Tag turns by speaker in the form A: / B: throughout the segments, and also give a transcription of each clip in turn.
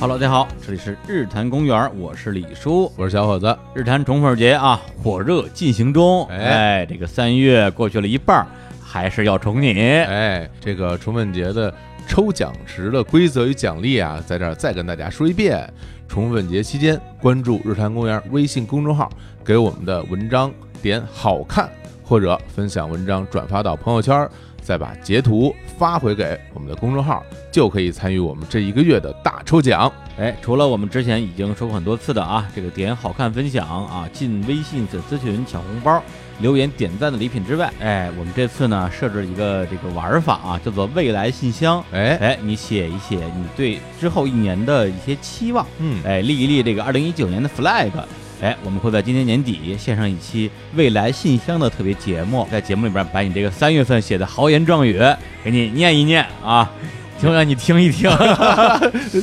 A: Hello，大家好，这里是日坛公园，我是李叔。
B: 我是小伙子，
A: 日坛宠粉节啊，火热进行中。
B: 哎
A: 哎，这个三月过去了一半儿，还是要宠你。
B: 哎，这个重问节的抽奖时的规则与奖励啊，在这儿再跟大家说一遍。重问节期间，关注日坛公园微信公众号，给我们的文章点好看，或者分享文章转发到朋友圈，再把截图发回给我们的公众号，就可以参与我们这一个月的大抽奖。
A: 哎，除了我们之前已经说过很多次的啊，这个点好看分享啊，进微信粉丝群抢红包、留言点赞的礼品之外，哎，我们这次呢设置一个这个玩法啊，叫做未来信箱。
B: 哎，
A: 哎，你写一写你对之后一年的一些期望，
B: 嗯，
A: 哎，立一立这个二零一九年的 flag。哎，我们会在今年年底献上一期未来信箱的特别节目，在节目里边把你这个三月份写的豪言壮语给你念一念啊，就让你听一听，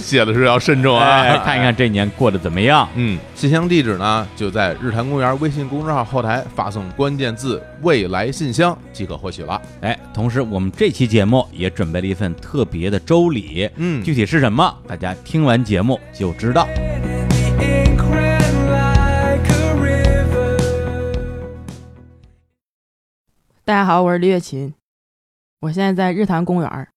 B: 写的是要慎重啊，
A: 哎，看一看这一年过得怎么样。
B: 嗯，信箱地址呢，就在日坛公园微信公众号后台发送关键字“未来信箱”即可获取了。
A: 哎，同时我们这期节目也准备了一份特别的周礼，
B: 嗯
A: 具体是什么，大家听完节目就知道。
C: 大家好，我是李雪琴，我现在在日坛公园儿。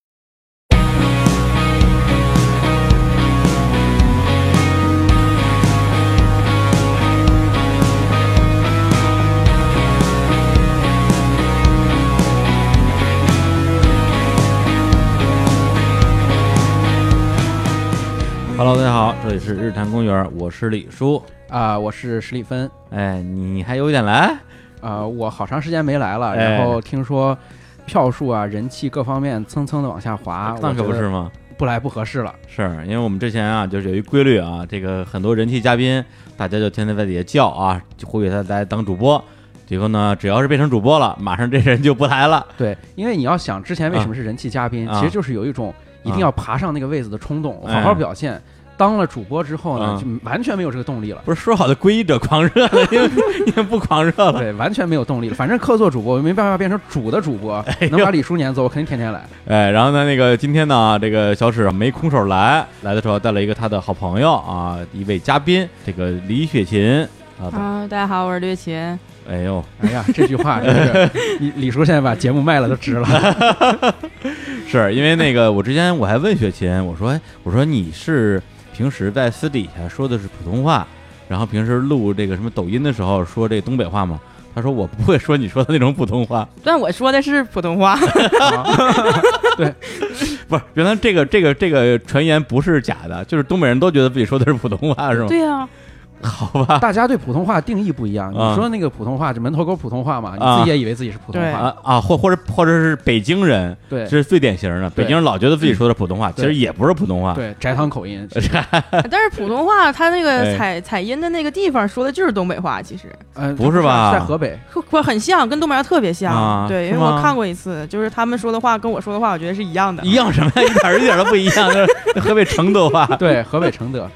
A: Hello，大家好，这里是日坛公园，我是李叔。
D: 啊、我是史蒂芬。
A: 哎，你还有点来？
D: 啊，我好长时间没来了，
A: 哎
D: 然后听说票数啊、人气各方面蹭蹭的往下滑，
A: 啊那
D: 啊我
A: 可
D: 觉
A: 不
D: 得
A: 是吗？
D: 不来不合适了。
A: 是因为我们之前啊，就是有一规律啊，这个很多人气嘉宾，大家就天天在底下叫啊，就呼吁他来当主播。结果呢，只要是变成主播了，马上这人就不来了。
D: 对，因为你要想之前为什么是人气嘉宾，
A: 啊
D: 其实就是有一种一定要爬上那个位子的冲动，
A: 哎
D: 好好表现。当了主播之后呢，
A: 啊
D: 就完全没有这个 动力了。
A: 不是说好的皈依者狂热呢，你们你们不狂热了？
D: 对，完全没有动力了。反正客座主播，我又没办法变成主的主 播，能把李叔撵走，我肯定天天来。
A: 哎，然后呢，那个今天呢，啊这个小史没空手来，来的时候带了一个他的好朋友啊，一位嘉宾，这个李雪琴啊，
C: 啊，大家好，我是吕琴。
A: 哎呦，
D: 哎呀，这句话真是，李李叔现在把节目卖了都值了。
A: 是因为那个我之前我还问雪琴，我说哎我说你是平时在私底下说的是普通话，然后平时录这个什么抖音的时候说这东北话吗？她说我不会说你说的那种普通话，
C: 但我说的是普通话，
D: 啊
A: 不是原来这个这个这个传言不是假的，就是东北人都觉得自己说的是普通话是吗？
C: 对啊呀，
A: 好 吧，
D: 大家对普通话定义不一样。你
A: 啊
D: 说那个普通话，就门头沟普通话嘛，
A: 啊
D: 你自己也以为自己是普通话，
A: 啊啊，或或者或者是北京人，
D: 对
A: 这是最典型的。北
D: 对
A: 京人老觉得自己说的是普通话，其
D: 对
A: 实也不是普通话。
D: 对，翟塘口音。
C: 但是普通话它那
A: 哎
C: 个采采音的那个地方说的就是东北话，其实
D: 呃，
A: 不是吧
D: 在河北，
C: 会会很像，跟东北话特别
A: 啊
C: 像。对，因
A: 是
C: 为
A: 吗
C: 我看过一次，就是他们说的话跟我说的话，我觉得是一样的。
A: 一样什么呀？一点儿一点儿都不一样，那是河北成都话。
D: 对，河北承德。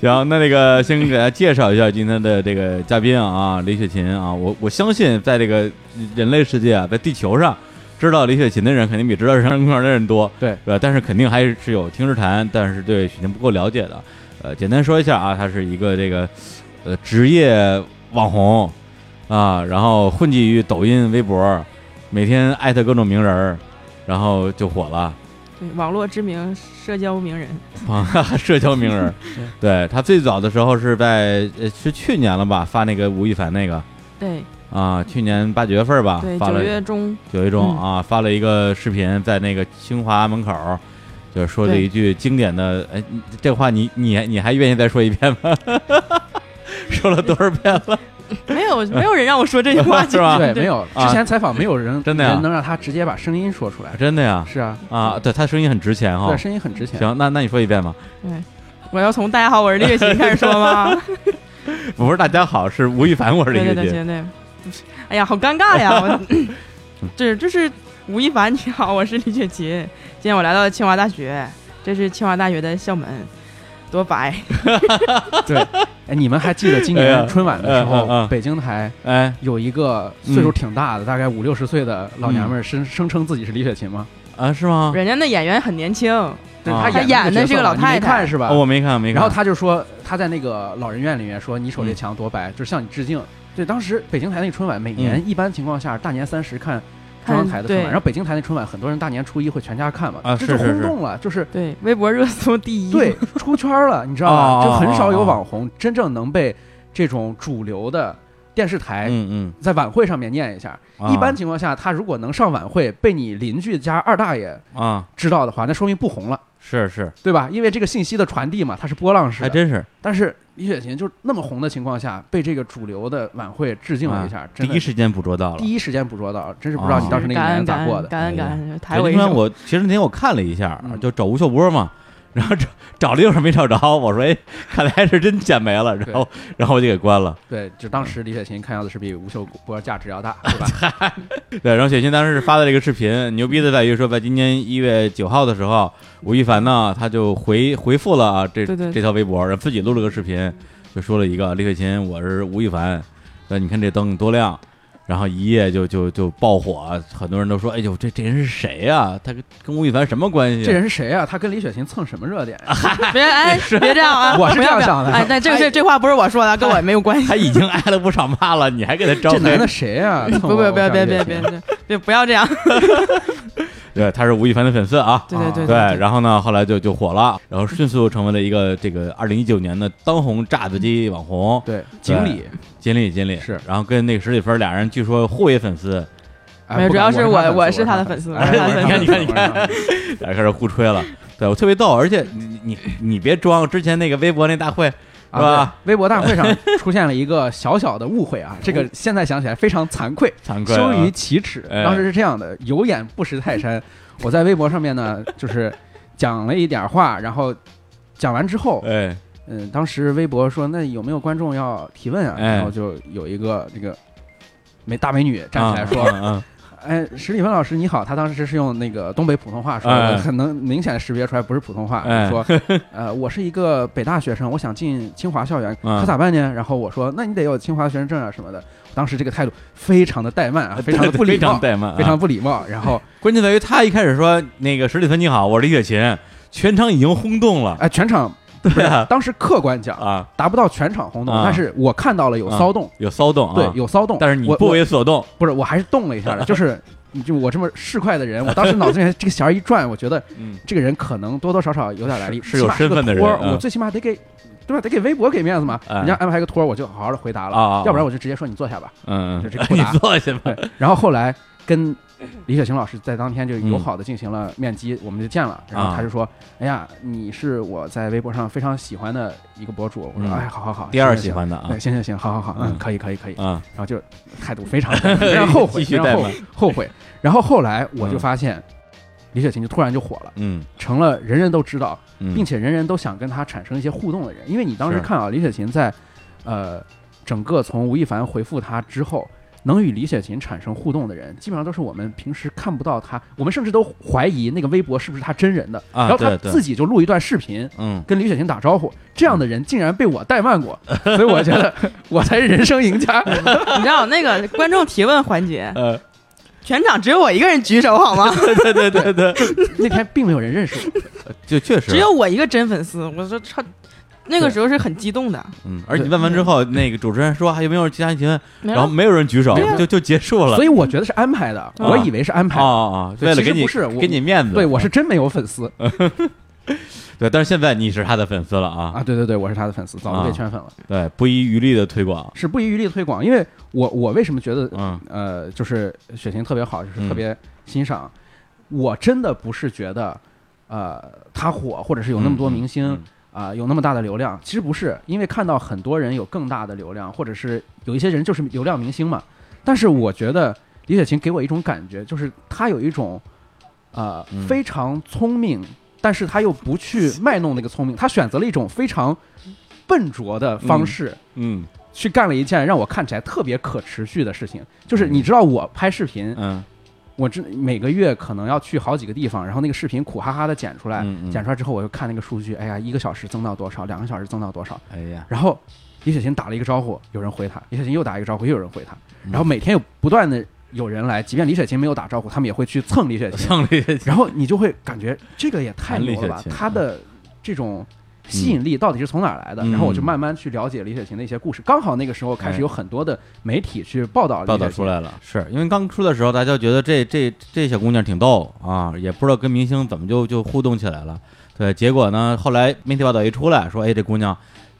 A: 行，那那个先给大家介绍一下今天的这个嘉宾啊，李雪琴啊，我我相信在这个人类世界啊，在地球上。知道李雪琴的人肯定比知道人山公园的人 多，
D: 对
A: 对吧？但是肯定还是是有听之谈，但是对雪琴不够了解的。呃，简单说一下啊，她是一个这个呃职业网红啊，然后混迹于抖音、微博，每天艾特各种名人儿，然后就火了。
C: 对，网络知名社交名人，
A: 啊，社交名人儿
D: 对，
A: 对他最早的时候是在呃是去年了吧，发那个吴亦凡那个
C: 对
A: 啊，去年八九月份吧，
C: 对，
A: 啊发
C: 九
A: 了
C: 月中
A: 九一中
C: 嗯
A: 啊，发了一个视频，在那个清华门口儿，就是说了
C: 对
A: 一句经典的，哎，你这话你你还你还愿意再说一遍吗？ 说了多少遍了？
C: 没有没有人让我说这句话，
A: 是吧啊
D: 对，没有。
A: 啊
D: 之前采访没有人
A: 真的呀哦
D: 人能让他直接把声音说出来。
A: 真的呀？
D: 是啊，
A: 啊，对他声音很值钱哈、
D: 对，声音很值钱。
A: 哦行，那那你说一遍吧。
C: 我要从大家好，我是李雪琴开始说吗？
A: 不是大家好，是吴亦凡，我是李
C: 对
A: 雪
C: 对
A: 琴
C: 对。对对， 哎呀，好尴尬呀！我 这这是吴亦凡，你好，我是李雪琴。今天我来到了清华大学，这是清华大学的校门，多白！
D: 哎，你们还记得今
A: 哎呀
D: 年春晚的
A: 嗯
D: 时
A: 嗯
D: 候
A: 嗯，
D: 北京台
A: 哎，
D: 有一个岁数挺大的，大概
A: 嗯
D: 五六十岁的老娘们儿声声称自己是李雪琴吗？
A: 啊，是吗？
C: 人家那演员很年轻，
D: 对
A: 啊
D: 他
A: 她
D: 演
C: 演的是
D: 这
C: 个老
D: 个角色嘛你
C: 太
D: 没
C: 太
D: 看是吧？
A: 哦，我没看，没看。
D: 然后他就说他在那个老人院里面说你手这墙多
A: 嗯
D: 白，就是向你致敬。对，当时北京台那个春晚每年一般情况下大年三十看中央台的春晚，
C: 对
D: 然后北京台那春晚很多人大年初一会全家看嘛，
A: 嗯啊
D: 这
A: 是
D: 就是
A: 是
D: 轰动了， 就是
C: 对，微博热搜第一，
D: 对出圈了，你知道
A: 哦哦
D: 吧？就很少
A: 哦
D: 有
A: 哦
D: 网红真正能被这种主流的电视台
A: 嗯
D: 在晚会上面念一下。
A: 嗯，
D: 一般情况下，他如果能上晚会，被你邻居家二大爷
A: 啊啊
D: 知道的话，那说明不红了，
A: 是是，
D: 对吧？因为这个信息的传递嘛，它是波浪式
A: 还
D: 的。
A: 真是
D: 但是李雪琴就那么红的情况下，被这个主流的晚会致敬啊了一下，
A: 第
D: 真的
A: 一时间捕捉到了。
D: 第一时间捕捉到，真是不知道你
A: 啊
D: 当时那一
C: 感恩
D: 年
C: 感
D: 咋
C: 恩
D: 过的。哎
C: 感恩感恩，抬
A: 对
C: 我一
A: 因为
C: 手。
A: 我其实那天我看了一下，
D: 嗯
A: 就找吴秀波嘛，然后找找了一会儿没找着，我说哎，看来是真捡没了，然后然后我就给关了。
D: 对，就当时李雪琴看样子是比吴秀波价值要大，对吧？
A: 对，然后雪欣当时发的这个视频，牛逼的在于说，在今年一月九号的时候，吴亦凡呢他就回回复了啊这
C: 对对
A: 这条微博，然后自己录了个视频，就说了一个李雪琴，我是吴亦凡，那你看这灯多亮。然后一夜就就就爆火，很多人都说：“哎呦，这这人是谁呀、他跟跟吴亦凡什么关系？”
D: 这人是谁啊？他跟李雪琴蹭什么热点呀？
C: 别哎，别这样啊！
D: 我是
C: 不要不
D: 这样
C: 要
D: 想的哎
C: 哎，但这个这这话不是我说的，跟我也没有关 系。
A: 他已经挨了不少骂了，你还给他招
D: 这
A: 黑
D: 男？的谁啊？蹭
C: 不
D: 我
C: 不
D: 我
C: 要不要
D: 上
C: 别
D: 李
C: 别
D: 雪
C: 别
D: 琴
C: 别别不要这样！
D: 啊
A: 对，他是吴亦凡的粉丝啊。
C: 对对
A: 对，
C: 对对，
A: 然后呢，后来就就火了，然后迅速成为了一个这个二零一九年的当红炸子鸡网红
D: 对，锦鲤
A: 锦鲤锦鲤
D: 是
A: 然后跟那个史蒂芬俩人据说互为粉 丝，
D: 哎
C: 没有
D: 不
C: 主
D: 敢
C: 要是我
D: 我
C: 我
D: 我
C: 是他的粉丝我是他的
A: 粉丝
D: 哎你看你看你看，
A: 俩人开始互吹了。对我特别逗，而且你你你别装，之前那个微博那大会是
D: 啊
A: 吧？
D: 对微博大会上出现了一个小小的误会啊，这个现在想起来非常惭愧，
A: 惭愧
D: 羞于
A: 啊，
D: 启齿。
A: 哎
D: 当时是这样的，有眼不识泰山，我在微博上面呢，就是讲了一点话，然后讲完之后，
A: 哎，
D: 嗯，当时微博说那有没有观众要提问啊？
A: 哎
D: 然后就有一个这个美大美女站起来说，
A: 嗯，嗯
D: 哎，史蒂芬老师你好，他当时是用那个东北普通话说的，
A: 哎
D: 很能明显识别出来不是普通话，
A: 哎
D: 说， 呃，我是一个北大学生，我想进清华校园，
A: 嗯
D: 可咋办呢？然后我说，那你得有清华学生证啊什么的。当时这个态度非常的怠慢啊，
A: 嗯
D: 非常的不
A: 非
D: 礼
A: 常
D: 貌，
A: 怠慢啊，
D: 非常不礼貌。然后，
A: 关键在于他一开始说那个史蒂芬你好，我是李雪琴，全场已经轰动了，
D: 哎，全场
A: 对啊，
D: 当时客观讲
A: 啊，
D: 达不到全场轰动，
A: 啊
D: 但是我看到了有骚动，
A: 有骚动啊，
D: 对，有骚 动。
A: 但是你
D: 我
A: 不
D: 我
A: 为所动，
D: 不是，我还是动了一下的，就是。 就我这么市侩的人，我当时脑子里面这个弦儿一转，我觉得
A: 嗯，
D: 这个人可能多多少少有点来历，
A: 是是有
D: 起码
A: 身份的人
D: 个托儿
A: 嗯
D: 我最起码得给，对吧？得给微博给面子嘛。
A: 哎
D: 人家安排个托儿，我就好好的回答了，
A: 啊啊啊
D: 要不然我就直接说你坐下吧。
A: 嗯，
D: 就
A: 嗯
D: 这个
A: 你
D: 答
A: 坐下吧。
D: 对，然后后来跟李雪琴老师在当天就
A: 嗯
D: 友好的进行了面基，我们就见了。然后他
A: 啊
D: 就说：“哎呀，你是我在微博上非常喜欢的一个博主。”我说：“
A: 嗯
D: 哎，好好好，
A: 第二
D: 行
A: 喜。欢的
D: 行
A: 啊
D: 行”对，行行行，好好好，
A: 嗯
D: 嗯，可以可以可以。
A: 啊，
D: 然后就态度非常 非常后悔，
A: 继续嗯
D: 非
A: 怠
D: 常后
A: 慢
D: 悔后悔。然后后来我就发现，李雪琴就突然就火了，
A: 嗯，
D: 成了人人都知道
A: 嗯
D: 并且人人都想跟他产生一些互动的人，因为你当时
A: 是
D: 看啊，李雪琴在，呃，整个从吴亦凡回复他之后，能与李雪琴产生互动的人，基本上都是我们平时看不到他，我们甚至都怀疑那个微博是不是他真人的，
A: 啊
D: 然后他
A: 对对
D: 自己就录一段视频。
A: 嗯，
D: 跟李雪琴打招呼，这样的人竟然被我怠 慢过，所以我觉得我才是人生赢家。
C: 你知道那个观众提问环节，
A: 呃，
C: 全场只有我一个人举手好吗？
A: 对对对对 对，
D: 那天并没有人认识我，
A: 就确实
C: 只有我一个真粉丝，我说超，那个时候是很激动的，
A: 嗯，而且问完之后，那个主持人说还有没有其他提问，
C: 然
A: 然后没有人举手
C: 对，啊
A: 就就结束了。
D: 所以我觉得是安排的，我以为是安排
A: 啊
D: 的。
A: 啊，啊
D: 对
A: 为了
D: 其
A: 给
D: 实
A: 你
D: 不是我
A: 给你面子，
D: 对我是真没有粉丝
A: 啊对，但是现在你是他的粉丝了啊，
D: 啊！对对对，我是他的粉丝，早就
A: 啊
D: 被圈粉了。
A: 对，不遗余力的推广，
D: 是不遗余力的推广。因为我我为什么觉得
A: 嗯
D: 呃，就是雪琴特别好，就是
A: 嗯
D: 特别欣赏。我真的不是觉得呃她火，或者是有那么多
A: 嗯嗯
D: 明星
A: 嗯
D: 啊、有那么大的流量，其实不是，因为看到很多人有更大的流量，或者是有一些人就是流量明星嘛。但是我觉得李雪琴给我一种感觉，就是她有一种呃、
A: 嗯
D: 非常聪明，但是她又不 去卖弄那个聪明，她选择了一种非常笨拙的方
A: 嗯
D: 式。
A: 嗯
D: 去干了一件让我看起来特别可持续的事情，就是你知道我拍视频，
A: 嗯
D: 我这每个月可能要去好几个地方，然后那个视频苦哈哈的剪出来，
A: 嗯，
D: 剪出来之后我就看那个数据，哎呀，一个小时增到多少，两个小时增到多少，
A: 哎呀，
D: 然后李雪琴打了一个招呼，有人回她，李雪琴又打一个招呼，又有人回她，
A: 嗯
D: 然后每天有不断的有人来，即便李雪琴没有打招呼，他们也会去蹭李雪琴。
A: 像这些
D: 然后你就会感觉这个也太
A: 韩
D: 牛
A: 立
D: 了
A: 雪
D: 吧
A: 琴！
D: 他的这种吸引力到底是从哪儿来的？
A: 嗯
D: 然后我就慢慢去了解李雪琴的一些故事。刚好那个时候开
A: 哎
D: 始有很多的媒体去报道李
A: 报
D: 雪琴
A: 道出，来了，是因为刚出的时候，大家觉得这这这小姑娘挺逗啊，也不知道跟明星怎么就就互动起来了。对，结果呢，后来媒体报道一出来，说哎，这姑娘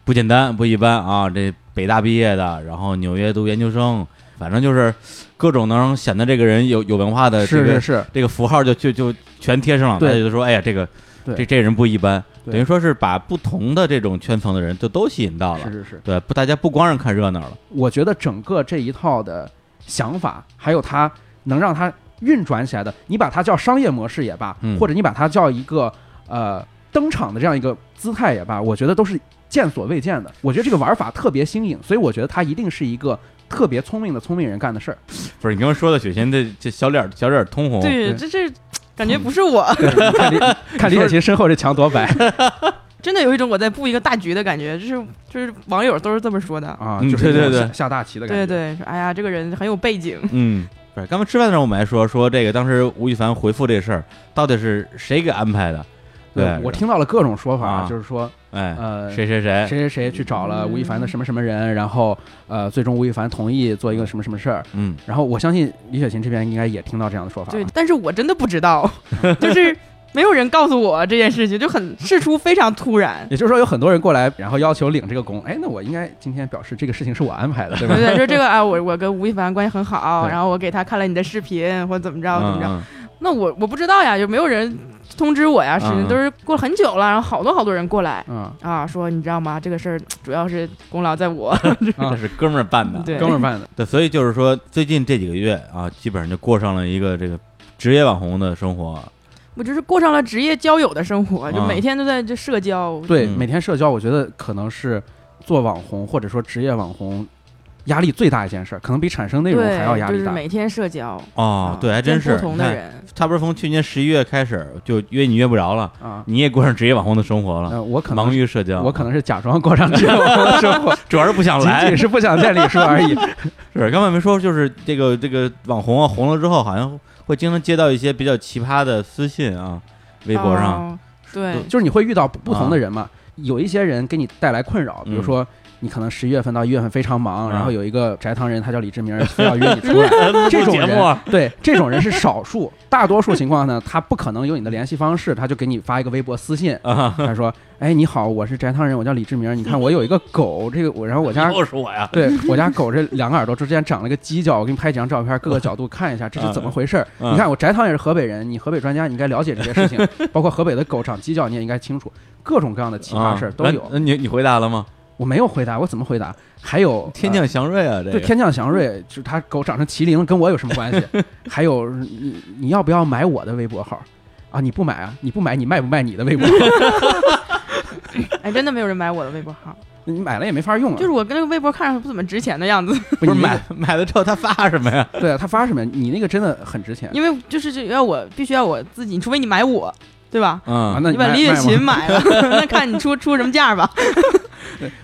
A: 不简单，不一般啊，这北大毕业的，然后纽约读研究生，反正就是各种能显得这个人有有文化的这
D: 是
A: 个
D: 是是，
A: 这个符号就就就全贴上了，
D: 对
A: 大家就说哎呀，这个
D: 对
A: 这这人不一般，
D: 对
A: 等于说是把不同的这种圈层的人就都吸引到
D: 是
A: 了。
D: 是是。
A: 对，不，大家不光是看热闹了，
D: 我觉得整个这一套的想法，还有它能让它运转起来的，你把它叫商业模式也罢，
A: 嗯
D: 或者你把它叫一个呃登场的这样一个姿态也罢，我觉得都是见所未见的。我觉得这个玩法特别新颖，所以我觉得它一定是一个特别聪明的聪明人干的事儿。
A: 不是你刚刚说的雪琴这这小脸儿小脸儿通红，
D: 对
C: 对，这这感觉不是我，
A: 嗯
D: 看李看李雪琴身后这墙多白
C: 真的有一种我在布一个大局的感觉，就是就是网友都是这么说的。
D: 啊，
A: 嗯
D: 就是
A: 对对
D: 那种
A: 对
D: 下下大棋的感
C: 对
D: 觉。
C: 对，说哎呀，这个人很有背景，
A: 嗯，不是。刚才吃饭的时候我们还说说这个，当时吴亦凡回复这事儿到底是谁给安排的？对
D: 我听到了各种说法，
A: 啊
D: 就是说
A: 哎，
D: 呃。
A: 谁谁谁，
D: 谁谁谁去找了吴亦凡的什么什么人，然后呃，最终吴亦凡同意做一个什么什么事儿，
A: 嗯，
D: 然后我相信李雪琴这边应该也听到这样的说法。啊
C: 对，但是我真的不知道， 就是没有人告诉我这件事情，就很事出非常 突然。
D: 也就是说有很多人过来，然后要求领这个工，哎，那我应该今天表示这个事情是我安排的，对吧
C: 对？对，说这个啊，我我跟吴亦凡关系很好，
D: 对
C: 然后我给他看了你的视频，或者怎么着怎么
A: 嗯
C: 着，
A: 嗯
C: 那我我不知道呀，就没有人通知我呀，事
A: 嗯
C: 情都是过了很久了，然后好多好多人过来
D: 嗯，
C: 啊，说你知道吗？这个事儿主要是功劳在我，
D: 啊
A: 嗯这是哥们儿办的，
C: 对
D: 哥们儿办的，
A: 对，所以就是说最近这几个月啊，基本上就过上了一个这个职业网红的生活，
C: 我就是过上了职业交友的生活，就
A: 啊
C: 每天都在这社交。
D: 对，
A: 嗯
D: 每天社交，我觉得可能是做网红或者说职业网红压力最大一件事儿，可能比产生内容
C: 对
D: 还要压
C: 就
D: 力
C: 是
D: 大。
C: 每天社交
A: 哦，对，还真
C: 见
A: 是
C: 啊不同
A: 你
C: 的
A: 看
C: 人，
A: 差不多从去年十一月开始就约你约不着了，
D: 啊，
A: 你也过上职业网红的生活了，
D: 呃，我可
A: 啊忙
D: 能
A: 于社交，
D: 我可能是假装过上职 业网红的生活，
A: 主要是不想
D: 仅
A: 来
D: 仅，是不想见李 叔而已。
A: 是刚才没说，就是这个这个网红啊，红了之后，好像会经常接到一些比较奇葩的私信啊，微博上，
C: 哦对
A: 对
D: 就是你会遇到不不同的人嘛，有一些人给你带来困扰，
A: 啊嗯
D: 比如说。你可能十一月份到一月份非常忙，
A: 啊
D: 然后有一个宅堂人，他叫李志明，非要约你出来。 这种
A: 节
D: 人
A: 目啊
D: 对，这种人是少数，大多数情况呢，他不可能有你的联系方式，他就给你发一个微博私信，
A: 啊，
D: 他说：“哎，你好，我是翟汤人，我叫李志明，你看我有一个狗，这个我，然后我家
A: 又是我呀，
D: 对我家狗这两个耳朵之间长了个犄角，我给你拍几张照片，各个角度看一下这是怎么回事儿。
A: 嗯嗯
D: 你看我翟汤也是河北人，你河北专家，你应该了解这些事情，包括河北的狗长犄角你也应该清楚，各种各样的奇葩事儿都有。
A: 啊那你你回答了吗？
D: 我没有回答，我怎么回答？还有
A: 天
D: 呃
A: 降祥瑞啊，这
D: 对
A: 个
D: 天降祥瑞，就是他狗长成麒麟了，跟我有什么关系？还有你你要不要买我的微博号？啊，你不买啊？你不买，你卖不卖你的微博号？
C: 哎，真的没有人买我的微博号，
D: 你买了也没法用啊。
C: 就是我跟那个微博看上去不怎么值钱的样子，
A: 不是
D: 你那
A: 买买了之后他发什么呀？
D: 个，对啊他发什么呀？你那个真的很值钱
C: 因为就是这要我必须要我自己，除非你买我，对吧？
D: 啊！
A: 嗯，
D: 那
C: 你把
D: 卖
C: 李雪
D: 卖吗
C: 琴买了，那看你出出什么价吧。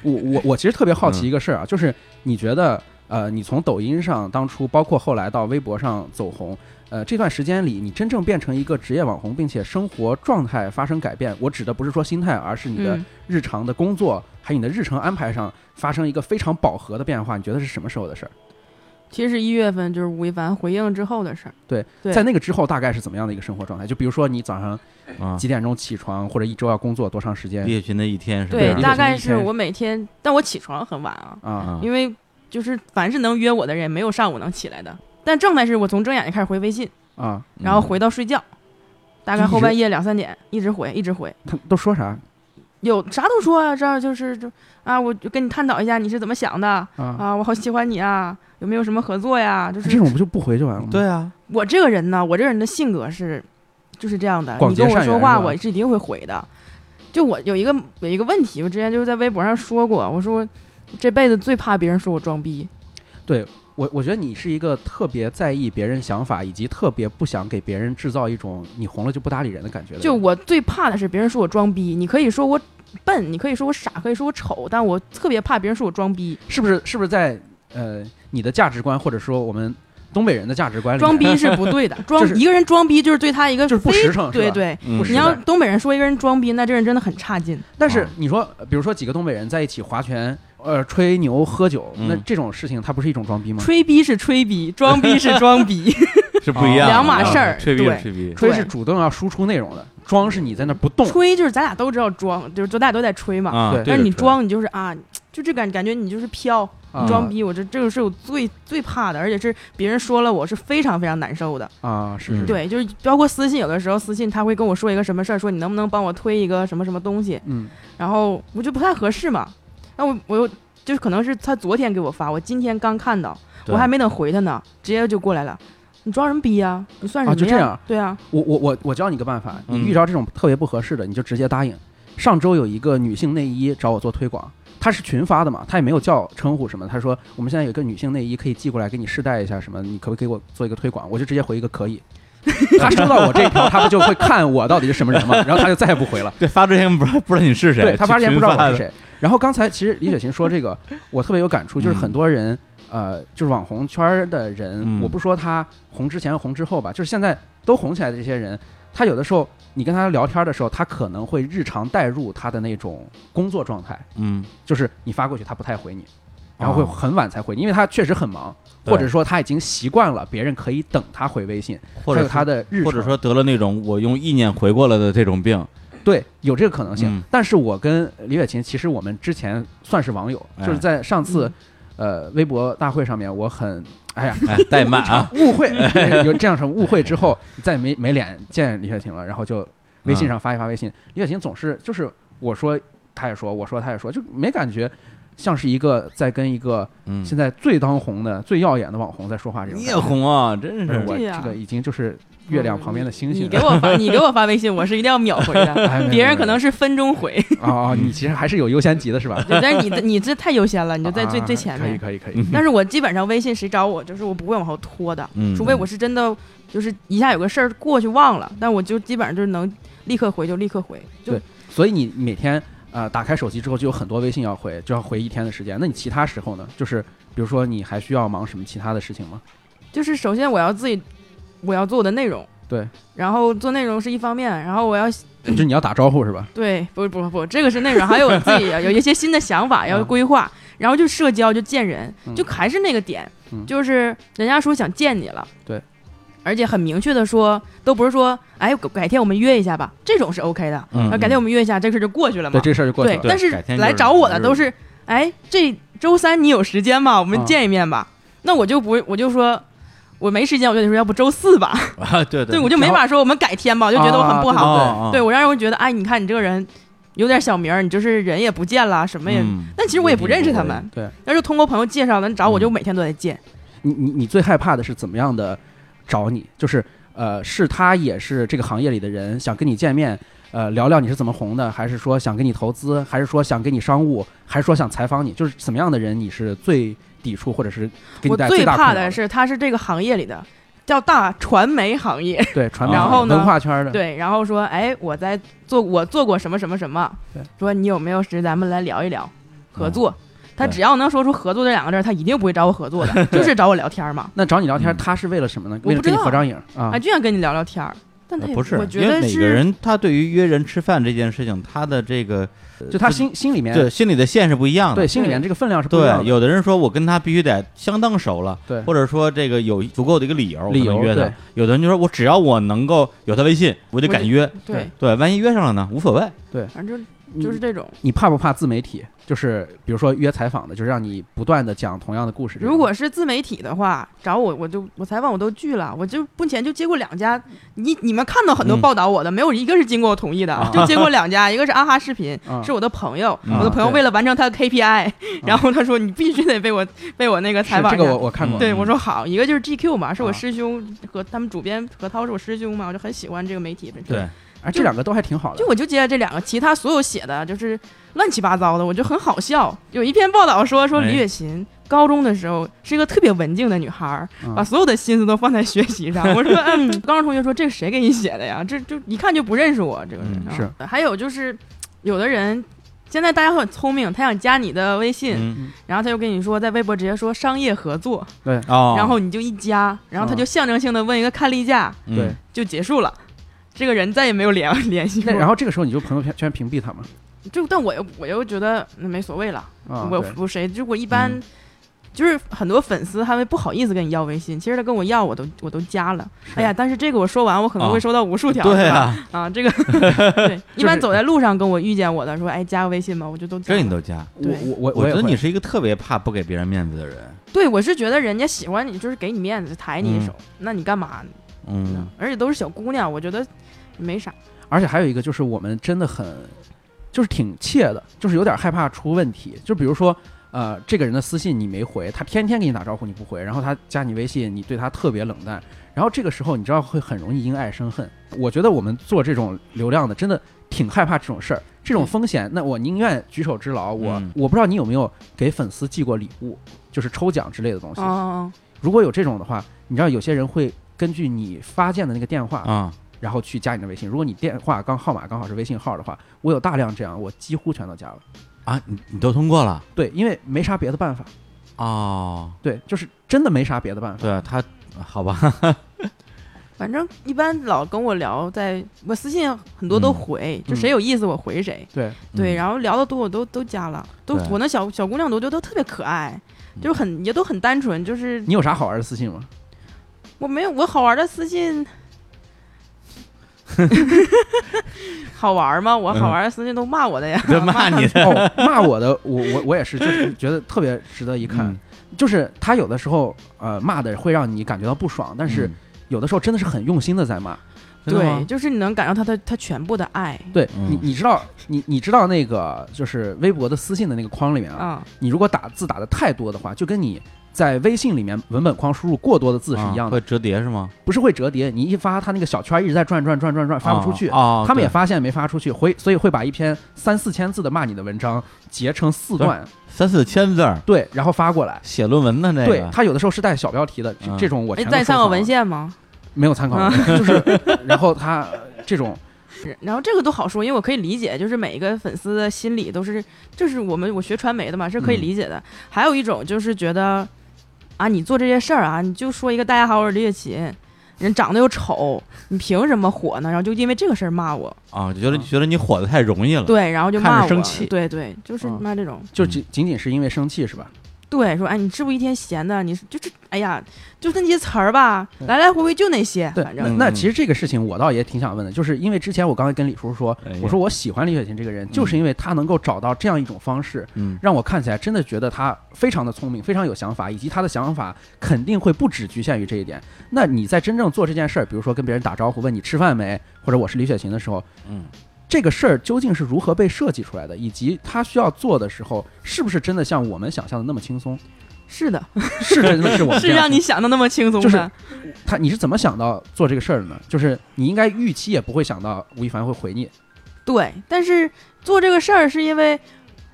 D: 我我我其实特别好奇
A: 嗯
D: 一个事儿啊，就是你觉得呃，你从抖音上当初，包括后来到微博上走红，呃，这段时间里，你真正变成一个职业网红，并且生活状态发生改变，我指的不是说心态，而是你的
C: 嗯，
D: 日常的工作、还有你的日程安排上发生一个非常饱和的变化，你觉得是什么时候的事儿？
C: 其实一月份就是吴亦凡回应之后的事儿。对
D: 在那个之后，大概是怎么样的一个生活状态？就比如说你早上
A: 啊，
D: 几点钟起床，或者一周要工作多长时间
A: 李雪琴的一天是吧？
D: 对
C: 对，
D: 李
C: 大
D: 雪琴
C: 概
D: 一
C: 是
D: 天
C: 我每天，但我起床很晚啊，
D: 啊？
A: 啊
C: 因为就是凡是能约我的人，没有上午能起来的。但状态是我从睁眼睛开始回微信，
D: 啊，
C: 然后回到睡觉，大概
D: 就一直
C: 后半夜两三点一直回，一直回。
D: 他都说啥
C: 有啥都说啊，这儿就是就啊，我就跟你探讨一下你是怎么想的
D: 啊？
C: 啊，我好喜欢你啊，有没有什么合作呀？就是
D: 这种不就不回就完了吗？
A: 对啊，
C: 我这个人呢，我这个人的性格是就是这样的，
D: 广
C: 你
D: 结
C: 跟我
D: 善
C: 说
D: 缘
C: 话，
D: 是吧
C: 我是一定会回的。就我有一个有一个问题，我之前就是在微博上说过，我说我这辈子最怕别人说我装逼，
D: 我我觉得你是一个特别在意别人想法，以及特别不想给别人制造一种你红了就不搭理人的感觉的人。
C: 就我最怕的是别人说我装逼。你可以说我笨，你可以说我傻，可以说我丑，但我特别怕别人说我装逼。
D: 是不是是不是在呃你的价值观，或者说我们东北人的价值观里面，
C: 装 逼是不对 的，装
D: 就是
C: 一个人装逼就是对他一个
D: 就是不
C: 非
D: 实诚是
C: 对
D: 吧
C: 对，
A: 嗯
D: 不实
C: 你
D: 在
C: 要东北人说一个人装逼，那这人真的很差劲。啊
D: 但是
A: 啊
D: 你说，呃比如说几个东北人在一起划拳，呃，吹牛喝酒，
A: 嗯
D: 那这种事情它不是一种装逼吗？
C: 吹逼是吹 逼，装逼是装逼，
A: 是不一样的，
D: 两码
A: 啊
D: 事
C: 儿
A: 吹逼是
C: 对
A: 吹逼，
D: 吹
C: 对
D: 是主动要输出内容的，装是你在那儿不 动。
C: 吹就是咱俩都知道装，就是就大家都在吹嘛。
A: 啊，
D: 对
C: 但
A: 对
C: 是
A: 着
C: 你
A: 吹，
C: 装，你就是啊，就这感感觉你就是飘，
D: 啊
C: 你装逼，我这这个是我最最怕的，而且是别人说了我是非常非常难受的。
D: 啊，是是，
A: 嗯
D: 是，
C: 对，就是包括私信，有的时候私信他会跟我说一个什么事儿，说你能不能帮我推一个什么什么东西，
D: 嗯
C: 然后我就不太合适嘛。那我我又就是可能是他昨天给我发，我今天刚看到，
A: 对
C: 我还没等回他呢，直接就过来了。你装什么逼呀、你算什
D: 啊
C: 么呀？
D: 就这样
C: 对啊，
D: 我我我我教你个办法，你
A: 嗯
D: 遇着这种特别不合适的，你就直接答应。上周有一个女性内衣找我做推广，她是群发的嘛，她也没有叫称呼什么，她说我们现在有一个女性内衣可以寄过来给你试戴一下什么，你可不可以给我做一个推广？我就直接回一个可以。她收到我这条，她不就会看我到底是什么人嘛，然后她就再也不回了。
A: 对发之前不知道不知道你是谁，
D: 对他发之前
A: 群
D: 不知道我
A: 发
D: 是
A: 的，
D: 谁。然后刚才其实李雪琴 说这个，我特别有感触，就是很多人。呃，就是网红圈儿的人，
A: 嗯
D: 我不说他红之前红之后吧，就是现在都红起来的这些人，他有的时候你跟他聊天的时候，他可能会日常带入他的那种工作状态，
A: 嗯，
D: 就是你发过去他不太回你，然后会很晚才回你，因为他确实很忙，
A: 哦对
D: 或者说他已经习惯了别人可以等他回微信，
A: 或
D: 还
A: 者
D: 有他
A: 是
D: 的日程，
A: 或者说得了那种我用意念回过来的这种病，
D: 对，有这个可能性。
A: 嗯
D: 但是我跟李雪琴，其实我们之前算是网友，
A: 哎
D: 就是在上
C: 嗯
D: 次、呃微博大会上面，我很哎呀
A: 哎，代骂啊，
D: 误会
C: 嗯
D: 有这样什么误会之后，再没没脸见李雪琴了，然后就微信上
A: 嗯
D: 发一发微信。李雪琴总是就是我说她也说，我说她也说，就没感觉。像是一个在跟一个
A: 嗯，
D: 现在最当红的、最耀眼的网红在说话这种
A: 你
D: 感
A: 也
D: 觉，
A: 红啊，真
D: 不是
A: 是
D: 我
C: 对呀嗯
D: 这个已经就是月亮旁边的星
C: 你
D: 星
C: 给
D: 了。
C: 我发，你给我发微 信，我是一定要秒回的。
D: 哎没有
C: 别人
D: 没有
C: 可能是分钟 回，
D: 哦，哦你其实还是有优先级的是吧？
C: 对但是你的你这太优先了，你就在最、
D: 啊
C: 最前面。
D: 可以可以可以。
C: 嗯但是我基本上微信谁找我，就是我不会往后拖的，
A: 嗯
C: 除非我是真的就是一下有个事儿过去忘了，但我就基本上就是能立刻回就立刻回，就
D: 对所以你每天呃打开手机之后就有很多微信要回，就要回一天的时间。那你其他时候呢？就是比如说你还需要忙什么其他的事情吗？
C: 就是首先我要自己我要做我的内容，
D: 对，
C: 然后做内容是一方面，然后我要
D: 就是你要打招呼是吧？
C: 对不不不，这个是内容，还有我自己有一些新的想法要规划，然后就社交就见人，
D: 嗯
C: 就还是那个点，
D: 嗯
C: 就是人家说想见你了，
D: 对，
C: 而且很明确的说，都不是说哎改天我们约一下吧，这种是 OK 的，
A: 嗯
C: 啊改天我们约一下，这个事儿就过去了嘛，
D: 对，这事儿就过去
C: 对，
D: 了。
A: 对
C: 但是
A: 改天就是
C: 来找我的
A: 就是
C: 都是，哎，这周三你有时间吗？我们
D: 啊
C: 见一面吧。那我就不会，我就说。我没时间，我就得说要不周四吧。
A: 啊，对
C: 对，我就没法说我们改天吧，我
D: 我
C: 就觉得我很不好。
A: 啊啊
C: 对我让人会觉得，哎，你看你这个人有点小名儿，你就是人也不见了，什么也。
A: 嗯
C: 但其实我也不认识他们，
D: 对
C: 要是通过朋友介绍的，你找我就每天都在见。
D: 你你你最害怕的是怎么样的找你？就是呃，是他也是这个行业里的人，想跟你见面。呃，聊聊你是怎么红的，还是说想跟你投资，还是说想跟你商务，还是说想采访你，就是怎么样的人你是最抵触，或者是给你
C: 我
D: 带来
C: 最
D: 大
C: 怕
D: 困扰
C: 的是他是这个行业里的，叫大传媒行业。
D: 对传媒
A: 然
D: 行业
C: 后呢
D: 文化圈
A: 嗯
D: 的，
C: 对，然后说，哎，我在做，我做过什么什么什么
D: 对，
C: 说你有没有时咱们来聊一聊合
A: 嗯
C: 作？他
A: 对
C: 只要能说出合作这两个字儿，他一定不会找我合 作的，就是找我聊天儿嘛。
D: 那找你聊天，
A: 嗯
D: 他是为了什么呢？
C: 我
D: 为了
C: 不知
D: 跟你
C: 道
D: 合张影啊
C: 啊，？就想跟你聊聊天儿，但他
A: 呃
C: 也
A: 不是，
C: 我觉
A: 因为
C: 得
A: 每个
C: 是
A: 人他对于约人吃饭这件事情，他的这个呃
D: 就他心心里面
A: 对心里的线是不一样的
D: 对。心里面这个分量是不一样
A: 对，
D: 的。
A: 有的人说我跟他必须得相当熟了，
D: 对
A: 或者说这个有足够的一个理由，我才
D: 理由
A: 能约他
D: 对。
A: 有的人就说我只要我能够有他微信，我就
C: 我
A: 敢
C: 就
A: 约。
C: 对，
A: 对，嗯万一约上了呢，无所谓。
C: 反正就
D: 你
C: 就是这种。
D: 你怕不怕自媒体？就是比如说约采访的，就是让你不断的讲同样的故事这种。
C: 如果是自媒体的话，找我我就我采访我都拒了，我就目前就接过两家，你你们看到很多
A: 嗯
C: 报道我的，没有一个是经过我同意的，
D: 啊
C: 就接过两家，一个是阿哈视频，
D: 啊
C: 是我的朋友，
A: 嗯
C: 我的朋友
D: 对嗯
C: 为了完成他的 KPI，、然后他说你必须得被我被我那个采
D: 是
C: 访
D: 这
C: 一
D: 个
C: 下。
D: 我我看过，
C: 对，
A: 嗯
C: 我说好，一个就是 GQ 嘛，是
D: 啊
C: 我师兄和他们主编何涛是我师兄嘛，我就很喜欢这个媒体。
A: 对，
D: 哎，这两个都还挺好的
C: 就。我就接了这两个，其他所有写的就是乱七八糟的，我就很好笑。有一篇报道说说
A: 哎
C: 李雪琴高中的时候是一个特别文静的女孩儿，
D: 嗯
C: 把所有的心思都放在学习上。我说， 嗯，高中同学说这谁给你写的呀？这就一看就不认识我，这个人、
A: 嗯
C: 啊
D: 是
C: 还有就是，有的人现在大家都很聪明，他想加你的微信，
A: 嗯
C: 然后他就跟你说在微博直接说商业合作，
A: 哦，
C: 然后你就一加，然后他就象征性的问一个看例价，
A: 嗯
D: 对，
C: 就结束了。这个人再也没有联联系过，
D: 那然后这个时候你就朋友圈圈屏蔽他嘛。
C: 就但我又我又觉得嗯没所谓了，
D: 啊，
C: 我
D: 对
C: 服谁？就我一般、
A: 嗯
C: 就是很多粉丝他们不好意思跟你要微信，其实他跟我要我都我都加了。哎呀，但是这个我说完我可能
A: 啊
C: 会收到无数条，
A: 对
C: 是吧
A: 啊，
C: 啊，这个对，一般走在路上跟我遇见我的说，哎，加个微信吧，我就都加
A: 这
C: 了
A: 你都加。
D: 我
C: 对
D: 我我
A: 我
D: 也
A: 觉得
D: 会
A: 你是一个特别怕不给别人面子的人，
C: 对，我是觉得人家喜欢你，就是给你面子，抬你一手，那你干嘛呢？
A: 嗯，
C: 而且都是小姑娘，我觉得没啥。
D: 而且还有一个就是我们真的很，就是挺怯的，就是有点害怕出问题。就比如说，呃，这个人的私信你没回，他天天给你打招呼你不回，然后他加你微信，你对他特别冷淡，然后这个时候你知道会很容易因爱生恨。我觉得我们做这种流量的，真的挺害怕这种事儿，这种风险，那我宁愿举手之劳。我、
A: 嗯
D: 我不知道你有没有给粉丝寄过礼物，就是抽奖之类的东西。
C: 哦，
D: 如果有这种的话，你知道有些人会根据你发件的那个电话
A: 啊，
D: 然后去加你的微信。如果你电话刚号码刚好是微信号的话，我有大量这样，我几乎全都加了。
A: 啊，你你都通过了
D: 对，因为没啥别的办法。
A: 哦，
D: 对，就是真的没啥别的办法。
A: 对啊，他好 吧，嗯
C: 反正一般老跟我聊在，我私信很多都
A: 嗯
C: 回，就谁有意思我回谁。
D: 对，
A: 嗯
C: 对，然后聊的多，我都都加了，都
A: 对
C: 我那小小姑娘，我觉得都特别可爱，
A: 嗯
C: 就是很也都很单纯，就是
D: 你有啥好玩的私 信吗？
C: 我没有我好玩的私信，好玩吗？我
A: 嗯
C: 好玩的私信都骂我的呀，
A: 对骂你的，
D: 哦，骂我的，我我我也是，就是觉得特别值得一 看。
A: 嗯
D: 就是他有的时候呃骂的会让你感觉到不爽，但是
A: 嗯
D: 有的时候真的是很用心的在骂。
A: 真的吗啊
C: 对，就是你能感受到他他全部的爱
D: 对、
A: 嗯
D: 你，你知道你你知道那个就是微博的私信的那个框里面啊，
C: 啊，
D: 你如果打字打的太多的话，就跟你在微信里面文本框输入过多的字是一样
A: 啊
D: 的。
A: 会折叠是吗？
D: 不是会折叠，你一发，它那个小圈儿一直在转转转转转，发不出去。
A: 哦，哦
D: 他们也
A: 对
D: 发现没发出去，回所以会把一篇三四千字的骂你的文章截成四段，
A: 三四千字儿
D: 对，然后发过来。
A: 写论文的那
D: 对
A: 个，
D: 他有的时候是带小标题的，这
A: 嗯
D: 这种我
C: 哎，
D: 全都
C: 再参
D: 收
C: 考
D: 藏
C: 文
D: 了
C: 献嗯吗？
D: 没有参考文 献，就是 然后他这种
C: 是然后这个都好说，因为我可以理解，就是每一个粉丝的心理都是，就是我们我学传媒的嘛，是可以
A: 嗯
C: 理解的。还有一种就是觉得，啊，你做这些事儿啊，你就说一个大家好，我是李雪琴，人长得又丑，你凭什么火呢？然后就因为这个事儿骂我，
A: 啊，就觉得觉得你火的太容易了，
C: 对，然后就
A: 看着
C: 骂我，
A: 生气
C: 对对，就是
D: 嗯
C: 骂这种，
D: 就
A: 嗯
D: 仅仅仅是因为生气是吧？
C: 对，说哎，你是不是一天闲的？你是就是哎呀，就那些词儿吧，来来回回就那些，
D: 对，
C: 反
D: 那
C: 正
A: 嗯
D: 那其实这个事情我倒也挺想问的，就是因为之前我刚才跟李叔说
A: 哎呀，
D: 我说我喜欢李雪琴这个人，就是因为她能够找到这样一种方式，
A: 嗯
D: 让我看起来真的觉得他非常的聪明，非常有想法，以及他的想法肯定会不只局限于这一点。那你在真正做这件事儿，比如说跟别人打招呼问你吃饭没，或者我是李雪琴的时候，
A: 嗯，
D: 这个事儿究竟是如何被设计出来的，以及他需要做的时候，是不是真的像我们想象的那么轻松？
C: 是的，
D: 是真的是我们
C: 是
D: 这样
C: 让你想的那么轻松
D: 就是
C: 的，
D: 他你是怎么想到做这个事儿的呢？就是你应该预期也不会想到吴亦凡会回你，
C: 对，但是做这个事儿是因为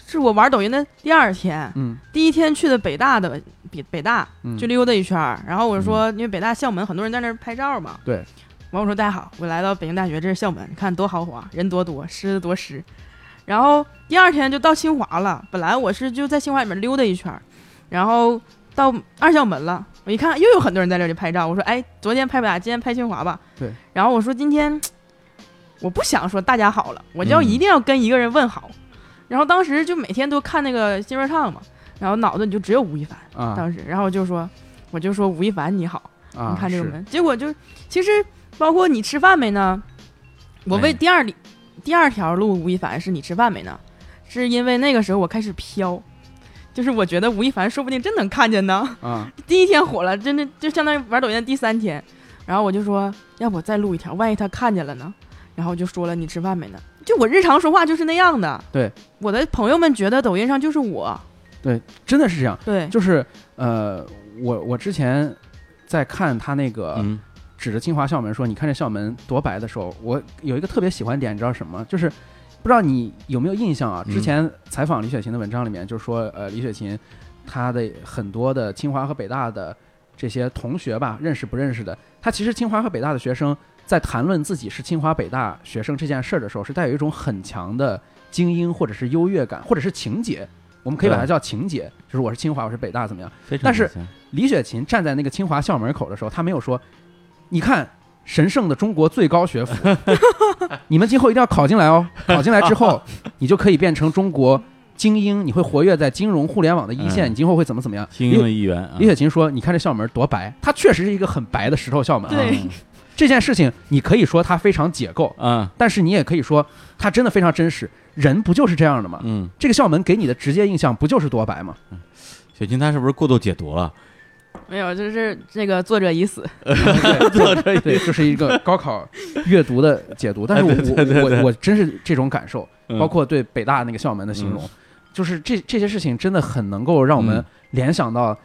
C: 是我玩抖音的第二天，
D: 嗯
C: 第一天去的北大的北北大
D: 嗯，
C: 去溜达一圈儿，然后我说，因为北大校门很多人在那儿拍照嘛，
D: 对。
C: 完我说大家好，我来到北京大学，这是校门，你看多豪华，人多多，湿的多湿。然后第二天就到清华了，本来我是就在清华里面溜达一圈儿，然后到二校门了，我一看又有很多人在这里拍照，我说哎，昨天拍北大，今天拍清华吧。
D: 对。
C: 然后我说今天我不想说大家好了，我就要
A: 嗯
C: 一定要跟一个人问好。然后当时就每天都看那个新说唱嘛，然后脑子里就只有吴亦凡，
D: 啊
C: 当时，然后就说我就说吴亦凡你好。
D: 啊，
C: 你看这个
D: 是
C: 门，结果就其实包括你吃饭没呢？我
A: 哎
C: 为第二里、第二条路吴亦凡是你吃饭没呢？是因为那个时候我开始飘，就是我觉得吴亦凡说不定真能看见呢。
D: 啊，
C: 第一天火了，真的就相当于玩抖音的第三天，然后我就说要不我再录一条，万一他看见了呢？然后就说了你吃饭没呢？就我日常说话就是那样的。
D: 对，
C: 我的朋友们觉得抖音上就是我，
D: 真的是这样。
C: 对，
D: 就是呃，我我之前在看他那个
A: 嗯
D: 指着清华校门说“你看这校门多白”的时候，我有一个特别喜欢点，你知道什么？就是不知道你有没有印象啊？
A: 嗯
D: 之前采访李雪琴的文章里面就说，呃，李雪琴她的很多的清华和北大的这些同学吧，认识不认识的，她其实清华和北大的学生在谈论自己是清华北大学生这件事儿的时候，是带有一种很强的精英或者是优越感，或者是情节。我们可以把它
A: 对
D: 叫情节，就是我是清华，我是北大，怎么样？
A: 非常
D: 但是
A: 可行
D: 李雪琴站在那个清华校门口的时候，她没有说：“你看，神圣的中国最高学府， 你们今后一定要考进来哦！考进来 之后，你就可以变成中国精英，你会活跃在金融互联网的一线，
A: 嗯
D: 你今后会怎么怎么样？”
A: 精英的一员啊
D: 李，雪琴说：“你看这校门多白，它确实是一个很白的石头校门。啊
C: 对
A: 嗯
D: 这件事情，你可以说它非常解构，
A: 啊，
D: 但是你也可以说它真的非常真实。人不就是这样的吗？
A: 嗯，
D: 这个校门给你的直接印象不就是多白吗？
A: 雪琴她是不是过度解读了？
C: 没有，就是这个作者已死，
D: 对
A: 作者已
D: 对，就是一个高考阅读的 解读。但是我
A: 对对对
D: 我我我真是这种感受，
A: 嗯
D: 包括对北大那个校门的形容，就是这这些事情真的很能够让我们
A: 嗯
D: 联想到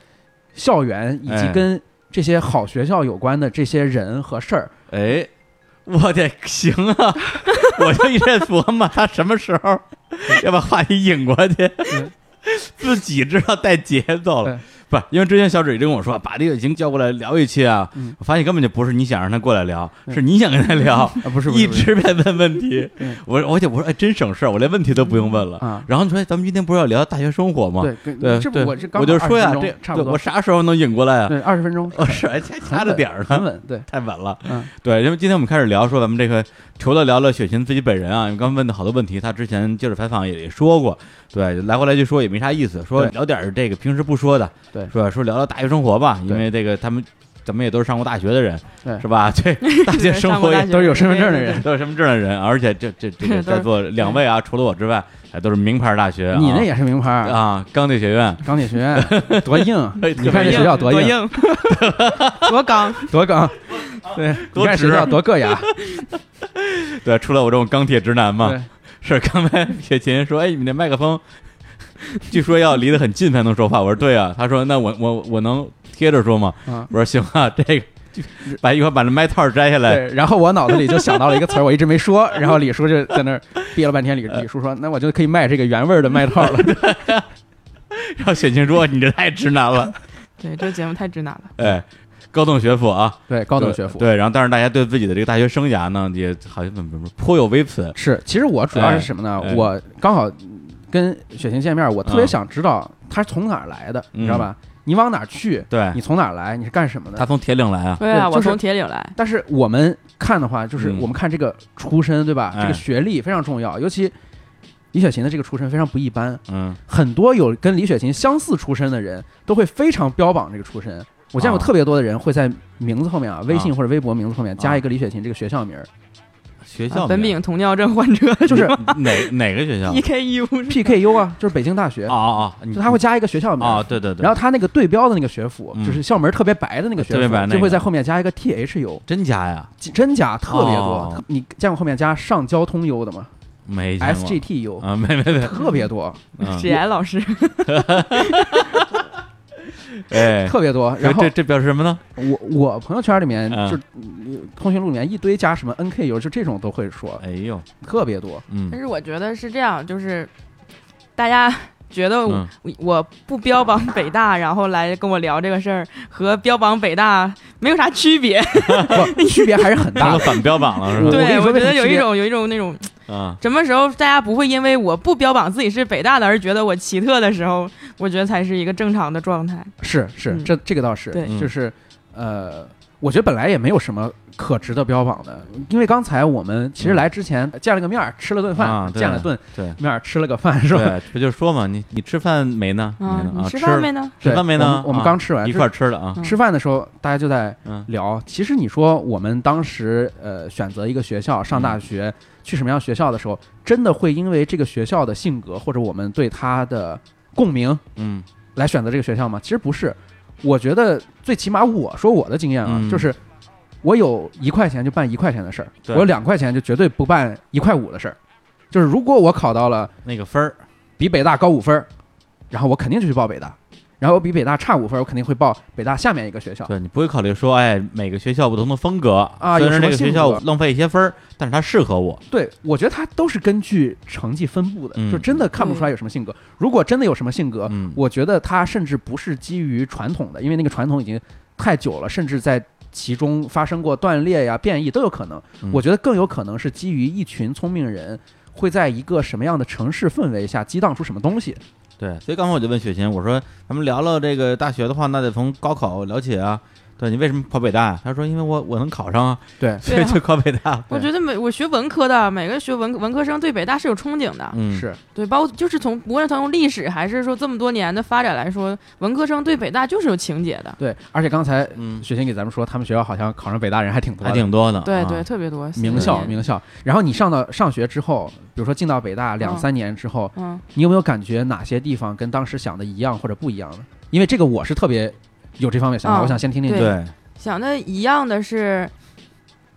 D: 校园以及
A: 哎
D: 跟这些好学校有关的这些人和事儿。
A: 哎，我的行 啊，我就一直在琢磨他什么时候要把话题引过去
D: 嗯，
A: 自己知道带节奏了
D: 对。
A: 不，因为之前小指一直跟我说，把李雪琴叫过来聊一期啊，
D: 嗯
A: 我发现根本就不是你想让他过来聊，
D: 嗯
A: 是你想跟他聊，
D: 啊，不 是不是
A: 一
D: 不是
A: 直在问问题
D: 嗯。
A: 我我姐我说哎，真省事儿，我连问题都不用问了。
D: 啊，
A: 然后你说咱们今天不是要聊大学生活吗？
D: 对跟
A: 对
D: 这不
A: 对
D: 我这刚
A: 我就说呀，
D: 20分钟
A: 这
D: 差不
A: 对
D: 多
A: 我啥时候能引过来啊？
D: 对二十分钟
A: 我是还掐着点儿呢
D: 很，稳，对，
A: 太稳了。
D: 嗯，
A: 对，因为今天我们开始聊说咱们这个，除了聊了雪琴自己本人啊，因为刚问的好多问题，她之前接受采访也说过，对，来回来去说也没啥意思，说
D: 对
A: 聊点儿这个平时不说的，
D: 对
A: 是吧？说聊聊大学生活吧，
D: 对
A: 因为这个他们咱们也都是上过大学的人，
D: 对
A: 是吧？对，大学 生
C: 上
A: 活
C: 过大
A: 也
C: 学
D: 都是有身份证的 人。
A: 都是身份证的人，而且这这这个
C: 都是
A: 在座两位啊，除了我之外，还都是名牌大学啊，
D: 你那也是名牌儿，
A: 啊，钢铁学院，
D: 钢铁学院多 硬啊，
A: 哎
D: 你看这学校多
C: 多
D: 硬，
C: 硬，多刚，
D: 多刚， 对，
A: 多啊
D: 你看这
A: 直
D: 学校多硌牙，
A: 对，除了我这种钢铁直男嘛，
D: 对，
A: 是 刚才雪琴说，哎，你那麦克风，据说要离得很近才能说话。我说对啊，他说那我我我能贴着说吗？
D: 嗯。
A: 我说行啊，这个把一会儿把那麦套摘下来，
D: 对，然后我脑子里就想到了一个词儿，我一直没说。 然后李叔就 在那儿憋了半天。李
A: 呃
D: 李叔说：“那我就可以卖这个原味儿的麦套了。
A: 然后雪琴说你这太直男了，
C: 对，这节目太直男了。
A: 哎，高等学府啊，”
D: 对，高等学府
A: 对，对然后但是大家对自己的这个大学生涯呢，也好像怎么怎么颇有微词，
D: 是。其实我主要是什么呢？
A: 哎哎
D: 我刚好跟雪琴见面，我特别
A: 嗯
D: 想知道他是从哪儿来的，
A: 嗯
D: 你知道吧？你往哪儿去？
A: 对
D: 你从哪儿来？你是干什么的？
A: 他从铁岭来啊，
C: 对啊，
D: 对
C: 我
D: 就是
C: 从铁岭来，
D: 但是我们看的话，就是
A: 嗯
D: 我们看这个出身，对吧？
A: 哎
D: 这个学历非常重要，尤其李雪琴的这个出身非常不一般。
A: 嗯，
D: 很多有跟李雪琴相似出身的人都会非常标榜这个出身。我见过
A: 啊
D: 特别多的人会在名字后面啊，微信或者微博名字后面
A: 啊
D: 加一个李雪琴这个学校名儿
A: 学
C: 啊
A: 校啊
C: 苯
A: 名
C: 丙酮尿症患者， E
D: 就是
A: 哪哪个学 校
C: EKU，
D: ，PKU 啊，就是北京大学
A: 啊，啊啊，你
D: 就他会加一个学校名
A: 啊，
D: 儿。
A: 对对对，
D: 然后他那个对标的那个学府，
A: 嗯
D: 就是校门儿特别白的那个学
A: 特别白
D: 府，
A: 那
D: 就
A: 个
D: 会在后面加一个 T H U，
A: 真假呀，
D: 真假特别多。
A: 哦
D: 特你见过后面加上交通 U 的吗
A: 没见
D: ？S
A: 过
D: G T U，
A: 啊，没没 没，
D: 特别多，
A: 嗯
C: 史岩老师，
A: 哎，
D: 特别多。然后
A: 这这表示什么呢？
D: 我我朋友圈里面
A: 嗯
D: 就通讯录里面一堆加什么 N K U，就这种都会说，
A: 哎呦，
D: 特别多。
A: 嗯
C: 但是我觉得是这样，就是大家觉得我,、
A: 嗯
C: 我不标榜北大，然后来跟我聊这个事儿，和标榜北大没有啥区别。
D: 不，区别还是很
A: 成
D: 大
A: 了
D: 的。
A: 反标榜了是吧？
D: 嗯我跟
C: 对，
D: 你说
C: 我觉
D: 为什么
C: 得有
D: 区
C: 一
D: 别
C: 种有一种那种
A: 啊，
C: 什么时候大家不会因为我不标榜自己是北大的而觉得我奇特的时候，我觉得才是一个正常的状态。
D: 是是，
C: 嗯
D: 这这个倒是
C: 对，
A: 嗯
D: 就是呃，我觉得本来也没有什么可值得标榜的，因为刚才我们其实
A: 嗯
D: 来之前见了个面儿，吃了顿
A: 啊
D: 饭，
A: 对
D: 见了顿
A: 对
D: 面儿，吃了个饭，是吧？
A: 对，不就说嘛，你你吃饭没呢？没呢
C: 嗯你
A: 啊，
C: 吃
A: 吃
C: 饭
A: 了
C: 没呢？
A: 吃
D: 对
A: 饭没
D: 我
A: 呢
D: 们？我们
A: 啊
D: 刚吃完
A: 一
D: 就
A: 块儿吃的啊，
C: 嗯
D: 吃饭的时候，大家就在
A: 嗯
D: 聊。其实你说我们当时呃选择一个学校上
A: 嗯
D: 大学，去什么样学校的时候，真的会因为这个学校的性格或者我们对它的共鸣
A: 嗯
D: 来选择这个学校吗？其实不是，我觉得最起码我说我的经验啊，
A: 嗯
D: 就是我有一块钱就办一块钱的事儿，
A: 对
D: 我有两块钱就绝对不办一块五的事儿。就是如果我考到了
A: 那个分儿，
D: 比北大高五分儿，然后我肯定就去报北大；然后我比北大差五分儿，我肯定会报北大下面一个学校。
A: 对你不会考虑说，哎，每个学校不同的风格
D: 啊
A: 虽
D: 有
A: 然
D: 什
A: 这
D: 么
A: 个学
D: 性
A: 校
D: 格
A: 浪费一些分儿，但是它适合我，
D: 对，我觉得它都是根据成绩分布的，
A: 嗯
D: 就真的看不出来有什么性格。如果真的有什么性格，
A: 嗯
D: 我觉得它甚至不是基于传统的，因为那个传统已经太久了，甚至在其中发生过断裂呀、变异都有可能。
A: 嗯
D: 我觉得更有可能是基于一群聪明人会在一个什么样的城市氛围下激荡出什么东西。
A: 对，所以刚才我就问雪琴，我说咱们聊聊这个大学的话，那得从高考聊起啊。对你为什么跑北大？啊他说因为我我能考上啊，
D: 对
A: 所以就考北大 了。
C: 我觉得每我学文科的每个学文文科生对北大是有憧憬的，
A: 嗯，
D: 是
C: 对，包就是从无论从历史还是说这么多年的发展来说，文科生对北大就是有情结的，
D: 对，而且刚才
A: 嗯，
D: 雪琴给咱们说，他们学校好像考上北大人还挺多的，
A: 还挺多的。
C: 对
A: 啊
C: 对，特别多
D: 名校
C: 嗯
D: 名校。然后你上到上学之后，比如说进到北大两
C: 嗯
D: 三年之后，
C: 嗯，
D: 你有没有感觉哪些地方跟当时想的一样或者不一样呢？因为这个我是特别有这方面想法，
C: 嗯
D: 我想先听听你。
C: 对
A: 对，
C: 想的一样的是，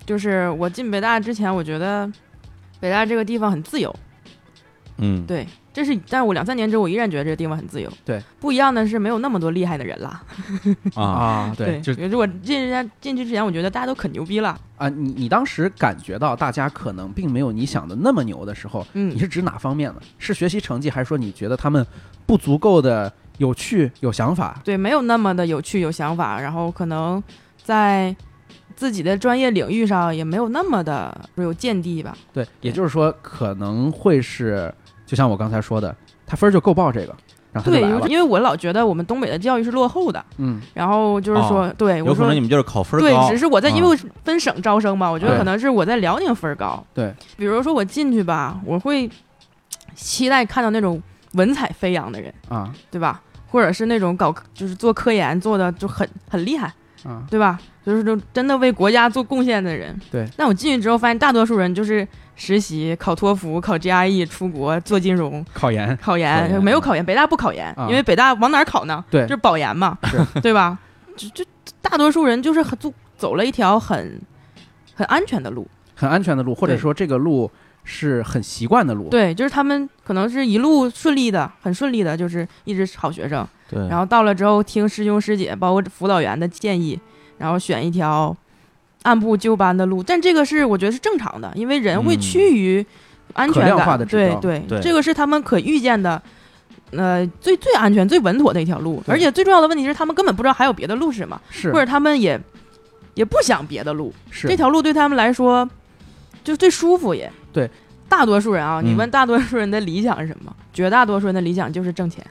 C: 就是我进北大之前，我觉得北大这个地方很自由，
A: 嗯，
C: 对，这是，但是我两三年之后，我依然觉得这个地方很自由。
D: 对，
C: 不一样的是没有那么多厉害的人了。
A: 啊，
D: 啊，对，就
C: 如果进人家进去之前，我觉得大家都可牛逼了，
D: 啊，你你当时感觉到大家可能并没有你想的那么牛的时候，
C: 嗯
D: 你，是指哪方面呢？是学习成绩，还是说你觉得他们不足够的有趣、有想法？
C: 对，没有那么的有趣有想法，然后可能在自己的专业领域上也没有那么的有见地吧。
D: 对，也就是说可能会是，就像我刚才说的，他分儿就够报这个，然后他
C: 对，
D: 就来
C: 有
D: 了。
C: 因为我老觉得我们东北的教育是落后的，
D: 嗯，
C: 然后就是说，对
A: 有
C: 哎我
A: 可
C: 说
A: 能你们就是考分
C: 对
A: 高，
C: 只是我在，因
A: 啊
C: 为我是分省招生嘛，我觉得
D: 对
C: 可能是我在辽宁分儿高。
D: 对，
C: 比如说我进去吧，我会期待看到那种文采飞扬的人，
D: 啊
C: 对吧？或者是那种搞就是做科研做的就很很厉害，
D: 啊，
C: 对吧？就是就真的为国家做贡献的人。
D: 对。
C: 但我进去之后发现，大多数人就是实习、考托福、考 GRE、出国、做金融、
D: 考研
C: 考
A: 考
C: 研，
A: 研
C: 没有考研，北大不考研，
D: 啊
C: 因为北大往哪儿考呢？
D: 对
C: 就是保研嘛，
D: 是
C: 对吧？就就大多数人就是很走走了一条很很安全的路，
D: 很安全的路，或者
C: 对
D: 说这个路是很习惯的路。
C: 对，就是他们可能是一路顺利的，很顺利的，就是一直是好学生。
A: 对，
C: 然后到了之后，听师兄师姐包括辅导员的建议，然后选一条按部就班的路。但这个是我觉得是正常的，因为人会
A: 嗯
C: 趋于安
D: 可
C: 全
D: 量
C: 感，
D: 化的指
C: 对
D: 标
C: 对
A: 对
C: 这个是他们可预见的。呃，最最安全、最稳妥的一条路，
D: 对
C: 而且最重要的问题是，他们根本不知道还有别的路是什么，
D: 是
C: 或者他们也也不想别的路，
D: 是
C: 这条路对他们来说就是最舒服也。
D: 对，
C: 大多数人啊，
A: 嗯
C: 你问大多数人的理想是什么？绝大多数人的理想就是挣钱。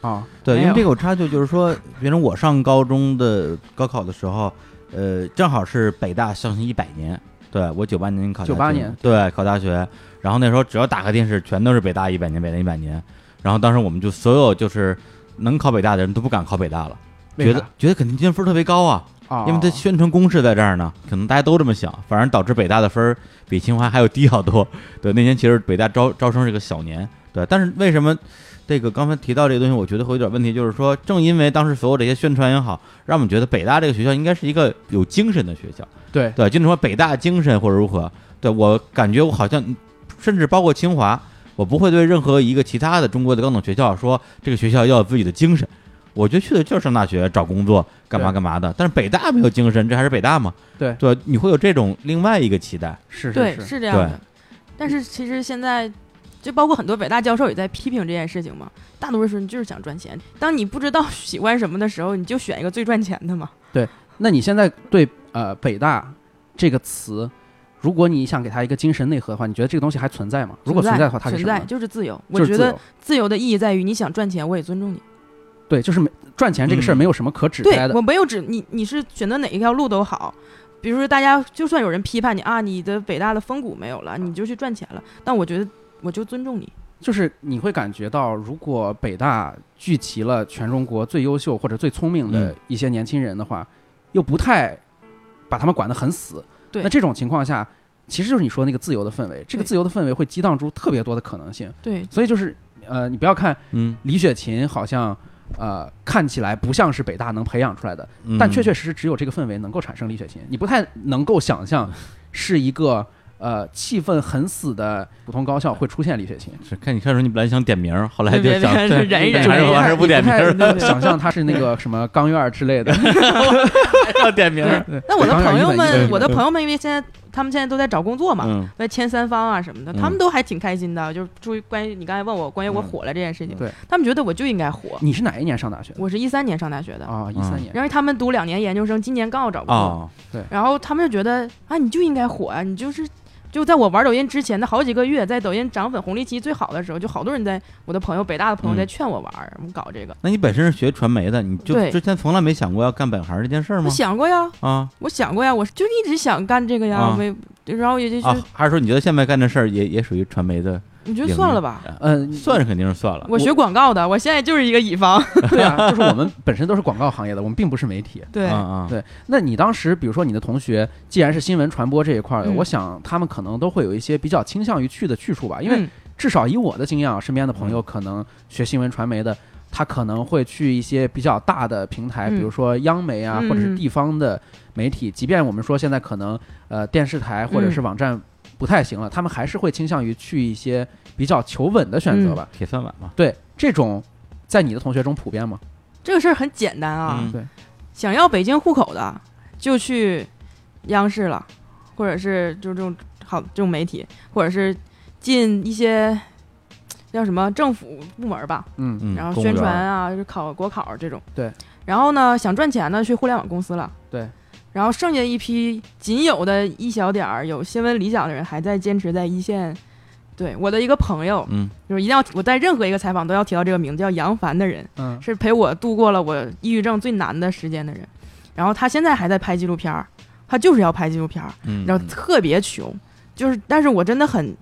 D: 啊，
A: 对，
C: 没
A: 因为
C: 有
A: 这个有插距，就是说，比如我上高中的高考的时候，呃，正好是北大校庆一百年，对我九八年考大学
D: 98年
A: 对考大学，然后那时候只要打开电视，全都是北大一百年，北大一百年，然后当时我们就所有就是能考北大的人都不敢考北大了，
D: 为
A: 觉
D: 啥
A: 得觉得肯定进分儿特别高啊，
D: 啊，
A: 因为它宣传公式在这儿呢，可能大家都这么想，反而导致北大的分儿比清华还要低好多。对，那年其实北大招招生是个小年，对，但是为什么这个刚才提到这个东西，我觉得会有点问题，就是说，正因为当时所有这些宣传也好，让我们觉得北大这个学校应该是一个有精神的学校，
D: 对
A: 对，就是说北大精神或者如何，对我感觉我好像，甚至包括清华，我不会对任何一个其他的中国的高等学校说这个学校要有自己的精神。我觉得去的就是上大学、找工作、干嘛
D: 对
A: 干嘛的。但是北大没有精神，这还是北大吗？
D: 对
A: 对，你会有这种另外一个期待。
D: 是
C: 对，
D: 是是
C: 是这样的。但是其实现在，就包括很多北大教授也在批评这件事情嘛。大多数人就是想赚钱。当你不知道 喜欢什么的时候，你就选一个最赚钱的嘛。
D: 那你现在对呃北大这个词，如果你想给它一个精神内核的话，你觉得这个东西还存在吗？如果存在的话，它是
C: 存
D: 什么
C: 在
D: 呢？
C: 就是自由。
D: 就
C: 我
D: 是
C: 觉
D: 自
C: 得
D: 由
C: 自由的意义在于，你想赚钱，我也尊重你。
D: 对，就是没赚钱这个事儿
A: 嗯
D: 没有什么可指摘
C: 对
D: 的
C: 我。没有指你，你是选择哪一条路都好。比如说，大家就算有人批判你啊，你的北大的风骨没有了，你就去赚钱了。但我觉得，我就尊重你。
D: 就是你会感觉到，如果北大聚集了全中国最优秀或者最聪明的
A: 嗯
D: 一些年轻人的话，又不太把他们管得很死。
C: 对
D: 那这种情况下，其实就是你说那个自由的氛围，这个
C: 对
D: 自由的氛围会激荡出特别多的可能性。
C: 对，
D: 所以就是，呃，你不要看
A: 嗯，
D: 李雪琴好像，呃，看起来不像是北大能培养出来的，
A: 嗯
D: 但确确实实只有这个氛围能够产生李雪琴。你不太能够想象，是一个呃气氛很死的普通高校会出现 李雪琴。
A: 是看你开始你本来想点名儿，后来
C: 别
A: 就
C: 别
A: 想
C: 别
A: 对
C: 是忍一忍
A: 还是
C: 忍一
A: 还是
C: 忍
A: 不点名
D: 太
A: 儿了，
C: 对
D: 想象他是那个什么 钢院儿之类的。
A: 要点名儿。
D: 对
C: 那我的
D: 钢院
C: 朋
D: 一
C: 友
D: 本一本
C: 们，
D: 一
C: 我的
D: 本嗯
C: 朋友们，因为现在他们现在都在找工作嘛，
A: 嗯
C: 在签三方啊什么的，他
A: 嗯
C: 们都还挺开心的。就是注意关于你刚才问我关于我
A: 嗯
C: 火了这件事情，
D: 对
C: 他们觉得我就应该火。
D: 你是哪一年上 大学的？
C: 我是一三年上大学
A: 哦
C: 的，
A: 嗯
D: 啊，一三年
C: 因为他们读两年研究生，今年刚好找工作，
A: 啊
C: 然后他们就觉得啊，你就应该火啊，你就是。就在我玩抖音之前的好几个月，在抖音涨粉红利期最好的时候，就好多人在我的朋友北大的朋友在
A: 嗯
C: 劝我玩儿，我们搞这个。
A: 那你本身是学传媒的，你就
C: 对
A: 之前从来没想过要干本行这件事儿
C: 我
A: 吗？
C: 想过呀，
A: 啊
C: 我想过呀，我就一直想干这个呀，
A: 啊
C: 没，然后也就就、
A: 啊，还是说你觉得现在干这事儿也也属于传媒的？
C: 你就算了吧。
D: 嗯，
A: 算是肯定是算了。
C: 我学广告的，我现在就是一个乙方。
A: 嗯
D: 对啊，就是我们本身都是广告行业的，我们并不是媒体。
C: 对，
A: 啊啊，
D: 对，那你当时，比如说你的同学，既然是新闻传播这一块儿的，
C: 嗯
D: 我想他们可能都会有一些比较倾向于去的去处吧，因为
C: 嗯
D: 至少以我的经验啊，身边的朋友可能学新闻传媒的，他可能会去一些比较大的平台，
C: 嗯
D: 比如说央媒啊，
C: 嗯
D: 或者是地方的媒体。即便我们说现在可能呃电视台或者
C: 嗯
D: 是网站不太行了，他们还是会倾向于去一些比较求稳的
C: 嗯
D: 选择吧。
A: 铁饭碗嘛。
D: 对，这种在你的同学中普遍吗？
C: 这个事儿很简单啊，
A: 嗯
D: 对，
C: 想要北京户口的就去央视了，或者是就这种好这种媒体，或者是进一些叫什么政府部门吧，
D: 嗯
A: 嗯，
C: 然后
A: 公务员
C: 宣传啊，就是考国考这种。
D: 对。
C: 然后呢，想赚钱呢，去互联网公司了。
D: 对。
C: 然后剩下一批仅有的一小点儿有新闻理想的人，还在坚持在一线。对我的一个朋友，
A: 嗯
C: 就是一定要我在任何一个采访都要提到这个名字，叫杨凡的人，
D: 嗯
C: 是陪我度过了我抑郁症最难的时间的人。然后他现在还在拍纪录片儿，他就是要拍纪录片儿，
A: 嗯，
C: 然后特别穷，就是但是我真的很，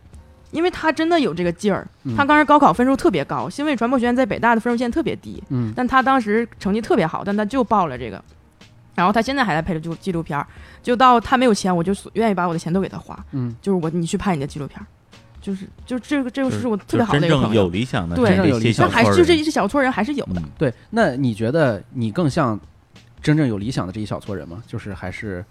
C: 因为他真的有这个劲儿，
D: 嗯
C: 他当时高考分数特别高，新闻与传播学院在北大的分数线特别低，
D: 嗯
C: 但他当时成绩特别好，但他就报了这个，然后他现在还在拍着纪录纪录片儿，就到他没有钱，我就愿意把我的钱都给他花，
D: 嗯，
C: 就是我你去拍你的纪录片儿，就是就这个这个
A: 就是
C: 我特
A: 就
C: 别好
A: 真
C: 的一个
A: 正
C: 朋
A: 有
C: 友，
A: 理想的，
C: 对
A: 真正
D: 有理
A: 小
D: 想
C: 那
D: 的
A: 撮
C: 还
A: 人
C: 是就这一小撮人还是有的，
A: 嗯
D: 对。那你觉得你更像真正有理想的这一小撮人吗？就是还是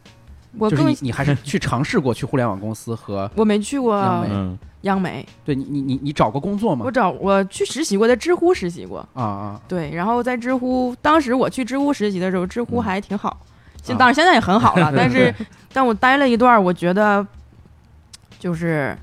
C: 我
D: 就是
C: 更
D: 你你还是去尝试过去互联网公司和
C: 我没去过
D: 央媒
A: 嗯
C: 央媒，
D: 对你你你你找过工作吗
C: 我？找我去实习过，在知乎实习过，
D: 啊啊，
C: 对，然后在知乎，当时我去知乎实习的时候，知乎
A: 嗯
C: 还挺好，现、
D: 啊，
C: 当然现在也很好了但是但我待了一段儿，我觉得就是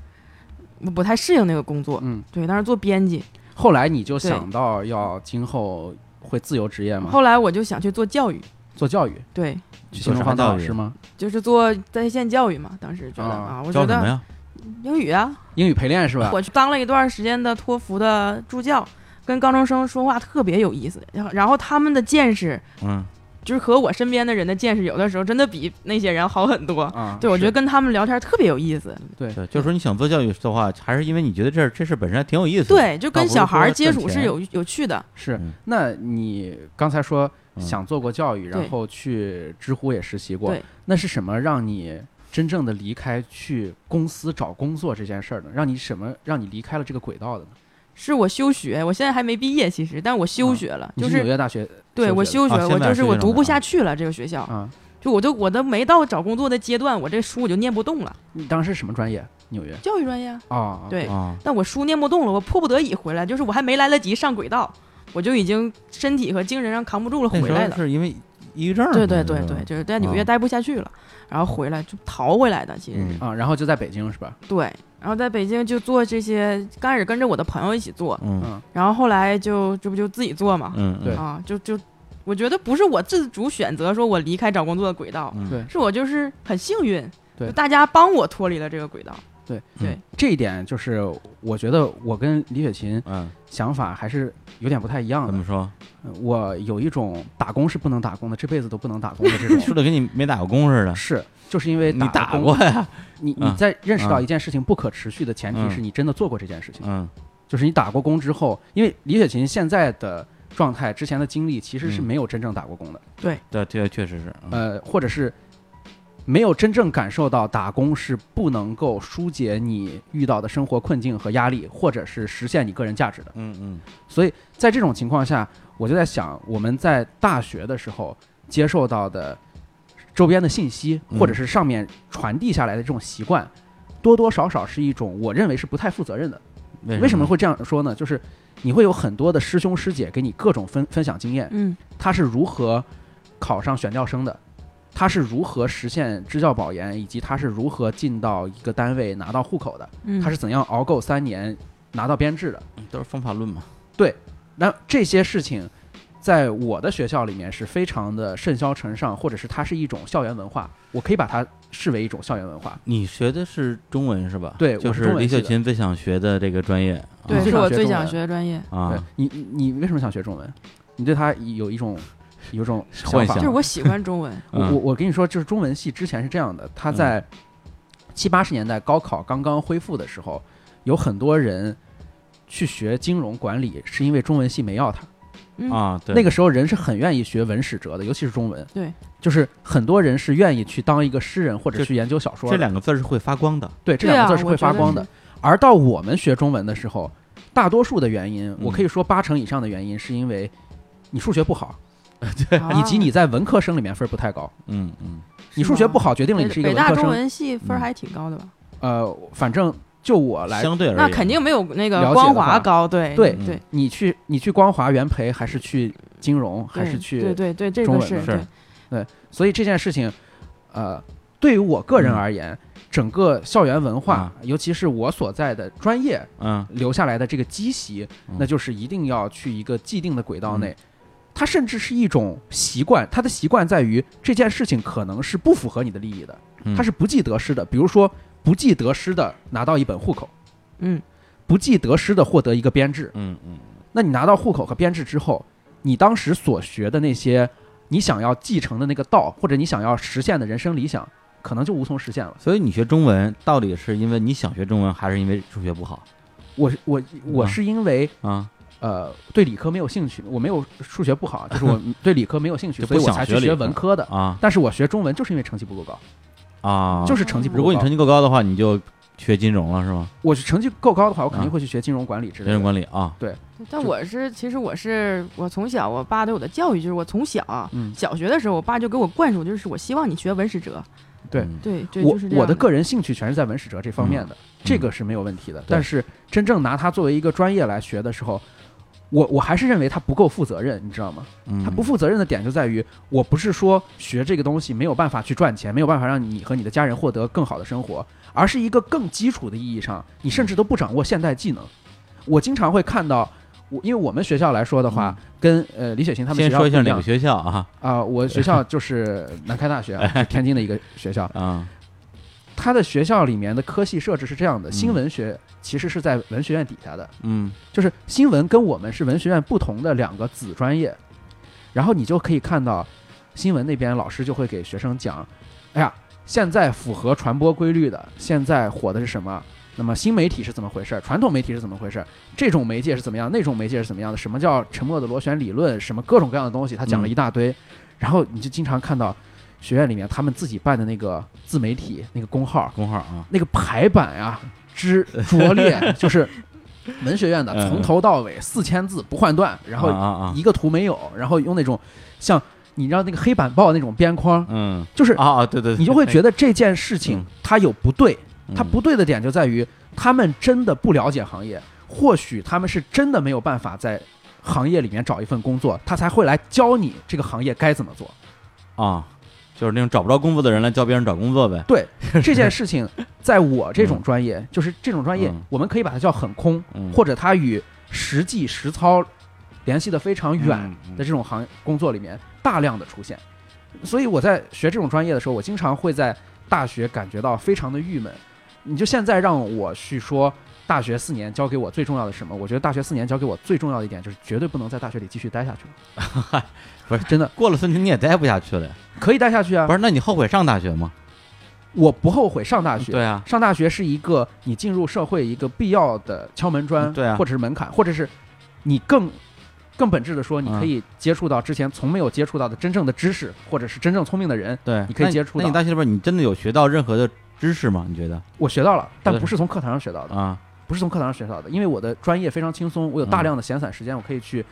C: 我不太适应那个工作，
D: 嗯，
C: 对，当时做编辑，
D: 后来你就想到要今后会自由职业吗？
C: 后来我就想去做教育，
D: 做教育，
C: 对，
D: 去新东方当老
A: 啊
D: 师吗？
C: 就是做在线教育嘛，当时觉得
D: 啊
C: 啊，我觉
A: 教什么
C: 得
A: 呀？
C: 英语啊，
D: 英语陪练是吧？
C: 我去当了一段时间的托福的助教，跟高中生说话特别有意思，然后然后他们的见识。
A: 嗯，
C: 就是和我身边的人的见识，有的时候真的比那些人好很多。
D: 啊，
C: 对，我觉得
D: 是
C: 跟他们聊天特别有意思。
A: 对，就是说你想做教育的话，还是因为你觉得这这事本身还挺有意思的。
C: 对，就
A: 倒
C: 跟
A: 不
C: 小
A: 是
C: 孩儿
A: 说
C: 接
A: 赚
C: 触是
A: 钱
C: 有有趣的。
D: 是
A: 嗯。
D: 那你刚才说
A: 嗯
D: 想做过教育，
C: 对
D: 然后去知乎也实习过
C: 对，
D: 那是什么让你？真正的离开去公司找工作这件事儿呢，让你什么让你离开了这个轨道的呢？
C: 是我休学，我现在还没毕业，其实，但我休
D: 啊
C: 学了，
D: 你
C: 就是
D: 纽
C: 是
D: 约大学
C: 对我
D: 休
C: 休
A: 的
C: 学，
A: 啊
C: 我
A: 现在
C: 就是是我
A: 这
C: 读
A: 种
C: 不
A: 的
C: 下去了。这个学校，
D: 啊？
C: 就我都我都没到找工作的阶段，我这书我就念不动了，
D: 你当时什么专业？纽约
C: 教育专业啊。
D: 啊？
C: 对
A: 啊，
C: 但我书念不动了，我迫不得已回来，就是我还没来得及上轨道，我就已经身体和精神上扛不住了，
A: 那
C: 回
A: 时
C: 来
A: 候
C: 了。
A: 是因为抑郁症嘛。
C: 对对对
A: 是吧
C: 对，就是在纽
A: 啊
C: 约待不下去了，然后回来就逃回来的，其实是。
A: 嗯
D: 啊，然后就在北京是吧？
C: 对，然后在北京就做这些，刚开始跟着我的朋友一起做，
A: 嗯
D: 嗯
C: 然后后来就这不就自己做嘛，
A: 嗯，
D: 对
C: 啊，就就我觉得不是我自主选择说我离开找工作的轨道，
A: 嗯
D: 对
C: 是我就是很幸运，
D: 对哎
C: 就大家帮我脱离了这个轨道，
D: 这一点就是我觉得我跟李雪琴
A: 嗯，
D: 想法还是有点不太一样
A: 怎
D: 的
A: 么。说？
D: 呃我有一种打工是不能打工的，这辈子都不能打工的 这
A: 说
D: 种。
A: 的跟你没打过工似的。
D: 是，就是因为
A: 你
D: 打
A: 打
D: 工
A: 过呀？
D: 你
A: 嗯
D: 你在认识到
A: 嗯
D: 一件事情不可持续的前提
A: 嗯
D: 是你真的做过这件事情，
A: 嗯
D: 就是你打过工之后，因为李雪琴现在的状态之前的经历其实是
A: 嗯
D: 没有真正打过工的，
A: 对，这确实是。嗯
D: 呃，或者是没有真正感受到打工是不能够疏解你遇到的生活困境和压力，或者是实现你个人价值的。
A: 嗯嗯
D: 所以在这种情况下，我就在想，我们在大学的时候接受到的周边的信息，
A: 嗯
D: 或者是上面传递下来的这种习惯，多多少少是一种我认为是不太负责任的。
A: 嗯，
D: 为什么会这样说呢？就是你会有很多的师兄师姐给你各种分分享经验，
C: 嗯，
D: 他是如何考上选调生的，他是如何实现支教保研，以及他是如何进到一个单位拿到户口的，
C: 嗯，
D: 他是怎样熬够三年拿到编制的。
A: 都是方法论嘛。
D: 那这些事情，在我的学校里面是非常的甚嚣尘上，或者是它是一种校园文化，我可以把它视为一种校园文化。
A: 你学的是中文是吧？
D: 对
A: 就
D: 我是
A: 是
D: 中文
A: 李
D: 系
A: 雪
D: 的
A: 琴最想学的这个专业。
C: 对，
D: 最
C: 是
D: 想
C: 我
D: 学
C: 最
D: 中
C: 想
D: 文
C: 学的专业，
A: 啊
D: 对
A: 啊，
D: 你你你为什么想学中文？你对它有一种有一种想
A: 幻
D: 法
A: 想
C: 就是我喜欢中文，
D: 我
A: 嗯
D: 我我跟你说，就是中文系之前是这样的，他在七八十年代高考刚刚恢复的时候，有很多人去学金融管理，是因为中文系没要他。
A: 嗯
C: 嗯
A: 啊，对
D: 那个时候人是很愿意学文史哲的，尤其是中文。
C: 对，
D: 就是很多人是愿意去当一个诗人或者
A: 这
D: 去研究小说的。
A: 这两个字儿是会发光的。
D: 对这
C: 对
D: 两
C: 啊
D: 个字是会发光的。。而到我们学中文的时候，大多数的原因，
A: 嗯
D: 我可以说八成以上的原因是因为你数学不好，
C: 我觉得
D: 以及你在文科生里面分儿不太高。
A: 嗯嗯，
D: 你数学不好决定
C: 啊
D: 了
C: 北
D: 你是一个
C: 北
D: 文
C: 大
D: 科
C: 中
D: 生。
C: 文系分儿还挺高的吧？
D: 呃，反正就我来
A: 相对而言，
C: 那肯定没有那
D: 嗯了
C: 个
D: 解
C: 光
D: 的
C: 华
D: 话
C: 高，对
D: 对
A: 嗯
C: 对
D: 你去你去光华元培还是去金融还是
C: 对
D: 去
C: 对对对，这
D: 中
C: 个
D: 文
C: 是
D: 的
A: 是
C: 对
D: 所以这件事情，呃，对于我个人而言，整个校园文
A: 啊
D: 化，尤其是我所在的专业
A: 嗯
D: 留下来的这个积习，
A: 嗯
D: 那就是一定要去一个既定的轨道内。它甚至是一种习惯，它的习惯在于这件事情可能是不符合你的利益的，
A: 嗯
D: 它是不计得失的。比如说，不计得失的拿到一本户口，
C: 嗯，
D: 不计得失的获得一个编制，
A: 嗯嗯
D: 那你拿到户口和编制之后，你当时所学的那些你想要继承的那个道，或者你想要实现的人生理想，可能就无从实现了。
A: 所以你学中文到底是因为你想学中文，还是因为数学不好
D: 我我我
A: 嗯
D: 是因为
A: 啊？
D: 呃对理科没有兴趣，我没有数学不 好，就是我对理科没有兴趣，
A: 就
D: 所以
A: 不
D: 我
A: 想
D: 才
A: 学
D: 去
A: 理
D: 学
A: 科
D: 文科的。
A: 啊
D: 但是我学中文就是因为成绩不够高，
A: 啊！
D: 就是成绩不够
A: 如
D: 高。
A: 果你成绩够高的话，你就学金融了是吗？
D: 我成绩够高的话，我肯定
A: 啊
D: 会去学金融管理之
A: 金
D: 类
A: 融
D: 的。
A: 管理啊，
C: 但
D: 就
C: 我是，其实我是，我从小我爸对我的教育就是，我从小啊
D: 嗯
C: 小学的时候，我爸就给我灌输，就是我希望你学文史哲。
D: 对
A: 嗯
C: 对对，
D: 我
C: 就是这
D: 我
C: 样
D: 的
C: 的
D: 个人兴趣全是在文史哲这方面的，这
A: 嗯
D: 个是没有问题的。但是真正拿它作为一个专业来学的时候，我我还是认为它不够负责任，你知道吗？
A: 嗯
D: 它不负责任的点就在于，我不是说学这个东西没有办法去赚钱，没有办法让你和你的家人获得更好的生活，而是一个更基础的意义上，你甚至都不掌握现代技能。我经常会看到，我因为我们学校来说的话，跟呃李雪琴他们
A: 嗯先
D: 学校
A: 说一下
D: 不
A: 哪
D: 样
A: 个学校啊
D: 啊、我学校就是南开大学 啊，是天津的一个学校。
A: 啊
D: 他的学校里面的科系设置是这样的：
A: 嗯
D: 新闻学其实是在文学院底下的，
A: 嗯
D: 就是新闻跟我们是文学院不同的两个子专业。然后你就可以看到，新闻那边老师就会给学生讲：“哎呀，现在符合传播规律的，现在火的是什么？那么新媒体是怎么回事？传统媒体是怎么回事？这种媒介是怎么样？那种媒介是怎么样的？什么叫沉默的螺旋理论？什么各种各样的东西？他讲了一大堆。然后你就经常看到学院里面他们自己办的那个自媒体那个公号，
A: 工号啊
D: 那个排版啊 之拙劣，就是文学院的
A: 嗯
D: 从头到尾四千字不换段，然
A: 啊
D: 后
A: 啊啊
D: 一个图没有，然后用那种像你知道那个黑板报那种边框，
A: 嗯
D: 就是
A: 啊啊对对，对
D: 你就会觉得这件事情
A: 嗯
D: 它有不对，
A: 嗯
D: 它不对的点就在于他们真的不了解行业，或许他们是真的没有办法在行业里面找一份工作，他才会来教你这个行业该怎么做。
A: 啊，就是那种找不着工作的人来教别人找工作呗。
D: 对这件事情，在我 这种专业，就是这种专业
A: 嗯，
D: 我们可以把它叫很空，
A: 嗯
D: 或者它与实际实操联系的非常远
A: 嗯嗯
D: 的这种行工作里面大量的出现。所以我在学这种专业的时候，我经常会在大学感觉到非常的郁闷。你就现在让我去说大学四年教给我最重要的是什么？我觉得大学四年教给我最重要的一点就是绝对不能在大学里继续待下 去了。
A: 不是
D: 真的
A: 过了四年你也待不下去了呀，
D: 可以待下去啊
A: 不，是？那你后悔上大学吗？
D: 我不后悔上大学。
A: 对啊，
D: 上大学是一个你进入社会一个必要的敲门砖，
A: 嗯对啊
D: 或者是门槛，或者是你更更本质的说，你
A: 嗯
D: 可以接触到之前从没有接触到的真正的知识，或者是真正聪明的人。
A: 对，
D: 你可以
A: 那
D: 接触
A: 那你
D: 到
A: 大学里边你真的有学到任何的知识吗？你觉得
D: 我学到了，但
A: 对
D: 不是从课堂上学到的，
A: 啊？
D: 不是从课堂上学到的，因为我的专业非常轻
A: 嗯
D: 松，我有大量的闲散时间，我可以去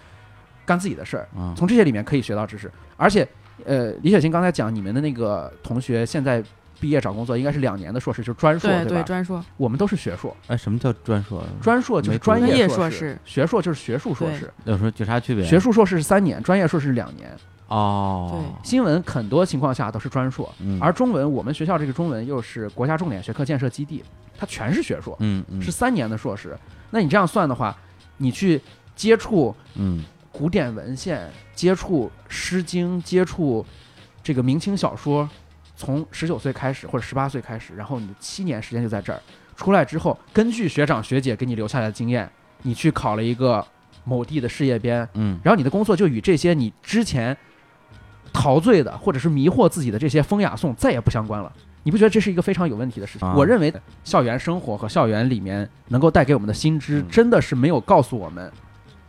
D: 干自己的事儿。
A: 啊，
D: 从这些里面可以学到知识，而且，呃，李雪琴刚才讲，你们的那个同学现在毕业找工作应该是两年的硕士，就是专硕，
C: 对
D: 吧？
C: 专硕
D: 我们都是学硕，
A: 哎，什么叫专硕？
D: 专硕就是
A: 没
D: 专
A: 专
D: 业
C: 业
D: 硕
C: 硕士
D: 学硕就是学术硕士，
A: 有时候有啥区别？
D: 学术硕士是三年，专业硕士是两年。
A: 哦，
D: 新闻很多情况下都是专硕，
A: 嗯
D: 而中文我们学校这个中文又是国家重点学科建设基地，它全是学硕，
A: 嗯嗯
D: 是三年的硕士。那你这样算的话，你去接触
A: 嗯
D: 古典文献，接触《诗经》，接触这个明清小说，从十九岁开始或者十八岁开始，然后你七年时间就在这儿。出来之后，根据学长学姐给你留下来的经验，你去考了一个某地的事业编，
A: 嗯
D: 然后你的工作就与这些你之前陶醉的或者是迷惑自己的这些风雅颂再也不相关了。你不觉得这是一个非常有问题的事情？
A: 啊
D: 我认为校园生活和校园里面能够带给我们的新知
A: 嗯，
D: 真的是没有告诉我们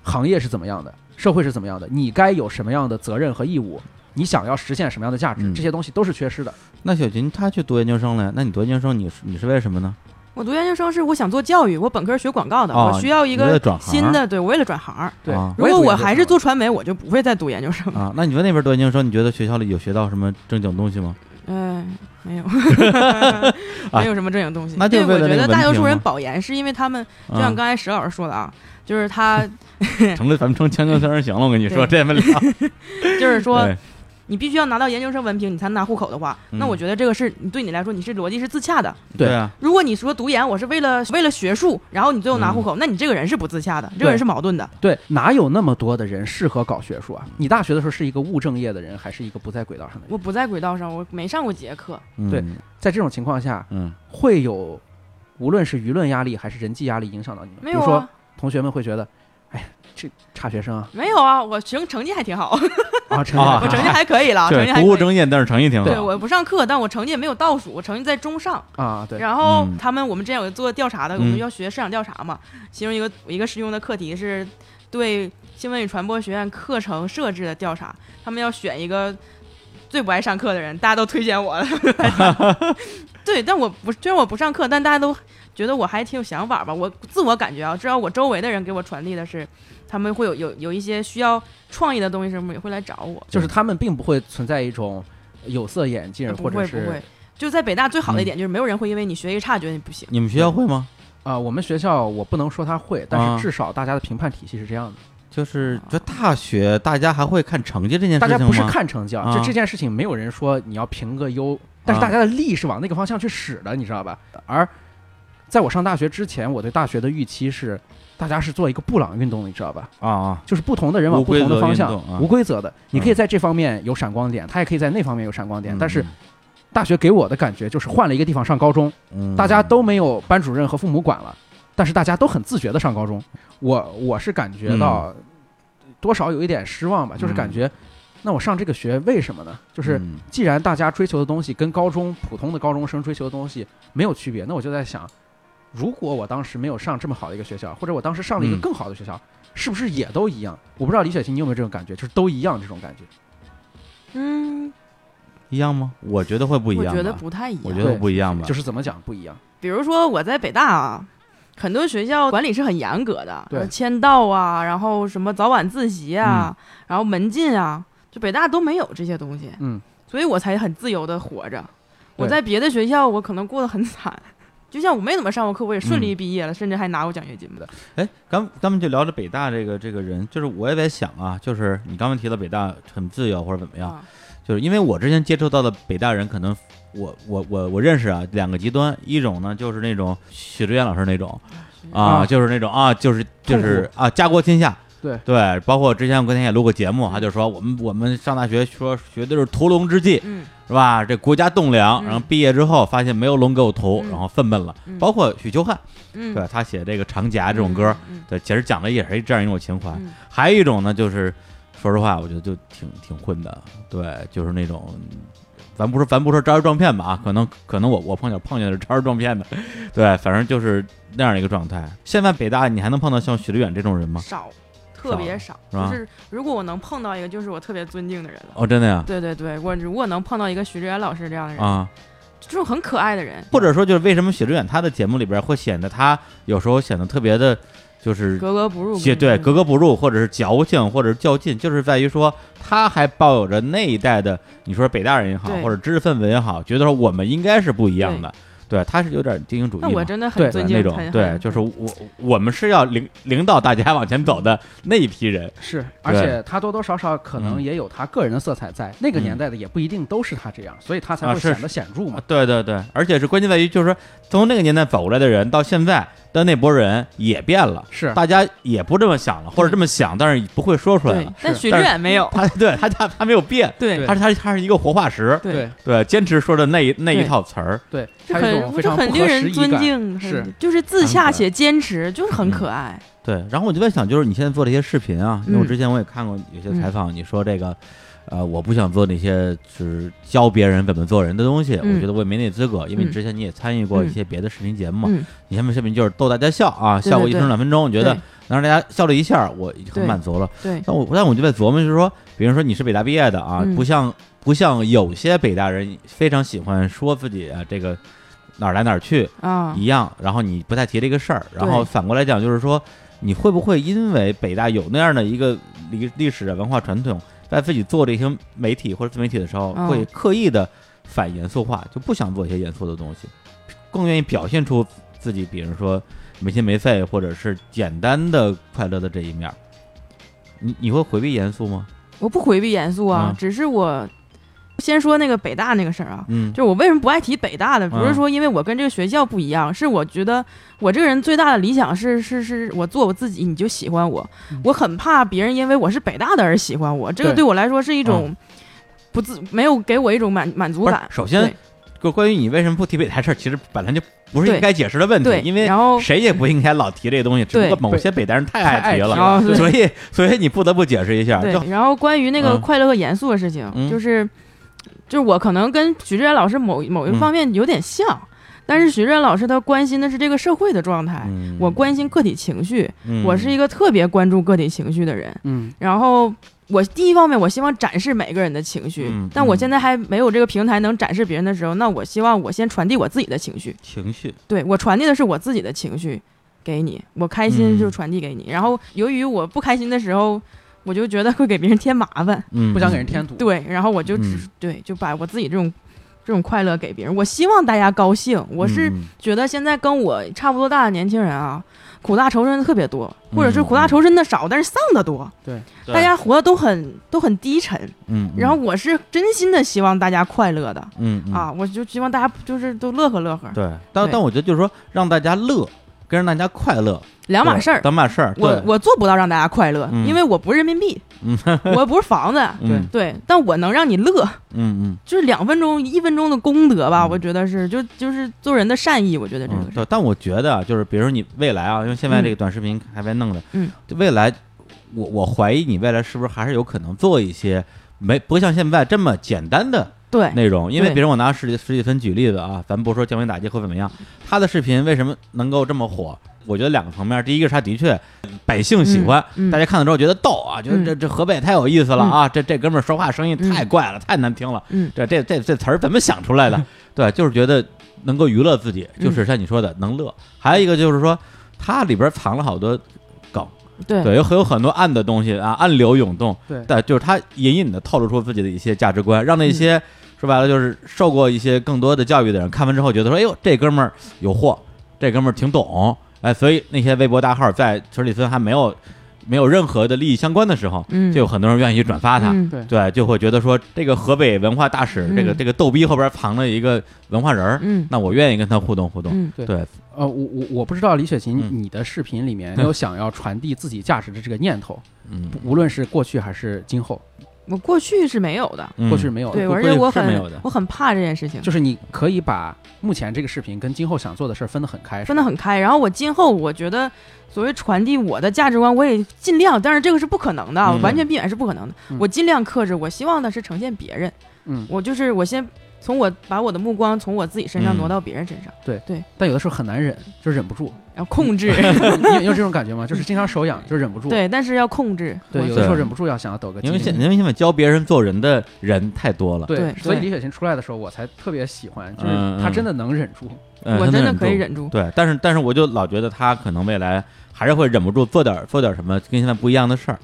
D: 行业是怎么样的，社会是怎么样的，你该有什么样的责任和义务，你想要实现什么样的价值，
A: 嗯
D: 这些东西都是缺失的。
A: 那小琴她去读研究生了，那你读研究生你是你是为什么呢？
C: 我读研究生是我想做教育，我本科学广告的，
A: 哦
C: 我需要一
A: 你为了
C: 个
A: 转行
C: 新的，对我为了转行。
D: 对
A: 啊，
C: 如果
D: 也不
C: 我
D: 理解
C: 还
D: 这
C: 是
D: 种
C: 做传媒，我就不会再读研究 生了。
A: 啊，那你在那边读研究生，你觉得学校里有学到什么正经东西吗？
C: 嗯，没有，
A: 啊
C: 没有什么正经东西。
A: 那就
C: 对，
A: 是为
C: 我
A: 了
C: 觉
A: 那
C: 得
A: 个
C: 大
A: 文
C: 多数
A: 凭
C: 人
A: 吗
C: 保研是因为他们，就
A: 啊
C: 像刚才石老师说的啊，就是他，
A: 成了咱们成锵锵三人行了，我跟你说，这么聊，
C: 就是 说
A: 对，
C: 你必须要拿到研究生文凭，你才能拿户口的话，那
A: 嗯
C: 我觉得这个是你对你来说，你是逻辑是自洽的。
D: 对
A: 对啊，
C: 如果你说读研我是为了为了学术，然后你最后拿户
D: 嗯
C: 口，那你这个人是不自洽的，你这个人是矛盾的。
D: 对，哪有那么多的人适合搞学术啊？你大学的时候是一个务正业的人，还是一个不在轨道上的人？
C: 我不在轨道上，我没上过几节课。
A: 嗯
D: 对在这种情况下，
A: 嗯
D: 会有无论是舆论压力还是人际压力影响到你们？
C: 没
D: 比
C: 有
D: 如说
C: 啊，
D: 同学们会觉得，哎呀，这差学 生啊，
C: 没有啊，我学成绩还挺好，
D: 啊，成
A: 啊
C: 我成绩还可 以了，成绩
A: 对，
C: 还
A: 不务
C: 可以。
A: 正业，但是成绩挺好，
C: 对，我不上课，但我成绩也没有倒数，我成绩在中上。
D: 啊，对，
C: 然后
A: 嗯
C: 他们我们之前有做调查的，我
A: 嗯
C: 们要学市场调查嘛，其中一个一个师兄的课题是对新闻与传播学院课程设置的调查，他们要选一个最不爱上课的人，大家都推荐我了。 对，但我不虽然我不上课，但大家都觉得我还挺有想法吧。我自我感觉啊，至少我周围的人给我传递的是，他们会有有有一些需要创意的东西什么也会来找我。
D: 就是他们并不会存在一种有色眼镜，
C: 不
D: 或
C: 会
D: 者
C: 不
D: 是嗯
C: 会，就在北大最好的一点就是没有人会因为你学习差觉得你不行。
A: 你们学校会吗？
D: 啊，我们学校我不能说他会，但
A: 啊
D: 是至少大家的评判体系是这样的，
A: 就是就大学大家还会看成绩这件事
D: 大
A: 情吗？
D: 家不是看成绩啊，
A: 啊
D: 就这件事情没有人说你要评个优，但是大家的力是往那个方向去使的，你知道吧？而在我上大学之前，我对大学的预期是，大家是做一个布朗运动，你知道吧？
A: 啊啊，
D: 就是不同的人往不同的方向
A: 无规则运动啊，
D: 无规则的，
A: 嗯
D: 你
A: 嗯
D: 可以在这方面有闪光点，他也可以在那方面有闪光点。但是大学给我的感觉就是换了一个地方上高中，
A: 嗯
D: 大家都没有班主任和父母管了，但是大家都很自觉的上高中。我我是感觉
A: 嗯
D: 到多少有一点失望吧，就是感觉那我上这个学为什么呢？就是
A: 嗯
D: 既然大家追求的东西跟高中普通的高中生追求的东西没有区别，那我就在想，如果我当时没有上这么好的一个学校，或者我当时上了一个
A: 嗯
D: 更好的学校，是不是也都一样？我不知道李雪琴你有没有这种感觉，就是都一样这种感觉。
C: 嗯，
A: 一样吗？我觉得会不一样吧，
C: 我觉得不太一样。
A: 我觉得
D: 对
A: 不一样吧，
D: 就是怎么讲不一样。
C: 比如说我在北大啊，很多学校管理是很严格的，
D: 对
C: 呃签到啊，然后什么早晚自习
A: 嗯
C: 啊，然后门禁啊，就北大都没有这些东西，
D: 嗯，
C: 所以我才很自由的活着。
D: 对
C: 我在别的学校，我可能过得很惨。就像我没怎么上过课，我也顺
A: 嗯
C: 利毕业了，甚至还拿过奖学金的。
A: 哎，咱们咱们就聊着北大这个这个人，就是我也在想啊，就是你刚刚提到北大很自由或者怎么样，
C: 啊
A: 就是因为我之前接触到的北大人，可能我我我我认识啊两个极端，一种呢就是那种许志远老师那种
C: 嗯
A: 啊，
D: 啊
A: 就是那种啊，就是就是啊家国天下。
D: 对
A: 对，包括之前我跟他也录过节目，
C: 嗯
A: 他就说我们我们上大学说学的是屠龙之计，
C: 嗯，
A: 是吧？这国家栋梁，
C: 嗯
A: 然后毕业之后发现没有龙给我屠，
C: 嗯
A: 然后愤懑了。
C: 嗯
A: 包括许秋汉，
C: 嗯，
A: 对他写这个《长夹》
C: 啊
A: 这种歌，，
C: 嗯
A: 对，其实讲的也是这样一种情怀。
C: 嗯
A: 还有一种呢，就是说实话，我觉得就挺挺混的，对，就是那种，咱不说咱不说招摇撞骗吧
C: 嗯
A: 啊，可能可能我我碰巧碰见的是招摇撞骗的，对，反正就是那样一个状态。现在北大你还能碰到像许志远这种人
C: 嗯
A: 吗？
C: 少，特别少。
A: 是吧
C: 就是如果我能碰到一个，就是我特别尊敬的人了。
A: 哦，真的呀，
C: 对对对，我如果能碰到一个徐志远老师这样的人，
A: 啊，
C: 这种很可爱的人，
A: 或者说就是为什么许志远他的节目里边会显得他有时候显得特别的，就是
C: 格格不入。嗯
A: 也对格格不入，或者是矫情，或者是较劲，就是在于说他还抱有着那一代的，你说北大人也好，
C: 对
A: 或者知识分子也好，觉得说我们应该是不一样的。对，他是有点精英主义
C: 那
A: 嘛
C: 我真的
D: 对
C: 很尊敬
A: 那
C: 很
A: 种，
C: 很
A: 对，就是我我们是要领领导大家往前走的那一批人，
D: 是，而
A: 对
D: 且他多多少少可能
A: 嗯
D: 也有他个人的色彩在，那个
A: 嗯
D: 年代的也不一定都是他这样，所以他才
A: 啊
D: 会
A: 是
D: 显得显著嘛。
A: 对对对，而且是关键在于，就是说从那个年代走过来的人到现在的那波人也变了，
D: 是
A: 大家也不这么想了，或者这么想，但是不会说出来
C: 对
A: 了。，
C: 但
D: 是
C: 许志
A: 但是
C: 远 没有，
A: 他对他他他没有变，
C: 对
A: 他是他他是一个活化石，
C: 对
D: 对
A: 对，坚持说的那一那一套词儿，
D: 对，
C: 就
D: 他有一种
C: 很就
D: 非常
C: 很
D: 不
C: 令
D: 合时
C: 人
D: 宜
C: 尊
D: 感。
C: 敬，很
D: 是
C: 就是自洽
A: 很可
C: 且坚持，就是很
A: 嗯
C: 可爱。
A: 对。然后我就在想，就是你现在做这些视频啊，因为我
C: 嗯
A: 之前我也看过有些采访，你说这个。呃，我不想做那些就是教别人怎么做人的东西，
C: 嗯
A: 我觉得我也没那资格，因为
C: 嗯
A: 之前你也参与过一些别的视频节目嘛，
C: 嗯，
A: 你前面视频就是逗大家笑啊，
C: 对
A: 笑个一分
C: 对
A: 钟两分钟，我觉得能让大家笑了一下，我已经很
C: 对
A: 满足了。
C: 对
A: 但我但我就在琢磨，就是说，比如说你是北大毕业的啊，
C: 嗯
A: 不像不像有些北大人非常喜欢说自己啊这个哪儿来哪儿去
C: 啊
A: 一样，然后你不太提这个事儿，然
C: 对
A: 后反过来讲就是说，你会不会因为北大有那样的一个历历史啊文化传统，在自己做这些媒体或者自媒体的时候，
C: 嗯
A: 会刻意的反严肃化，就不想做一些严肃的东西，更愿意表现出自己，比如说没心没肺，或者是简单的快乐的这一面儿。你你会回避严肃吗？
C: 我不回避严肃啊
A: 嗯，
C: 只是我先说那个北大那个事儿啊，
A: 嗯，
C: 就是我为什么不爱提北大的，不
A: 嗯
C: 是说因为我跟这个学校不一样，是我觉得我这个人最大的理想是是是我做我自己，你就喜欢我
D: 嗯，
C: 我很怕别人因为我是北大的而喜欢我，这个
D: 对
C: 对我来说是一种不自没有给我一种满满足
A: 嗯不是
C: 感。
A: 首先
C: 对，
A: 就关于你为什么不提北大事儿，其实本来就不是
C: 对
A: 应该解释的问题
C: 对，，
A: 因为
C: 然后
A: 谁也不应该老提这东西，只不过
C: 哦对
A: 某些北大人太爱提
D: 太爱
A: 了，
D: 提
C: 然后
A: 所以所以你不得不解释一下。
C: 哦对哎
A: 就，
C: 然后关于那个
A: 嗯
C: 快乐和严肃的事情，
A: 嗯
C: 就是就是我可能跟许志远老师某某一
A: 嗯
C: 方面有点像，但是许志远老师他关心的是这个社会的状态，
A: 嗯
C: 我关心个体情绪，
A: 嗯
C: 我是一个特别关注个体情绪的人。
D: 嗯，
C: 然后我第一方面，我希望展示每个人的情绪，
A: 嗯
C: 但我现在还没有这个平台能展示别人的时候，那我希望我先传递我自己的情绪，
A: 情绪，
C: 对我传递的是我自己的情绪给你，我开心就
A: 嗯
C: 传递给你。然后由于我不开心的时候，我就觉得会给别人添麻烦，
A: 嗯，
D: 不想给人添堵。
C: 对，然后我就只、
A: 嗯对
C: 对就把我自己这种。这种快乐给别人，我希望大家高兴。我是
A: 嗯
C: 觉得现在跟我差不多大的年轻人啊，苦大仇深的特别多，或者是
A: 嗯
C: 苦大
A: 嗯
C: 仇深的少，但是丧的多。
A: 对
C: 大家活得都很都很低沉，
A: 嗯，嗯
C: 然后我是真心的希望大家快乐的、
A: 嗯嗯
C: 啊，我就希望大家就是都乐呵乐呵，
A: 对，但但我觉得就是说让大家乐。跟让大家快乐
C: 两码事儿
A: 对。两码事儿。
C: 我
A: 对
C: 我做不到让大家快乐，
A: 嗯
C: 因为我不是人民币，
A: 嗯
C: 我不是房子，
A: 嗯
C: 对，但我能让你乐，
A: 嗯嗯
C: 就是两分钟一分钟的功德吧，
A: 嗯
C: 我觉得是就就是做人的善意，我觉得
A: 嗯
C: 这个，是
A: 对。但我觉得啊，就是比如说你未来啊，因为现在
C: 嗯
A: 这个短视频还在弄着，
C: 嗯，
A: 未来我我怀疑你未来是不是还是有可能做一些没不像现在这么简单的
C: 对
A: 内容，因为
C: 对
A: 比如我拿十几十几分举例子啊，咱不说降维打击或怎么样，他的视频为什么能够这么火？我觉得两个层面，第一个是他的确百姓喜欢，
C: 嗯嗯嗯
A: 大家看了之后觉得逗啊，觉得这这河北太有意思了啊，这这哥们儿说话声音太怪了，太难听了，
C: 嗯
A: 这这这这词儿怎么想出来 的？对，就是觉得能够娱乐自己，
C: 嗯
A: 就是像你说的能乐。还有一个就是说，它里边藏了好多梗，
C: 对
A: 对，有很有很多暗的东西啊，暗流涌动，
D: 对
A: 但就是他隐隐的透露出自己的一些价值观，让那些、
C: 嗯
A: 说白了就是受过一些更多的教育的人看完之后觉得说，哎呦，这哥们儿有货，这哥们儿挺懂，哎，所以那些微博大号在史里森还没有没有任何的利益相关的时候，
C: 嗯
A: 就有很多人愿意去转发他。
C: 嗯
D: 对
A: 对，就会觉得说这个河北文化大使，这个
C: 嗯
A: 这个逗逼后边藏了一个文化人儿，
C: 嗯
A: 那我愿意跟他互动互动。
C: 嗯
D: 对
A: 对，
D: 呃，我我我不知道李雪琴，
A: 嗯
D: 你的视频里面有没有想要传递自己价值的这个念头，
A: 嗯，
D: 无论是过去还是今后，
C: 我过去是没有的，
A: 嗯
D: 哦过去是没有的
C: 对，
A: 过
C: 而且
A: 过去
C: 我
A: 是没
C: 很
A: 有的
C: 我很怕这件事情，
D: 就是你可以把目前这个视频跟今后想做的事儿分得很开，
C: 分得很开。然后我今后我觉得，所谓传递我的价值观，我也尽量，但是这个是不可能的，
A: 嗯
C: 完全避免是不可能的。
D: 嗯
C: 我尽量克制，我希望的是呈现别人。
D: 嗯，
C: 我就是我先从我把我的目光从我自己身上
A: 嗯
C: 挪到别人身上，
D: 但有的时候很难忍，就忍不住。
C: 然后控制。
D: 你有你有这种感觉吗？就是经常手痒，就忍不住。
C: 对，但是要控制。
D: 对，
C: 我
D: 有
A: 对
D: 的时候忍不住要想要抖个
A: 因为现
D: 筋。
A: 因为现在教别人做人的人太多了，
D: 对
C: 对，
D: 所以
C: 对
D: 李雪琴出来的时候，我才特别喜欢，就是
A: 嗯嗯
D: 她真的能忍住。
A: 嗯他
C: 我
A: 能
C: 真的可以
A: 住
C: 忍住。
A: 对，但是但是我就老觉得他可能未来还是会忍不住做点做点什么跟现在不一样的事儿。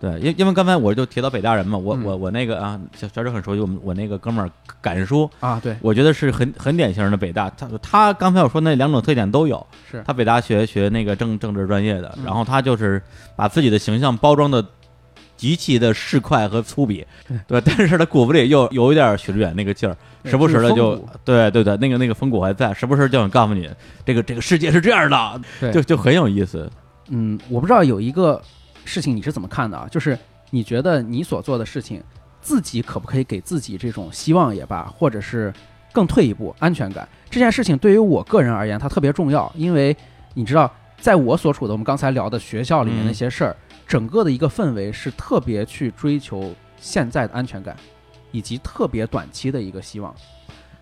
A: 对，因因为刚才我就提到北大人嘛，我、
D: 嗯
A: 我我那个啊，小小周很熟悉，我们我那个哥们儿敢叔，
D: 啊，对，
A: 我觉得是很很典型的北大，他他刚才我说那两种特点都有，
D: 是
A: 他北大学学那个政政治专业的，
D: 嗯
A: 然后他就是把自己的形象包装的极其的市侩和粗鄙，对，但是他骨子里又有一点许志远那个劲儿，
D: 对
A: 时不时的
D: 就是
A: 就
D: 风骨
A: 对对对，那个那个风骨还在，时不时就想告诉你，这个这个世界是这样的，
D: 对
A: 就就很有意思，
D: 嗯，我不知道有一个事情你是怎么看的啊，就是你觉得你所做的事情，自己可不可以给自己这种希望也罢，或者是更退一步安全感这件事情，对于我个人而言，它特别重要，因为你知道，在我所处的我们刚才聊的学校里面那些事儿，整个的一个氛围是特别去追求现在的安全感，以及特别短期的一个希望。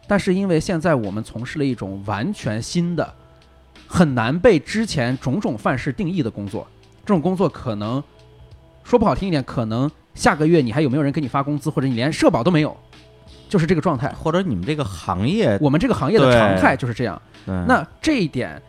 D: 但是因为现在我们从事了一种完全新的、很难被之前种种范式定义的工作，这种工作可能说不好听一点，可能下个月你还有没有人给你发工资，或者你连社保都没有，就是这个状态。
A: 或者你们这个行业，
D: 我们这个行业的
A: 对
D: 常态就是这样。
A: 嗯
D: 那这一点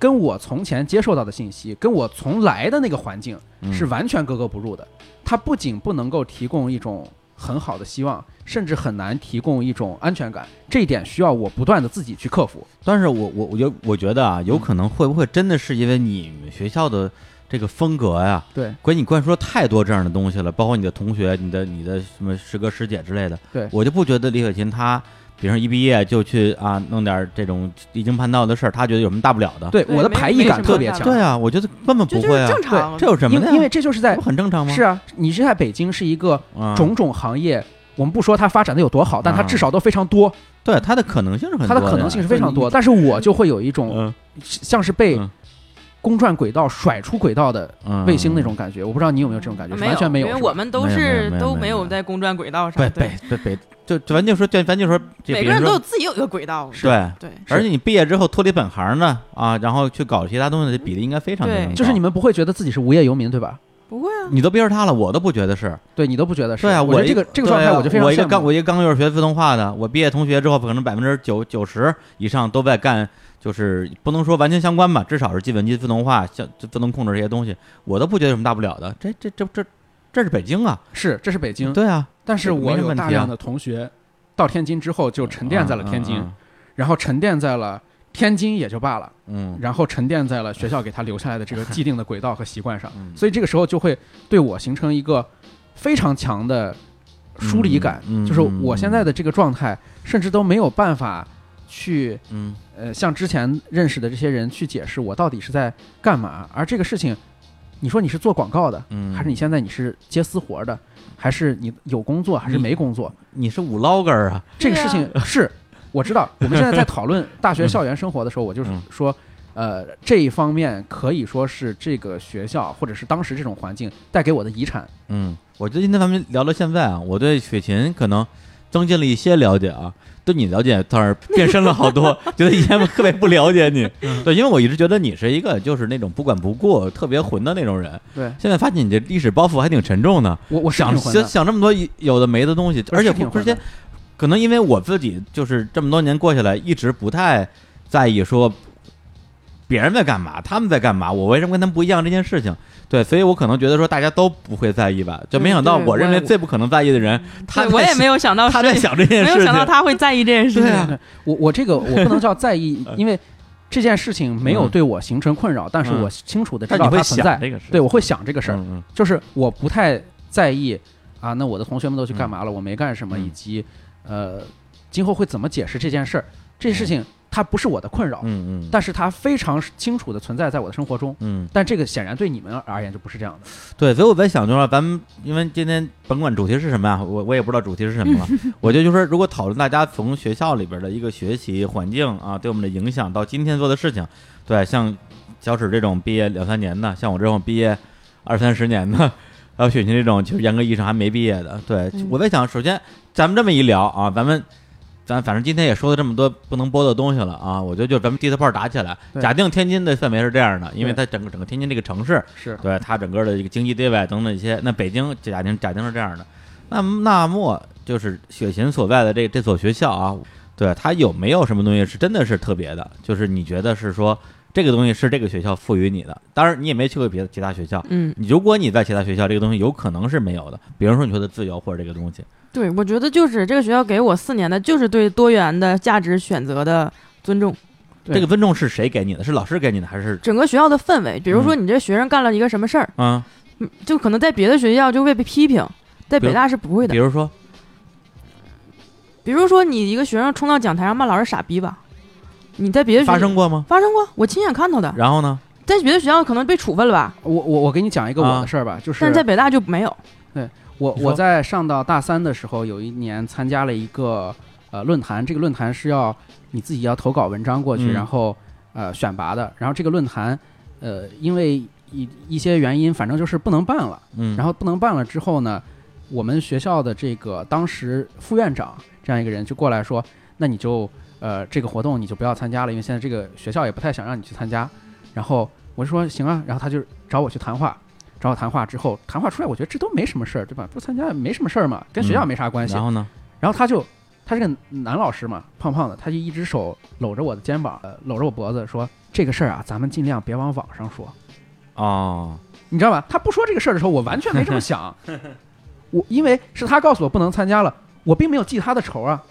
D: 跟我从前接受到的信息，跟我从来的那个环境
A: 嗯
D: 是完全格格不入的。它不仅不能够提供一种很好的希望，甚至很难提供一种安全感。这一点需要我不断的自己去克服。
A: 但是我我我觉我觉得啊，有可能会不会真的是因为你们学校的这个风格呀、
D: 对
A: 给你灌输了太多这样的东西了，包括你的同学、你的你的什么师哥师姐之类的。
D: 对
A: 我就不觉得李雪琴她，比如说一毕业就去啊弄点这种离经叛道的事儿，她觉得有什么大不了的？
D: 对，
C: 对
D: 我的
C: 没
D: 排异
C: 没
D: 感
C: 什么
D: 特别
C: 大
D: 强。
C: 不了
A: 对啊，我觉得根本
C: 就
A: 不
C: 就
A: 会
C: 是
A: 啊
C: 正，常，
A: 这有什么
D: 因
A: 的
D: 为
A: 呀？
D: 因为这就是在
A: 这不很正常吗？
D: 是啊，你是在北京是一个
A: 啊，
D: 种种行业。我们不说它发展的有多好，但它
A: 啊
D: 至少都非常多，
A: 对它的可能性是很
D: 它
A: 多
D: 的
A: 的
D: 可能性是非常多。
A: 的。
D: 但是我就会有一种
A: 嗯
D: 像是被
A: 嗯
D: 公转轨道甩出轨道的
A: 嗯，
D: 卫星那种感觉。我不知道你有没有这种感觉，
C: 没
D: 完啊全没有
C: 因
D: 是
C: 为
D: 吧。
C: 我们都
A: 没有没有
C: 是
A: 没有
C: 都
A: 没有
C: 没
A: 没
C: 有
A: 有
C: 在公转轨道
A: 北北
C: 上，对，
A: 北北，就就咱就说，就咱就说，就
C: 每
A: 比如
C: 个人
A: 说
C: 都有自己有一个轨道，
A: 对。
C: 对，
A: 而且你毕业之后脱离本行呢，啊，然后去搞其他东西的比例应该非常
C: 对
A: 的
D: 就是你们不会觉得自己是无业游民，对吧？
C: 不会啊，
A: 你都别说他了，我都不觉得是。
D: 对你都不觉得是？
A: 对啊，
D: 我觉得
A: 一
D: 这个这个状态
A: 对啊
D: 我就非常
A: 我一个
D: 羡
A: 刚
D: 慕。
A: 我一个刚幼儿学自动化的，我毕业同学之后可能百分之九九十以上都在干，就是不能说完全相关吧，至少是计算机自动化、像就自动控制这些东西，我都不觉得有什么大不了的。这这这这这是北京啊，
D: 是，这是北京，
A: 对啊，
D: 但是
A: 这个没
D: 我
A: 什么
D: 有
A: 问
D: 大
A: 题啊
D: 量的同学到天津之后就沉淀在
A: 啊
D: 了天津，然后沉淀在了天津也就罢了，
A: 嗯，嗯，
D: 然后沉淀在了学校给他留下来的这个既定的轨道和习惯上，
A: 嗯
D: 所以这个时候就会对我形成一个非常强的疏离感，
A: 嗯嗯
D: 就是我现在的这个状态，甚至都没有办法去
A: 嗯
D: 呃，向之前认识的这些人去解释我到底是在干嘛。而这个事情，你说你是做广告的，
A: 嗯，
D: 还是你现在你是接私活的，还是你有工作还是
A: 你
D: 没工作？
A: 你是五捞根儿啊，
D: 这个
C: 对
D: 事
C: 啊
D: 情是我知道。我们现在在讨论大学校园生活的时候，我就是
A: 嗯
D: 说，呃，这一方面可以说是这个学校或者是当时这种环境带给我的遗产。
A: 嗯，我觉得今天咱们聊到现在啊，我对雪琴可能增进了一些了解啊，对你了解倒是变深了好 多，觉得以前特别不了解你，
D: 嗯
A: 对，因为我一直觉得你是一个就是那种不管不顾、特别混的那种人，
D: 对
A: 现在发现你这历史包袱还挺沉重的，
D: 我，我是
A: 想
D: 挺混的
A: 想想这么多有的没的东西，
D: 不是
A: 而且
D: 是挺
A: 而
D: 混
A: 且
D: 的
A: 可能因为我自己就是这么多年过下来，一直不太在意说别人在干嘛，他们在干嘛，我为什么跟他们不一样这件事情。对，所以我可能觉得说大家都不会在意吧，就没想到
C: 对对
A: 我认为
D: 我也
A: 最不可能在意的人，他
C: 嗯对
A: 在
C: 我也
A: 想
C: 没有想到
A: 他
C: 是
A: 在想这件
C: 没
A: 事情，
C: 有想到他会在意这件事
A: 对
C: 情，
A: 啊，
D: 我我这个我不能叫在 意，因为这件事情没有对我形成困扰，但是我清楚的
A: 嗯
D: 知
A: 但你
D: 道
A: 会
D: 它存在
A: 想。这个事，
D: 对，我会想这个事儿，
A: 嗯，
D: 就是 我不太在意啊，那我的同学们都去干嘛了，我没干什么，
A: 嗯
D: 以及呃，今后会怎么解释这件事儿，这事情它不是我的困扰，
A: 嗯嗯嗯
D: 但是它非常清楚的存在在我的生活中。
A: 嗯，
D: 但这个显然对你们而言就不是这样的，
A: 对，所以我在想就是说，咱们因为今天甭管主题是什么呀，我我也不知道主题是什么 了。我觉得就是说，如果讨论大家从学校里边的一个学习环境啊，对我们的影响，到今天做的事情，对，像小史这种毕业两三年的，像我这种毕业二三十年的，还有雪琴这种其实严格意义上还没毕业的，对，
C: 嗯
A: 我在想，首先咱们这么一聊啊，咱们。咱反正今天也说了这么多不能播的东西了啊，我觉得就咱们地头炮打起来。
D: 对
A: 假定天津的氛围是这样的，因为它
D: 对
A: 整个整个天津这个城市，
D: 是
A: 对它整个的一个经济地位等等一些。那北京假定假定是这样的，那那么就是雪琴所在的这这所学校啊，对它有没有什么东西是真的是特别的？就是你觉得是说这个东西是这个学校赋予你的，当然你也没去过别的其他学校。
C: 嗯，
A: 你如果你在其他学校，这个东西有可能是没有的，比如说你说的自由或者这个东西，
C: 对，我觉得就是这个学校给我四年的，就是对多元的价值选择的尊重。
D: 对
A: 这个尊重是谁给你的？是老师给你的还是
C: 整个学校的氛围，比如说
A: 嗯
C: 你这学生干了一个什么事儿，
A: 啊？
C: 嗯就可能在别的学校就会被批评，在
A: 比如
C: 北大是不会的
A: 比。如说，
C: 比如说你一个学生冲到讲台上骂老师傻逼吧，你在别的学
A: 发生过吗？
C: 发生过，我亲眼看到的，
A: 然后呢？
C: 在别的学校可能被处分了吧，
D: 我我我给你讲一个我
A: 啊
D: 的事儿吧，就是
C: 但是在北大就没有。
D: 我
A: 你说
D: 我在上到大三的时候，有一年参加了一个呃论坛，这个论坛是要你自己要投稿文章过去，
A: 嗯
D: 然后呃选拔的。然后这个论坛呃因为一一些原因，反正就是不能办了。
A: 嗯，
D: 然后不能办了之后呢，我们学校的这个当时副院长这样一个人就过来说，那你就呃这个活动你就不要参加了，因为现在这个学校也不太想让你去参加。然后我就说行啊，然后他就找我去谈话，找我谈话之后，谈话出来，我觉得这都没什么事儿，对吧？不参加也没什么事儿嘛，跟学校
A: 嗯
D: 没啥关系。
A: 然后呢？
D: 然后他就他是个男老师嘛，胖胖的，他就一只手搂着我的肩膀，呃搂着我脖子说这个事儿啊，咱们尽量别往网上说。
A: 哦，
D: 你知道吧？他不说这个事儿的时候，我完全没这么想。我因为是他告诉我不能参加了，我并没有记他的仇啊，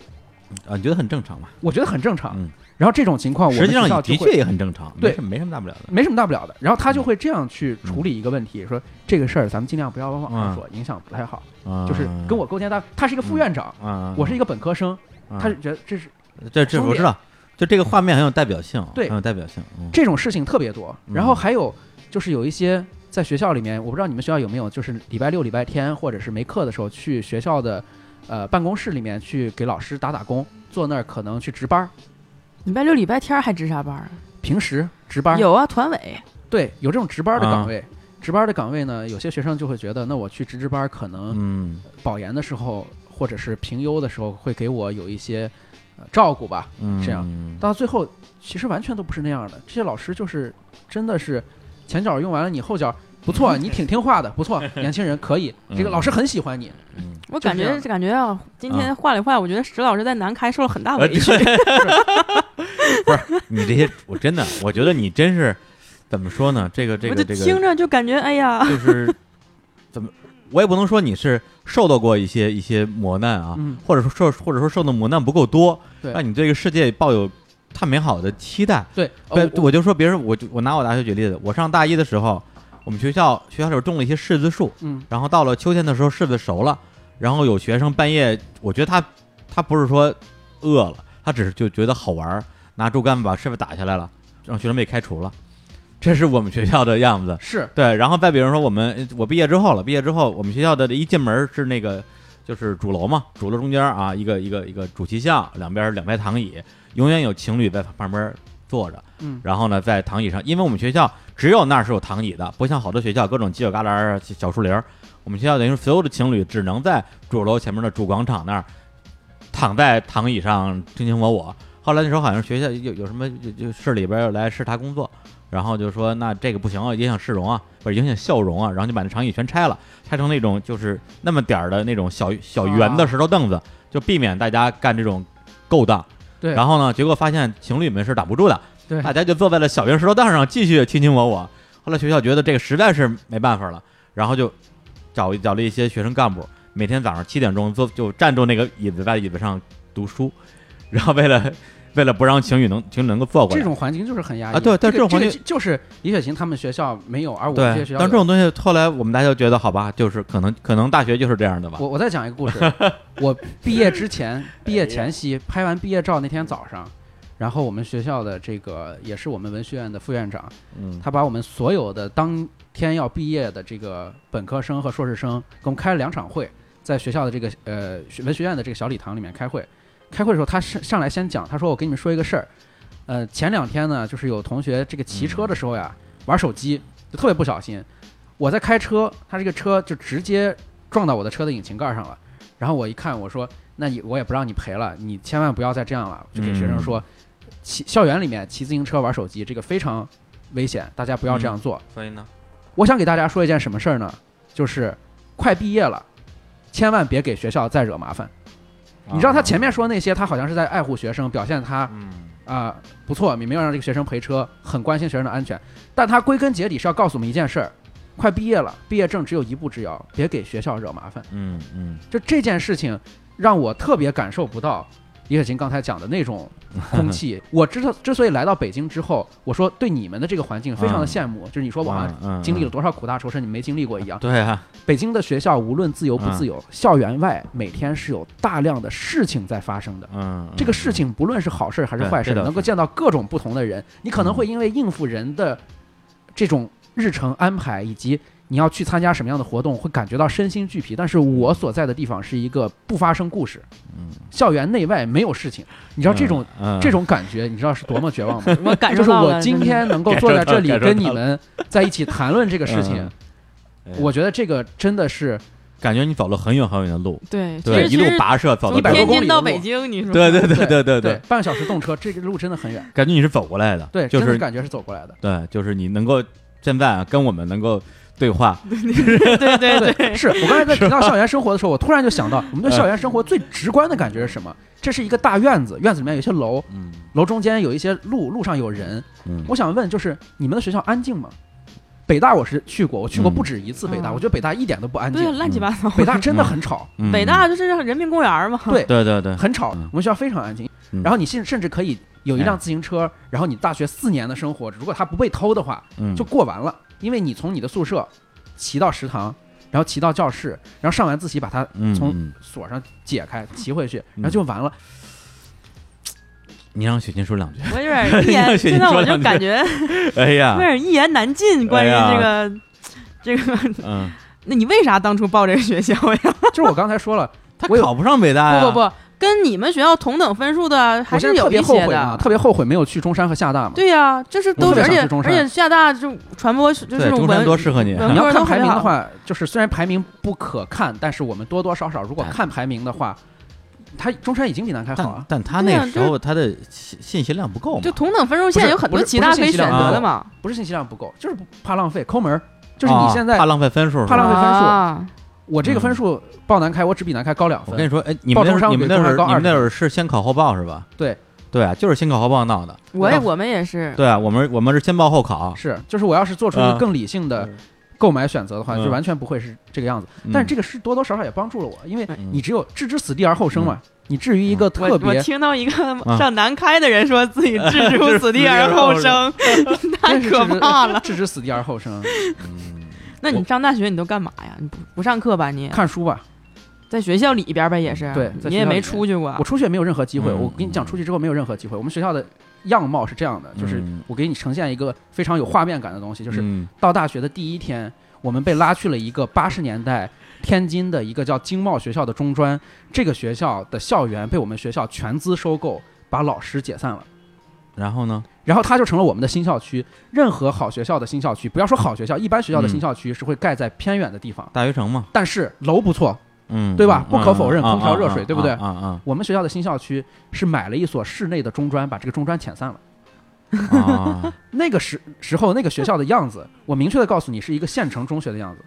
A: 啊，你觉得很正常嘛？
D: 我觉得很正常。
A: 嗯
D: 然后这种情啊况，我们
A: 实际上
D: 学
A: 的
D: 校就会
A: 确也很正常，
D: 对嗯
A: 没什么没什么大不了的。
D: 没什么大不了的。然后他就会这样去处理一个问题，说这个事儿咱们尽量不要往网
A: 嗯
D: 上说，影响不太好。
A: 啊
D: 就是跟我构建搭，他是一个副院长，
A: 啊，
D: 我是一个本科生，
A: 啊，
D: 他是觉得这是
A: 这这我知道，就这个画面很有代表性，
D: 对
A: 很有代表性。嗯
D: 这种事情特别多。
A: 嗯
D: 然后还有就是有一些在学校里面，我不知道你们学校有没有，就是礼拜六、礼拜天或者是没课的时候去学校的呃办公室里面去给老师打打工，坐那儿可能去值班儿，
C: 礼拜六、礼拜天还值啥班儿
D: 平时值班
C: 啊？
D: 儿
C: 有啊，团委。
D: 对有这种值班儿的
A: 啊
D: 岗位。值班儿的岗位呢，有些学生就会觉得，那我去值值班儿，可能
A: 嗯
D: 保研的时候或者是评优的时候会给我有一些、呃照顾吧。
A: 嗯，
D: 这样到最后其实完全都不是那样的。这些老师就是真的是前脚用完了你后脚不错，你挺听话的，不错，年轻人可以。这个老师很喜欢你，
A: 嗯
C: 我
D: 就
C: 感
D: 这样
C: 觉感觉啊，今天话里话，我觉得石老师在南开受了很大
A: 呃
C: 委屈。
A: 你这些，我真的，我觉得你真是怎么说呢？这个这
C: 我
A: 个
C: 就
A: 这
C: 听
A: 个，
C: 着就感觉，哎呀，
A: 就是怎么，我也不能说你是受到过一些一些磨难啊，
D: 嗯
A: 或者说受或者说受的磨难不够多，
D: 对
A: 让你对这个世界抱有太美好的期待。
D: 对，
A: 对
D: 呃，我
A: 我就说别人，我就我拿我大学举例子，我上大一的时候，我们学校学校里种了一些柿子树，
D: 嗯
A: 然后到了秋天的时候，柿子熟了，然后有学生半夜，我觉得他他不是说饿了，他只是就觉得好玩儿，拿竹竿把师傅打下来了，让学生被开除了，这是我们学校的样子。
D: 是
A: 对，然后再比如说我们我毕业之后了，毕业之后我们学校的一进门是那个就是主楼嘛，主楼中间啊一个一个一个主席像，两边两排躺椅，永远有情侣在旁边坐着。
D: 嗯
A: 然后呢，在躺椅上，因为我们学校只有那儿是有躺椅的，不像好多学校各种犄角旮旯儿、小树林儿。我们学校等于是所有的情侣只能在主楼前面的主广场那儿躺在躺椅上卿卿我我。后来那时候好像学校有有什么就就市里边儿来视察工作，然后就说那这个不行啊，影响市容啊，不是影响笑容啊，然后就把那长椅全拆了，拆成那种就是那么点儿的那种小小圆
D: 啊
A: 的石头凳子，就避免大家干这种勾当。
D: 对
A: 然后呢，结果发现情侣们是挡不住的，
D: 对
A: 大家就坐在了小圆石头凳上继续卿卿我我。后来学校觉得这个实在是没办法了，然后就找找了一些学生干部，每天早上七点钟坐就站住那个椅子，在椅子上读书， 然后为了为了不让情侣能情侣能够坐过
D: 这
A: 来。
D: 种环境就是很压抑
A: 啊对但
D: 这
A: 这种
D: 个
A: 环境
D: 这个就是李雪琴他们学校没有，而我们
A: 对
D: 这些学，校
A: 但这
D: 有。
A: 种东西后来我们大家就觉得好吧，就是可能可能大学就是这样的吧。
D: 我我再讲一 个故事，我毕业之
A: 哎
D: 前，毕业前夕拍完毕业照那天早上，然后我们学校的这个也是我们文学院的副院长，
A: 嗯
D: 他把我们所有的当天要毕业的这个本科生和硕士生，给我们开了两场会，在学校的这个呃学文学院的这个小礼堂里面开会。开会的时候，他上上来先讲，他说：“我跟你们说一个事儿，呃，前两天呢，就是有同学这个骑车的时候呀，玩手机就特别不小心，我在开车，他这个车就直接撞到我的车的引擎盖上了。然后我一看，我说：那你我也不让你赔了，你千万不要再这样了。就给学生说，骑校园里面骑自行车玩手机，这个非常危险，大家不要这样做。
A: 嗯所以呢，
D: 我想给大家说一件什么事儿呢？就是快毕业了，千万别
A: 啊
D: 给学校再惹麻烦。你知道他前面说那些，他好像是在爱护学生，表现他
A: 嗯
D: 啊、不错，你没有让这个学生陪车，很关心学生的安全。但他归根结底是要告诉我们一件事儿：快毕业了，毕业证只有一步之遥，别给学校惹麻烦。
A: 嗯嗯，
D: 就这件事情，让我特别感受不到李雪琴刚才讲的那种空 气。我之之所以来到北京之后，我说对你们的这个环境非
A: 嗯
D: 常的羡慕，就是你说我好像
A: 像
D: 经历了多少苦大仇深，你没经历过一样。
A: 嗯对嗯啊，
D: 北京的学校无论自由不自由，校园外每天是有大量的事情在发生的。
A: 嗯，
D: 这个事情不论是好事还是坏事，
A: 对这倒是嗯
D: 能够见到各种不同的人，你可能会因为应付人的这种日程安排以及。你要去参加什么样的活动，会感觉到身心俱疲。但是我所在的地方是一个不发生故事，
A: 嗯
D: 校园内外没有事情。你
A: 你
D: 知道这种、
A: 种
D: 这种感觉，你知道是多么绝望 吗？
C: 我感
D: 就
C: 受
D: 是
C: 到了。
D: 我今天能够
A: 感受
D: 坐在
A: 到
D: 这里
A: 感受
D: 跟
A: 到
D: 你们在一起谈论这个事情
A: 嗯，嗯
D: 我觉得这个真的是
A: 感觉你走了很远很远的路，
C: 真的
A: 对，
C: 对，
A: 一
C: 其
A: 路
C: 实其实
A: 跋涉走到
C: 从
D: 100
A: 北
D: 多
C: 天
A: 京
D: 公里
C: 津到
D: 的路
C: 北京，你说
A: 对对对
D: 对
A: 对对，
D: 半个小时动车，这个路真的很远。
A: 感觉你是走过来的，
D: 对，
A: 就
D: 真的
A: 是
D: 感觉是走过来的。
A: 对，就是你能够现在啊跟我们能够对话，
C: 对对对对，
D: 是我刚才在提到校园生活的时候，我突然就想到，我
A: 嗯
D: 们对校园生活最直观的感觉是什么？这是一个大院子，院子里面有一些楼，
A: 嗯
D: 楼中间有一些路，路上有人。
A: 嗯，
D: 我想问，就是你们的学校安静吗？北大我是去过，我去过
A: 嗯
D: 不止一次北大，
C: 嗯
D: 我觉得北大一点都不安
C: 对
D: 静，
C: 乱七八糟。
D: 北大真的很吵，
A: 嗯
C: 北大就是人民公园嘛，
D: 对
A: 对对对，
D: 很吵
A: 嗯，
D: 我们学校非常安静
A: 嗯。
D: 然后你甚甚至可以有一辆自行车，然后你大学四年的生活，如果它不被偷的话，
A: 嗯
D: 就过完了，因为你从你的宿舍骑到食堂，然后骑到教室，然后上完自习把它
A: 嗯
D: 从
A: 嗯
D: 锁上解开，骑回去，
A: 嗯
D: 然后就 完了。
A: 你让雪琴说两句，
C: 我有点一
A: 你
C: 言，
A: 说
C: 现在我
A: 两
C: 就
A: 句
C: 感觉
A: 哎
C: 有
A: 呀，
C: 点一言难尽。关于
A: 哎呀
C: 这个、这个，
A: 嗯，
C: 那你为啥当初报这个学校呀？
D: 就是我刚才说了，
A: 他
D: 我有
A: 考不上北大哎呀，
C: 不不不，跟你们学校同等分数的还
D: 我
C: 是
D: 现在特
C: 有
D: 别
C: 一
D: 后
C: 些
D: 悔啊，
C: 的。
D: 特别后悔没有去中山和厦大嘛。
C: 对呀、就是都
D: 我特别
C: 而且
D: 想去中
C: 而
D: 山
C: 且厦大就传播就是
A: 对
C: 这种
A: 中山
C: 文
A: 多适合你，
C: 文
D: 你要
C: 科
D: 看
C: 都
D: 排
C: 很
D: 名的
C: 好。
D: 话，就是虽然排名不可看，但是我们多多少少如果看排名的话，它中山已经比南开好
A: 但
D: 啊。
A: 但他
C: 对
A: 那
C: 呀
A: 个时候他的信信息量不够嘛
C: 就，同等分数线有很
D: 不
C: 多
D: 是
C: 其他可以选
D: 啊
C: 择的嘛，
D: 不是信息量不够，就是不怕浪费抠门儿，就是你
A: 啊
D: 现在
A: 怕浪费分数是吧，
D: 怕浪费分数
C: 啊
D: 我这个分数报南开，我只比南开高两
A: 我
C: 嗯
A: 跟你
D: 分。
A: 说，哎，你们
D: 报中
A: 那
D: 上
A: 你们
D: 比
A: 那会
D: 中上
A: 儿
D: 高
A: 你们那
D: 20
A: 会儿是先考后报是吧？
D: 对
A: 对啊，就是先考后报闹的。
C: 我也
D: 那
C: 我们也是，
A: 对啊，我们我们是先报后考，
D: 是，就是我要是做出一个
A: 嗯
D: 更理性的购买选择的话，
A: 嗯
D: 就完全不会是这个样子。
A: 嗯
D: 但是这个是多多少少也帮助了我，因为
A: 嗯
D: 你只有置之死地而后生嘛。你至于一个
C: 我
D: 特
C: 嗯我
D: 别，
C: 听到一个
A: 啊
C: 上南开的人说自 己置之死地而后生，太
D: 真 是
C: 可 怕了。
D: 置之死地而后生。
A: 嗯
C: 那你上大学你都干嘛呀？你不不上课吧？你
D: 看书吧，
C: 在学校里边呗，也是，
D: 对
C: 你
D: 在学
C: 也
D: 校
C: 没
D: 里
C: 出去过
D: 我。出去也没有任何机会。
A: 嗯
D: 我跟你讲，出去之后没有任何机会。我们学校的样貌是这样的，就是
A: 嗯
D: 我给你呈现一个非常有画面感的东西，就是
A: 嗯
D: 到大学的第一天，我们被拉去了一个八十年代天津的一个叫经贸学校的中专，这个学校的校园被我们学校全资收购，把老师解散了。
A: 然后呢？
D: 然后它就成了我们的新校区。任何好学校的新校区，不要说好学校，一般
A: 嗯
D: 学校的新校区是会盖在偏远的地方，
A: 大学城嘛，
D: 但是楼不错。
A: 嗯，
D: 对吧
A: 嗯
D: 不可否认
A: 嗯
D: 空调
A: 嗯
D: 热水
A: 嗯
D: 对不对
A: 嗯嗯
D: 我们学校的新校区是买了一所室内的中专，把这个中专遣散了。
A: 嗯啊，
D: 那个时时候那个学校的样子，我明确的告诉你，是一个县城中学的样子。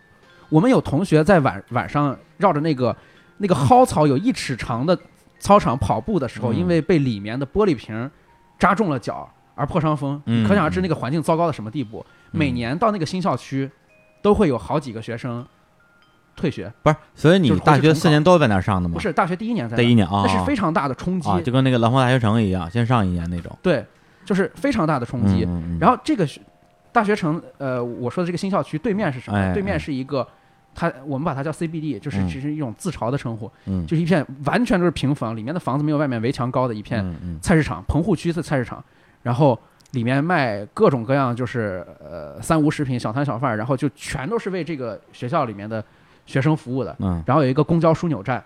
D: 我们有同学在晚晚上绕着那个那个蒿草有一尺长的操场跑步的时候，
A: 嗯
D: 因为被里面的玻璃瓶扎中了脚而破伤风。
A: 嗯
D: 你可想而知那个环境糟糕到什么地步。
A: 嗯
D: 每年到那个新校区，都会有好几个学生退学，
A: 不是，所以
D: 就
A: 你
D: 是
A: 大
D: 同时
A: 学
D: 重
A: 四年都在那儿上的吗？
D: 不，是大学第一年在
A: 嗯
D: 那
A: 第一年啊，
D: 那是非常大的冲击。
A: 啊，就跟那个兰花大学城一样，先上一年那种
D: 对，就是非常大的冲击。
A: 嗯嗯、
D: 然
A: 后
D: 后这个学大学城，呃，我说的这个新校区对面是什么？
A: 哎
D: 对面
A: 哎
D: 是一个，它我们把它叫 CBD，就是
A: 嗯
D: 其实一种自嘲的称呼，
A: 嗯，
D: 就是一片完全都是平房，里面的房子没有外面围墙高的一片
A: 嗯嗯
D: 菜市场，棚户区的菜市场，然后。里面卖各种各样，就是呃三无食品、小摊小贩儿，然后就全都是为这个学校里面的学生服务的。
A: 嗯
D: 然后有一个公交枢纽站，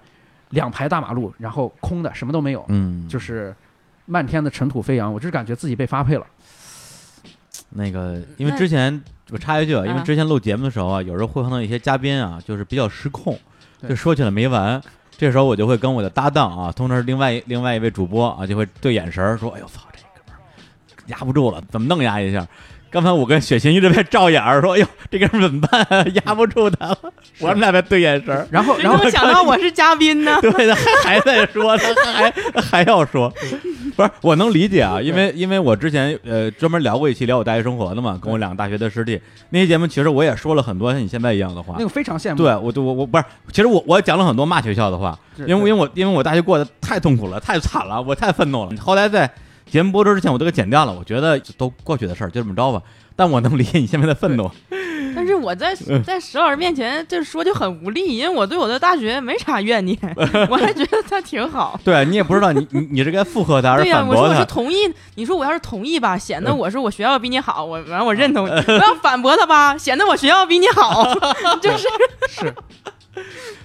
D: 两排大马路，然后空的，什么都没有，
A: 嗯，
D: 就是漫天的尘土飞扬。我就是感觉自己被发配了。
A: 那个，因为
C: 那
A: 之前我插一句啊，因为
C: 啊
A: 之前录节目的时候啊，有时候会碰到一些嘉宾啊，就是比较失控，
D: 对
A: 就说起来没完。这时候我就会跟我的搭档啊，通常是另外一另外一位主播啊，就会对眼神儿说：“哎呦，操，这哥们儿压不住了，怎么弄压一下？”刚才我跟雪琴一直被照眼儿，说：“哎呦，这哥们儿怎么办、啊？压不住他了。”我们俩在对眼神儿，
D: 然后，
C: 谁
D: 然后
C: 没想到我是嘉宾 呢？
A: 对，他还还在说，他还他还要说，不是我能理解啊，因为因为我之前呃专门聊过一期聊我大学生活的嘛，跟我两个大学的师弟那期节目，其实我也说了很多像你现在一样的话
D: 那。个非常羡慕。
A: 对，啊我就我我不是，其实我我讲了很多骂学校的话，
D: 是，
A: 因为因为我因为我大学过得太痛苦了，太惨了，我太愤怒了。后来在节目播出之前，我都给剪掉了。我觉得都过去的事儿，就这么着吧。但我能理解你现在的愤怒，
C: 但是我在
D: 嗯
C: 在石老师面前就是说就很无力，因为我对我的大学没啥怨 念，我还觉得他挺好。
A: 对你也不知道你你你是该附和他还
C: 对
A: 是
C: 呀、
A: 反
C: 我说
A: 驳
C: 我
A: 他嗯
C: 是。同意，你说我要是同意吧，显得我是我学校比你好，我完
A: 啊
C: 我认同你； 我要反驳他吧，显得我学校比你好，就是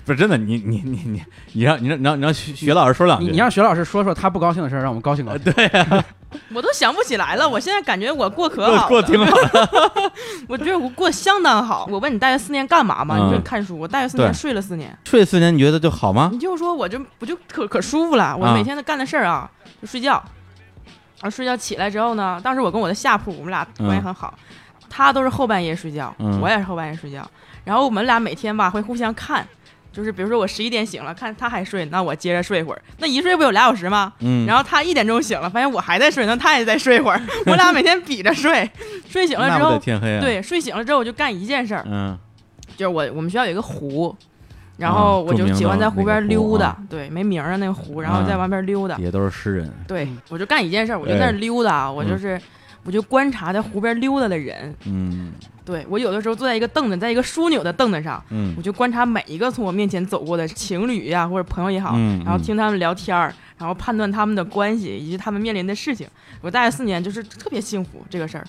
A: 不是真的，你你你你你让你让你让你让徐徐老师说两
D: 你
A: 句，
D: 你让徐老师说说他不高兴的事儿，让我们高兴
A: 啊
D: 高兴。
C: 我都想不起来了。我现在感觉我过可
A: 过
C: 好
A: 过
C: 了，
A: 挺好的，
C: 我觉得我过得相当好。我问你大学四年干嘛嘛？
A: 嗯
C: 你就看书。我大学四年
A: 对
C: 睡了四年，
A: 睡四年你觉得就好吗？
C: 你就说我就我就可可舒服了。我
A: 啊
C: 每天都干的事儿啊，就睡觉。然后睡觉起来之后呢，当时我跟我的下铺，我们俩关系很好，他都是后半夜睡觉，
A: 嗯
C: 我也是后半夜睡觉。然后我们俩每天吧会互相看，就是比如说我十一点醒了，看他还睡，那我接着睡一会儿。那一睡不有俩小时吗？
A: 嗯，
C: 然后他一点钟醒了，发现我还在睡，那他也再睡一会儿。 我俩每天比着睡，睡醒了
A: 那
C: 之
A: 不得
C: 后，
A: 天黑啊？，
C: 对，睡醒了之后我就干一件事儿，
A: 嗯
C: 就是我我们学校有一个湖，然
A: 啊
C: 后我
A: 著
C: 就
A: 名
C: 喜欢
A: 的那
C: 在湖
A: 个湖
C: 边溜达，
A: 啊
C: 对，没名儿的那个湖，然后在
A: 啊
C: 旁边溜达，
A: 也都是诗人，
C: 对
D: 嗯
C: 我就干一件事儿，我就在那
A: 哎
C: 儿溜达，啊我就
A: 嗯
C: 是。我就观察在湖边溜达的人，
A: 嗯
C: 对我有的时候坐在一个凳子，在一个枢纽的凳子上，
A: 嗯
C: 我就观察每一个从我面前走过的情侣呀、或者朋友也好，
A: 嗯
C: 然后听他们聊天儿，然后判断他们的关系以及他们面临的事情。我大学四年就是特别幸福这个事儿，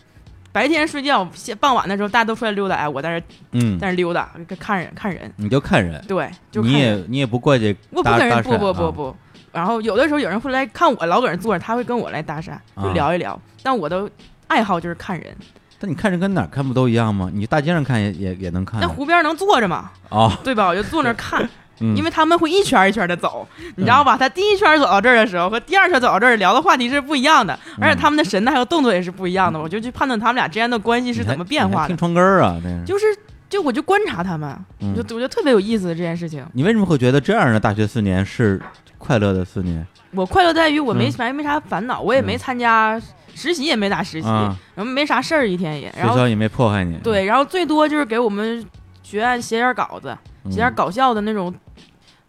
C: 白天睡觉，下傍晚的时候大家都出来溜达，哎，我在那儿
A: 嗯
C: 在，那儿溜达，看人看人，
A: 你就看人，
C: 对，就看
A: 你也
C: 人
A: 你也不怪这
C: 我不
A: 搭
C: 跟人
A: 搭
C: 不
A: 讪
C: 不
A: 啊
C: 不不。然后有的时候有人会来看我，老搁那坐着，他会跟我来搭讪，就
A: 啊
C: 聊一聊。但我的爱好就是看人，
A: 但你看人跟哪儿看不都一样吗？你大街上看也也也能看
C: 那
A: 啊
C: 湖边能坐着吗？
A: 哦，
C: 对吧？我就坐那儿看，
A: 嗯
C: 因为他们会一圈儿一圈的走， 你知道吧？他第一圈走到这儿的时候和第二圈走到这儿聊的话题是不一样的，
A: 嗯
C: 而且他们的神态还有动作也是不一样的。我就去判断他们俩之间的关系是怎么变
A: 你还
C: 化
A: 听
C: 的，
A: 窗根儿啊，这是。
C: 就是就我就观察他们，
A: 嗯
C: 我就我就特别有意思这件事情。
A: 你为什么会觉得这样的大学四年是快乐的四年？
C: 我快乐在于我没没没啥烦恼，我也没
A: 嗯
C: 参加实习，也没咋实习，
A: 啊
C: 然后没啥事儿一天也，
A: 学
C: 然后
A: 校也没迫害你。
C: 对，然后最多就是给我们学院写点稿子，
A: 嗯，
C: 写点搞笑的那种，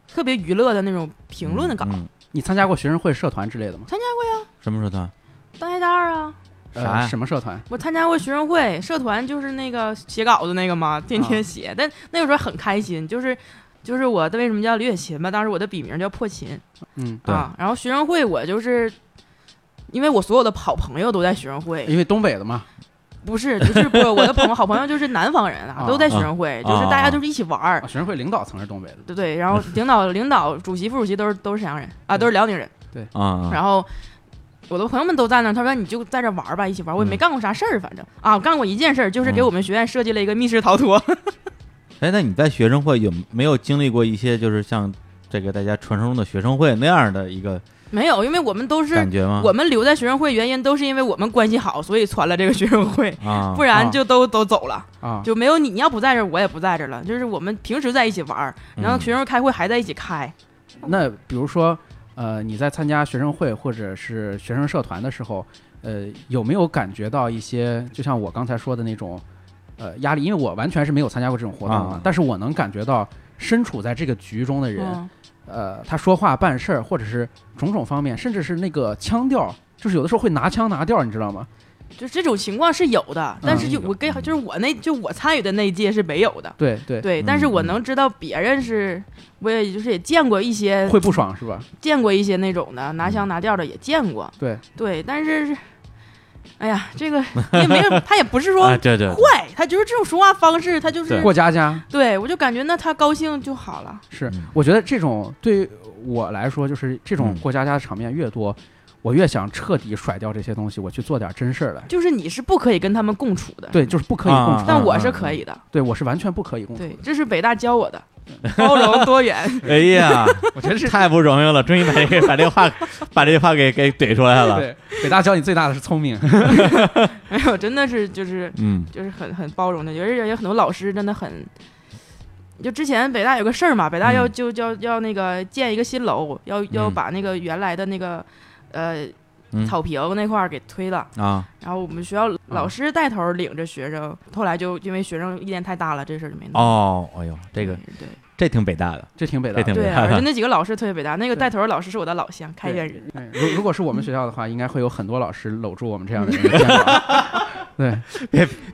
C: 特别娱乐的那种评论稿
A: 嗯。。嗯
D: 你参加过学生会社团之类的吗？
A: 什么社团？
C: 大一、大二啊，
A: 啥
D: 呃
A: 呀
D: 什么社团？
C: 我参加过学生会社团，就是那个写稿子那个嘛，天
A: 啊
C: 天写，但那个时候很开心，就是。就是我的为什么叫李雪琴吧？当时我的笔名叫破琴
D: 嗯，
A: 对
C: 啊。然后学生会我就是，因为我所有的好朋友都在学生会，
D: 因为东北的嘛，
C: 不是，就是不是我的朋友，好朋友就是南方人 啊
D: 啊，
C: 都在学生会，就是大家都是一起玩儿
A: 哎
D: 啊，，学生会领导层是东北的。
C: 对对。然后 领导、领导、主席、副主席都是都是沈阳人啊，都是辽宁人。
A: 嗯啊，
C: 然后我的朋友们都在那儿，他说哎你就在这玩儿吧，一起玩儿。我也没
A: 嗯
C: 干过啥事儿，反正啊，我干过一件事儿，就是给
A: 嗯
C: 我们学院设计了一个密室逃脱。
A: 哎，那你在学生会有没有经历过一些就是像这个大家传说中的学生会那样的一个
C: 没有，因为我们都是
A: 感觉啊吗？
C: 我们留在学生会，原因都是因为我们关系好，所以传了这个学生会，
A: 啊，
C: 不然就都都走了，
D: 啊，
C: 就没有你。你要不在这儿，我也不在这儿了。就是我们平时在一起玩儿，然后
A: 嗯
C: 学生会开会还在一起开。
D: 那比如说，呃，你在参加学生会或者是学生社团的时候，呃，有没有感觉到一些，就像我刚才说的那种，呃，压力？因为我完全是没有参加过这种活动
A: 啊
D: 但是我能感觉到身处在这个局中的人，
C: 嗯，
D: 呃，他说话办事儿，或者是种种方面，甚至是那个腔调，就是有的时候会拿腔拿调，你知道吗？
C: 就这种情况是有的，但是就
A: 嗯
C: 我跟就是我那就我参与的那一届是没有的。
D: 对对，
C: 对，
A: 嗯
C: 但是我能知道别人是，我也就是也见过一些
D: 会不爽是吧？
C: 见过一些那种的
A: 嗯
C: 拿腔拿调的也见过，
D: 对
C: 对，但是，哎呀，这个也没有，他也不是说
A: 啊，对对，
C: 坏，他就是这种说话方式，他就是
A: 对
D: 过家家
C: 对我就感觉那他高兴就好了，
D: 是
A: 嗯，
D: 我觉得这种对于我来说，就是这种
A: 嗯
D: 过家家的场面越多，我越想彻底甩掉这些东西，我去做点真事儿来。
C: 就是你是不可以跟他们共处的，
D: 对，就是不可以共
A: 啊
D: 处，
C: 但我是可以的，
D: 对我是完全不可以共处
C: 对
D: 的，。
C: 这是北大教我的，包容多元，
A: 哎呀，
D: 我觉得是
A: 太不容易了，终于把这个把这个话把这句话给给怼出来了。
D: 对北大教你最大的是聪明，
C: 哎呦，真的是就是
A: 嗯
C: 就是很很包容的，有人有很多老师真的很。就之前北大有个事儿嘛，北大要
A: 嗯
C: 就要要那个建一个新楼，要要
A: 嗯
C: 把那个原来的那个呃
A: 嗯
C: 草坪那块儿给推了，
A: 啊，
C: 然后我们学校老师带头领着学生，后来就因为学生意见太大了，这事儿就没
D: 嗯
C: 弄。
A: 哦，哎呦，这个
C: 对
A: 这挺北大的，
D: 这挺北大
A: 这挺
D: 的。
C: 对，
A: 明
C: 啊
A: 白了
C: 而且那几个老师特别伟大，那个
D: 对
C: 带头的老师是我的老乡，开
D: 对
C: 原人。
D: 对如如果是我们学校的话，应该会有很多老师搂住我们这样的人的肩膀。对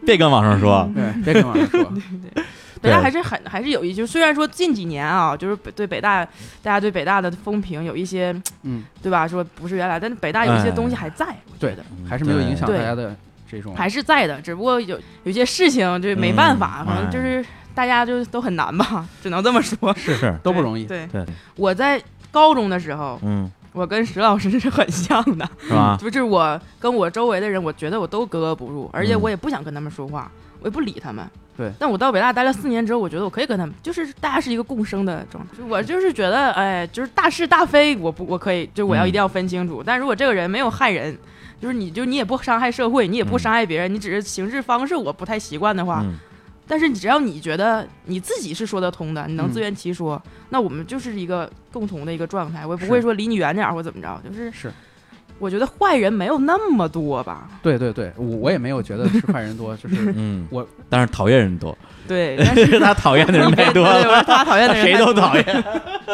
A: 别跟网上说，
D: 对，别跟网上说，
C: 北
A: 对
C: 大还是很还是有一，就虽然说近几年啊，就是北对北大大家对北大的风评有一些，
D: 嗯，哎
C: 对吧？说不是原来，但是北大有一些东西还在，我觉
D: 对嗯
C: 得
A: 嗯
D: 还是没有影响大
C: 对
D: 家的这种。
C: 还是在的，只不过有有些事情就没办法，
A: 嗯
C: 可
D: 哎
C: 能就是大家就都很难吧，只能这么说。
A: 是是，
D: 都不容易，
C: 对，
A: 对，
C: 我在高中的时候，
A: 嗯，
C: 我跟石老师是很像的，
A: 是吧？
C: 就是我跟我周围的人，我觉得我都格格不入，而且
A: 嗯
C: 我也不想跟他们说话，我也不理他们。
D: 对
C: 但我到北大待了四年之后，我觉得我可以跟他们，就是大家是一个共生的状态。就我就是觉得，哎，就是大是大非，我不我可以，就我要
A: 嗯
C: 一定要分清楚。但如果这个人没有害人，就是你就你也不伤害社会，你也不
A: 嗯
C: 伤害别人，你只是行事方式我不太习惯的话，
A: 嗯
C: 但是你只要你觉得你自己是说得通的，你能自
D: 嗯
C: 圆其说，那我们就是一个共同的一个状态。我也不
D: 是
C: 会说离你远点儿或怎么着，就是
D: 是
C: 我觉得坏人没有那么多吧。
D: 对对对，我我也没有觉得是坏人多，就是
A: 嗯，
D: 我，
A: 但是讨厌人 多，
C: 对，但是
A: 他讨厌的人太多
C: 对哎对我
A: 了
C: 说，他讨厌的人
A: 谁
C: 太
A: 都
C: 多
A: 讨
C: 了。
A: 厌。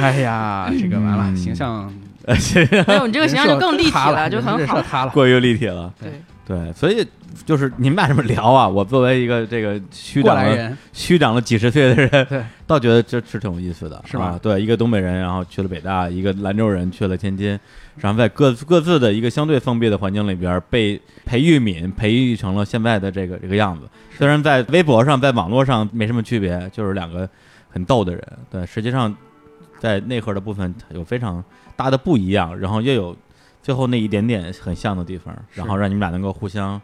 D: 哎呀，这个完了，
A: 嗯
D: 形象
A: 呃是
C: 没有你这
D: 这
C: 个形象就更立体
D: 了，
C: 就
D: 人
C: 很
D: 设
C: 好。
D: 塌了。
A: 过于立体了，
C: 对，
A: 对，所以就是你们俩这么聊啊，我作为一个这个虚
D: 过
A: 长
D: 来
A: 了
D: 人，
A: 虚长了几十岁的人，
D: 对，
A: 倒觉得这是挺有意思的，
D: 是吧
A: 啊对，一个东北人，然后去了北大，一个兰州人去了天津，然后在各各自的一个相对封闭的环境里边被培育敏培育成了现在的这个这个样子。虽然在微博上、在网络上没什么区别，就是两个很逗的人，但实际上在内核的部分有非常大的不一样，然后又有最后那一点点很像的地方，
D: 是
A: 然后让你们俩能够互相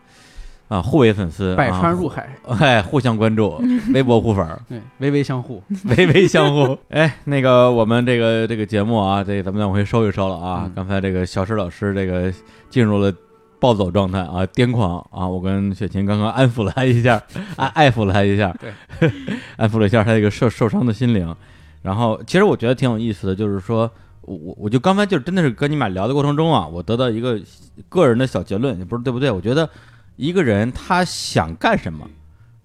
A: 啊互为粉丝，
D: 百川
A: 啊
D: 入海，
A: 哎互相关 注，微博互粉儿。
D: 对，微微相互。
A: 微微相互。哎，那个我们这个这个节目啊，这咱们往回收一收了啊。
D: 嗯
A: 刚才这个小石老师这个进入了。暴走状态啊，癫狂啊！我跟雪琴刚刚安抚了他一 下，安爱抚了他一下，
D: 对，
A: 安抚了一下他这个受受伤的心灵。然后，其实我觉得挺有意思的，就是说我我我就刚才就是真的是跟你们俩聊的过程中啊，我得到一个个人的小结论，也不是对不对？我觉得一个人他想干什么，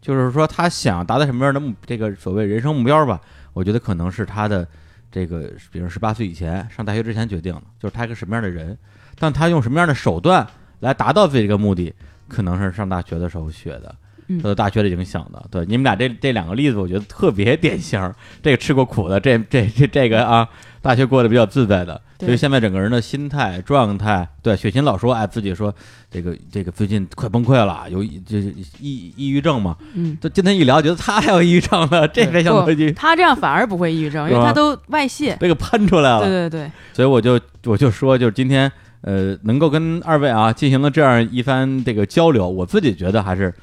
A: 就是说他想达到什么样的目，这个所谓人生目标吧，我觉得可能是他的这个，比如十八岁以前上大学之前决定的，就是他一个什么样的人，但他用什么样的手段来达到自己这个目的，可能是上大学的时候学的。
C: 嗯
A: 受到大学的影响的，对你们俩这这两个例子，我觉得特别典型儿。这个吃过苦的，这这这这个啊，大学过得比较自在的，
C: 对
A: 所以现在整个人的心态状态，对雪琴老说，哎，自己说这个这个最近快崩溃了，有抑这抑抑郁症嘛？
C: 嗯，
A: 这今天一聊，觉得他还有抑郁症呢，这没想到就
C: 他这样反而不会抑郁症，
A: 是
C: 因为
A: 吗
C: 他都外泄。
A: 这个喷出来
C: 对
A: 了。
C: 对对，
A: 所以我就我就说，就是今天呃，能够跟二位啊进行了这样一番这个交流，我自己觉得还是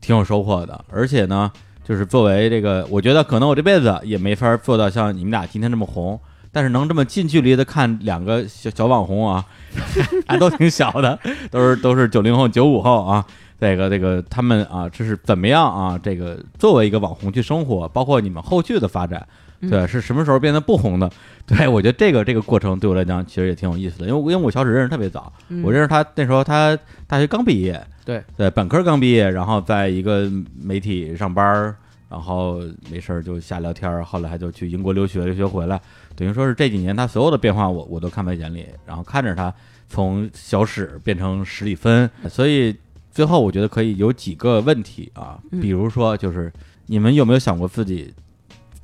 A: 挺有收获的，而且呢，就是作为这个，我觉得可能我这辈子也没法做到像你们俩今天这么红。但是能这么近距离的看两个小小网红啊， 还都挺小的，都是都是九零后、九五后啊，这个这个他们啊，这是怎么样啊？这个作为一个网红去生活，包括你们后续的发展，
C: 嗯
A: 对，是什么时候变得不红的？ 对我觉得这个这个过程对我来讲其实也挺有意思的，因为我因为我小史认识特别早，
C: 嗯
A: 我认识他那时候他大学刚毕业，
D: 对
A: 对，本科刚毕业，然后在一个媒体上班儿，然后没事儿就瞎聊天儿，后来就去英国留学，留学回来，等于说是这几年他所有的变化我我都看在眼里，然后看着他从小史变成史蒂芬，所以最后我觉得可以有几个问题啊，
C: 嗯
A: 比如说就是你们有没有想过自己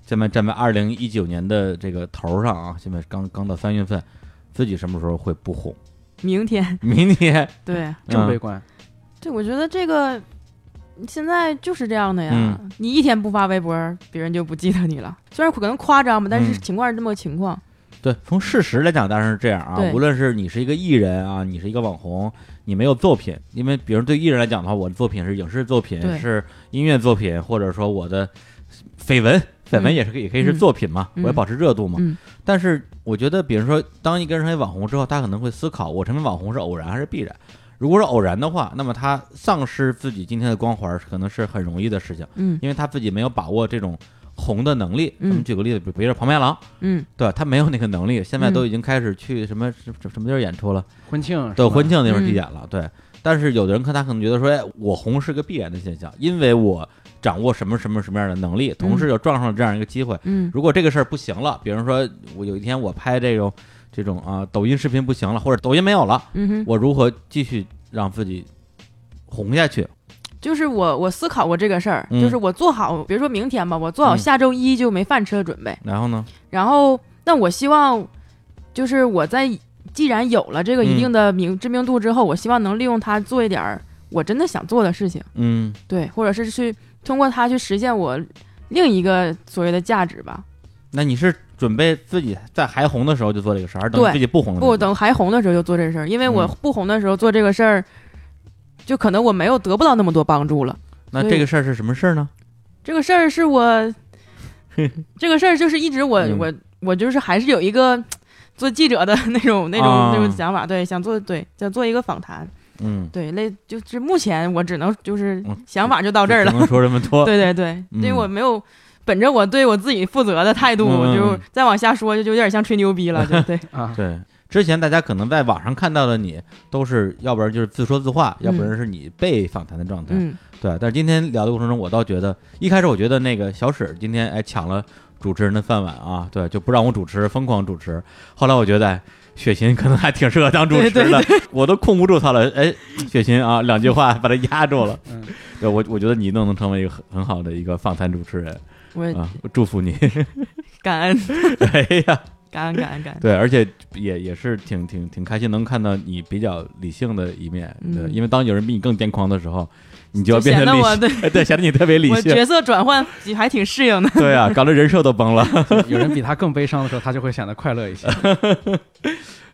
A: 现在站在二零一九年的这个头儿上啊，现在刚刚到三月份，自己什么时候会不红？
C: 明天
A: 明天
C: 对
D: 正悲观，
C: 对，我觉得这个现在就是这样的呀。
A: 嗯
C: 你一天不发微博，别人就不记得你了。虽然可能夸张吧，但是
A: 嗯
C: 情况是这么个情况。
A: 对，从事实来讲，当然是这样啊。
C: 对
A: 无论是你是一个艺人啊，你是一个网红，你没有作品，因为比如对艺人来讲的话，我的作品是影视作品，
C: 对
A: 是音乐作品，或者说我的绯闻、本来也是可以也可以是
C: 嗯
A: 作品嘛，
C: 嗯
A: 我要保持热度嘛。
C: 嗯
A: 但是我觉得，比如说，当一个人成为网红之后，他可能会思考，我成为网红是偶然还是必然？如果是偶然的话，那么他丧失自己今天的光环，可能是很容易的事情，
C: 嗯
A: 因为他自己没有把握这种红的能力。
C: 嗯
A: 咱们举个例子，比比如说庞麦郎，
C: 嗯
A: 对吧他没有那个能力，现在
C: 嗯
A: 都已经开始去什么什么什么地儿演出了，
D: 婚庆
A: 对，
D: 是吧
A: 婚庆那边
C: 嗯
A: 去演了，对。但是有的人看他可能觉得说，哎，我红是个必然的现象，因为我掌握什么什么什么样的能力，同时又撞上了这样一个机会，
C: 嗯
A: 如果这个事儿不行了，比如说我有一天我拍这种这种啊抖音视频不行了，或者抖音没有了，
C: 嗯哼，
A: 我如何继续让自己红下去？
C: 就是我我思考过这个事儿，
A: 嗯
C: 就是我做好，比如说明天吧，我做好
A: 嗯
C: 下周一就没饭吃的准备。
A: 然后呢？
C: 然后，那我希望就是我在既然有了这个一定
A: 嗯
C: 的名知名度之后，我希望能利用它做一点儿我真的想做的事情，
A: 嗯
C: 对，或者是去通过它去实现我另一个所谓的价值吧。
A: 那你是准备自己在还红的时候就做这个事儿，还是等
C: 对
A: 自己不红的时候？
C: 不等还红的时候就做这事儿，因为我
A: 嗯
C: 不红的时候做这个事儿，就可能我没有得不到那么多帮助了。
A: 那这个事儿是什么事儿呢？
C: 这个事儿是 我，这个事儿就是一直我、
A: 嗯
C: 我我就是还是有一个做记者的那种那种、那
A: 啊
C: 种想法，对，想做对想做一个访谈，
A: 嗯，
C: 对，类就是目前我只能就是
A: 嗯
C: 想法就到这儿
A: 只
C: 了，
A: 能说这么多。
C: 对对对，
A: 嗯
C: 因为我没有。本着我对我自己负责的态度，
A: 嗯
C: 我就
A: 嗯
C: 再往下说，就就有点像吹牛逼 了，就对，
D: 啊，
A: 对，之前大家可能在网上看到的你，都是要不然就是自说自话，
C: 嗯
A: 要不然是你被访谈的状态。
C: 嗯
A: 对，但是今天聊的过程中，我倒觉得一开始我觉得那个小史今天哎抢了主持人的饭碗啊，对，就不让我主持，疯狂主持。后来我觉得哎雪琴可能还挺适合当主持的，
C: 对对
A: 我都控不住她了。哎，雪琴 啊，两句话把她压住了。
D: 嗯
A: 对我我觉得你都能成为一个很很好的一个访谈主持人
C: 我
A: 啊，我祝福你。
C: 感恩
A: 哎呀，
C: 感恩感恩感恩，
A: 对，而且也也是挺挺挺开心，能看到你比较理性的一面。对，
C: 嗯
A: 因为当有人比你更癫狂的时候，你就要
C: 就
A: 变
C: 显
A: 得
C: 得
A: 理
C: 我
A: 性，哎对，显得你特别理
C: 我
A: 性。
C: 角色转换还挺适应的，
A: 对啊，搞得人设都崩了。
D: 有人比他更悲伤的时候，他就会显得快乐一些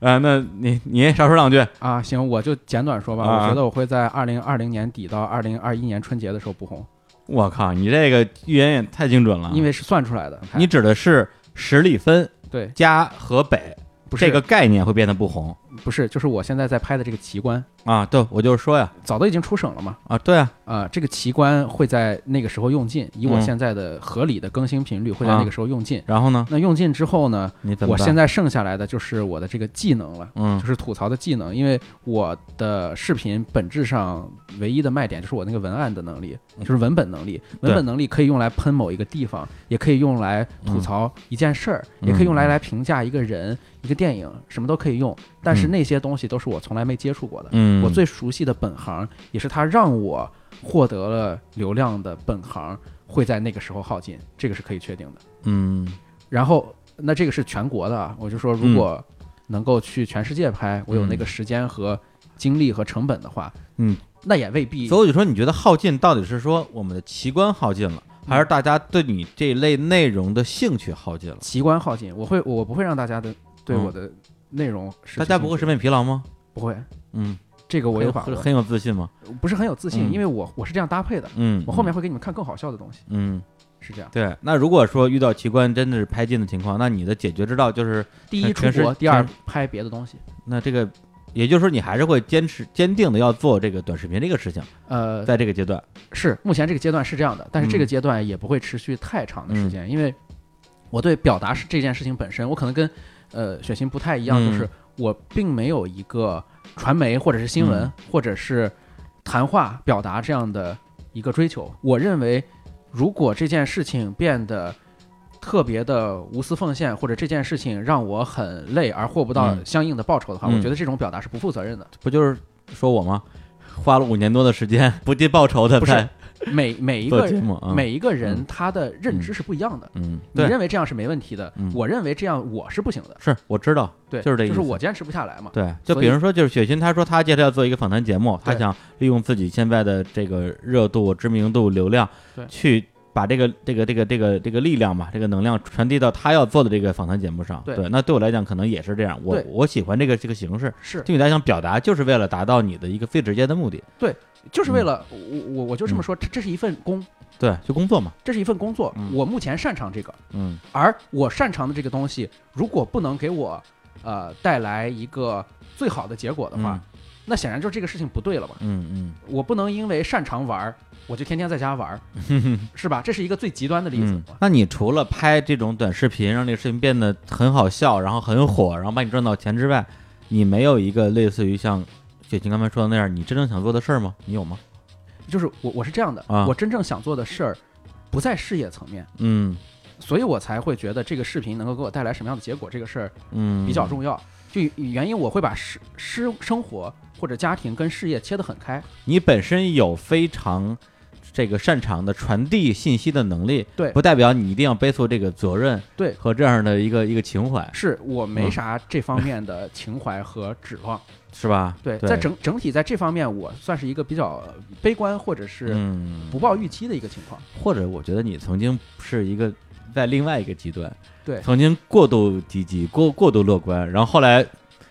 A: 啊，那你你也少说两句。
D: 啊。行，我就简短说吧，
A: 啊
D: 我觉得我会在二零二零年底到二零二一年春节的时候不红，
A: 我靠，你这个预言也太精准了。
D: 因为是算出来的。
A: 啊你指的是十里分
D: 对，
A: 加河北
D: 不是
A: 这个概念会变得不红
D: 不是，就是我现在在拍的这个奇观，
A: 啊？对，我就是说呀，
D: 早都已经出省了嘛。
A: 啊，对啊，
D: 啊、这个奇观会在那个时候用尽，以我
A: 嗯
D: 现在的合理的更新频率，会在
A: 啊
D: 那个时候用尽。
A: 然后呢？
D: 那用尽之后呢，
A: 你怎么
D: 我
A: 办？
D: 现在剩下来的就是我的这个技能了。
A: 嗯
D: 就是吐槽的技能，因为我的视频本质上唯一的卖点就是我那个文案的能力，
A: 嗯
D: 就是文本能力。文本能力可以用来喷某一个地方，也可以用来吐槽一件事儿，
A: 嗯
D: 也可以用来来评价一个人、一个电影，什么都可以用。但是那些东西都是我从来没接触过的。
A: 嗯，
D: 我最熟悉的本行，也是它让我获得了流量的本行，会在那个时候耗尽，这个是可以确定的。
A: 嗯
D: 然后那这个是全国的，啊，我就说如果
A: 嗯
D: 能够去全世界拍，我有那个时间和精力和成本的话，
A: 嗯，
D: 那也未必。
A: 所以我就说，你觉得耗尽到底是说我们的奇观耗尽了，还是
D: 嗯
A: 大家对你这类内容的兴趣耗尽了？
D: 奇观耗尽，我会我不会让大家的对
A: 嗯
D: 我的内容失去
A: 大家不会
D: 兴
A: 审
D: 趣
A: 美疲劳吗？
D: 不会，
A: 嗯，
D: 这个我
A: 很
D: 有把
A: 很
D: 握，
A: 很有自信吗？
D: 不是很有自信，
A: 嗯
D: 因为我我是这样搭配的，
A: 嗯，
D: 我后面会给你们看更好笑的东西，
A: 嗯，
D: 是这样。
A: 对。那如果说遇到奇观真的是拍尽的情况，那你的解决之道就是，
D: 第
A: 哎
D: 一出
A: 全是
D: 国，第二
A: 全
D: 拍别的东西，
A: 那这个，也就是说你还是会坚持坚定的要做这个短视频这个事情，
D: 呃，
A: 在这个阶段，
D: 是目前这个阶段是这样的，但是这
A: 嗯
D: 个阶段也不会持续太长的时间，因为我对表达是这件事情本身，我可能跟呃雪琴不太一样，
A: 嗯
D: 就是我并没有一个传媒或者是新闻、
A: 嗯
D: 或者是谈话表达这样的一个追求。我认为，如果这件事情变得特别的无私奉献，或者这件事情让我很累而获不到
A: 嗯
D: 相应的报酬的话，
A: 嗯
D: 我觉得这种表达是不负责任的。
A: 不就是说我吗？花了五年多的时间，不计报酬的
D: 不是
A: 在
D: 每每一
A: 做
D: 个
A: 节
D: 人，
A: 目啊，
D: 每一个人
A: 嗯
D: 他的认知是不一样的。
A: 嗯，
D: 你
A: 对，
D: 认为这样是没问题的，
A: 嗯
D: 我认为这样我是不行的，
A: 是我知道，
D: 对，
A: 就是这个
D: 就是
A: 意思
D: 我坚持不下来嘛。
A: 对，就
D: 所
A: 比
D: 以
A: 如说，就是雪欣，她说她接着要做一个访谈节目，她
D: 对
A: 想利用自己现在的这个热度、知名度、流量
D: 对，
A: 去把这个这个这个这个这个力量嘛，这个能量传递到她要做的这个访谈节目上。
D: 对
A: 那对我来讲可能也是这样，我
D: 对
A: 我喜欢这个这个形式。
D: 是，
A: 对你来讲，表达就是为了达到你的一个最直接的目的。嗯
D: 就是为了我我我就这么说，这这是一份工，
A: 对，就工作嘛，
D: 这是一份工作，
A: 嗯
D: 我目前擅长这个，
A: 嗯
D: 而我擅长的这个东西，如果不能给我呃带来一个最好的结果的话，那显然就是这个事情不对了吧？
A: 嗯
D: 我不能因为擅长玩儿，我就天天在家 玩儿，
A: 嗯，
D: 是吧？这是一个最极端的例子。
A: 嗯，那你除了拍这种短视频，让这个视频变得很好笑，然后很火，然后把你赚到钱之外，你没有一个类似于像雪琴刚才说的那样，你真正想做的事儿吗？你有吗？
D: 就是我我是这样的，
A: 啊
D: 我真正想做的事儿不在事业层面，
A: 嗯
D: 所以我才会觉得这个视频能够给我带来什么样的结果，这个事儿
A: 嗯，
D: 比较重要。就原因我会把事事生活或者家庭跟事业切得很开，
A: 你本身有非常这个擅长的传递信息的能力，
D: 对
A: 不代表你一定要背负这个责任，
D: 对
A: 和这样的一个一个情怀，
D: 是我
A: 嗯
D: 没啥这方面的情怀和指望。
A: 是吧？
D: 对，
A: 嗯对
D: 在整整体在这方面，我算是一个比较悲观或者是
A: 嗯，
D: 不抱预期的一个情况。
A: 或者我觉得你曾经是一个在另外一个极端，
D: 对
A: 曾经过度积极，过过度乐观，然后后来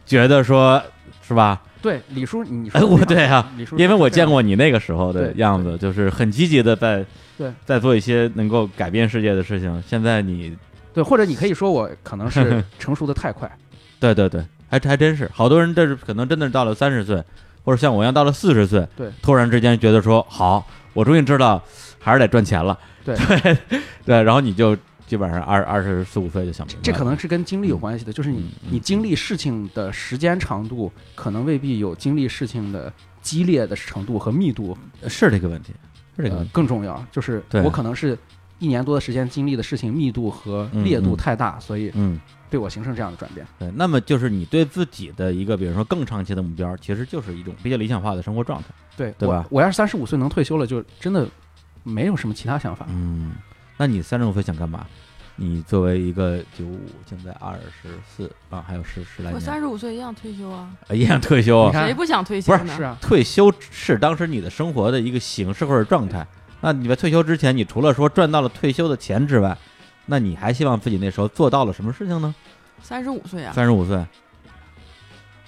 A: 觉得说是吧？
D: 对，李叔，你说
A: 哎，
D: 的
A: 我
D: 非常
A: 对啊，
D: 李叔说的非常，
A: 因为我见过你那个时候的
D: 对
A: 样子，就是很积极的在
D: 对
A: 在做一些能够改变世界的事情。现在你
D: 对，或者你可以说我可能 是成熟的太快，
A: 对对对，还还真是，好多人这是可能真的是到了三十岁，或者像我一样到了四十岁，
D: 对，
A: 突然之间觉得说好，我终于知道还是得赚钱了，
D: 对
A: 对对然后你就基本上二二十四五岁就想明白了，
D: 这可能是跟经历有关系的，就是你
A: 嗯
D: 你经历事情的时间长度，可能未必有经历事情的激烈的程度和密度
A: 是这个问题，是这个
D: 呃
A: 问题，
D: 更重要。就是
A: 对
D: 我可能是一年多的时间经历的事情密度和
A: 嗯
D: 烈
A: 嗯
D: 度太大，所以
A: 嗯，
D: 对我形成这样的转变。
A: 对。那么就是你对自己的一个，比如说更长期的目标，其实就是一种比较理想化的生活状态，
D: 对，
A: 对
D: 我
A: 吧
D: 我要是三十五岁能退休了，就真的没有什么其他想法。
A: 嗯。那你三十五岁想干嘛？你作为一个九五，现在二十四啊，还有十十来
C: 我
A: 年，
C: 三十五岁也想退休啊，
A: 啊也想退休啊
D: 你看
C: 谁不想退休
A: 不
C: 呢？
D: 是啊，
A: 退休是当时你的生活的一个形式或者状态。那你在退休之前，你除了说赚到了退休的钱之外，那你还希望自己那时候做到了什么事情呢？
C: 三十五岁啊，
A: 三十五岁，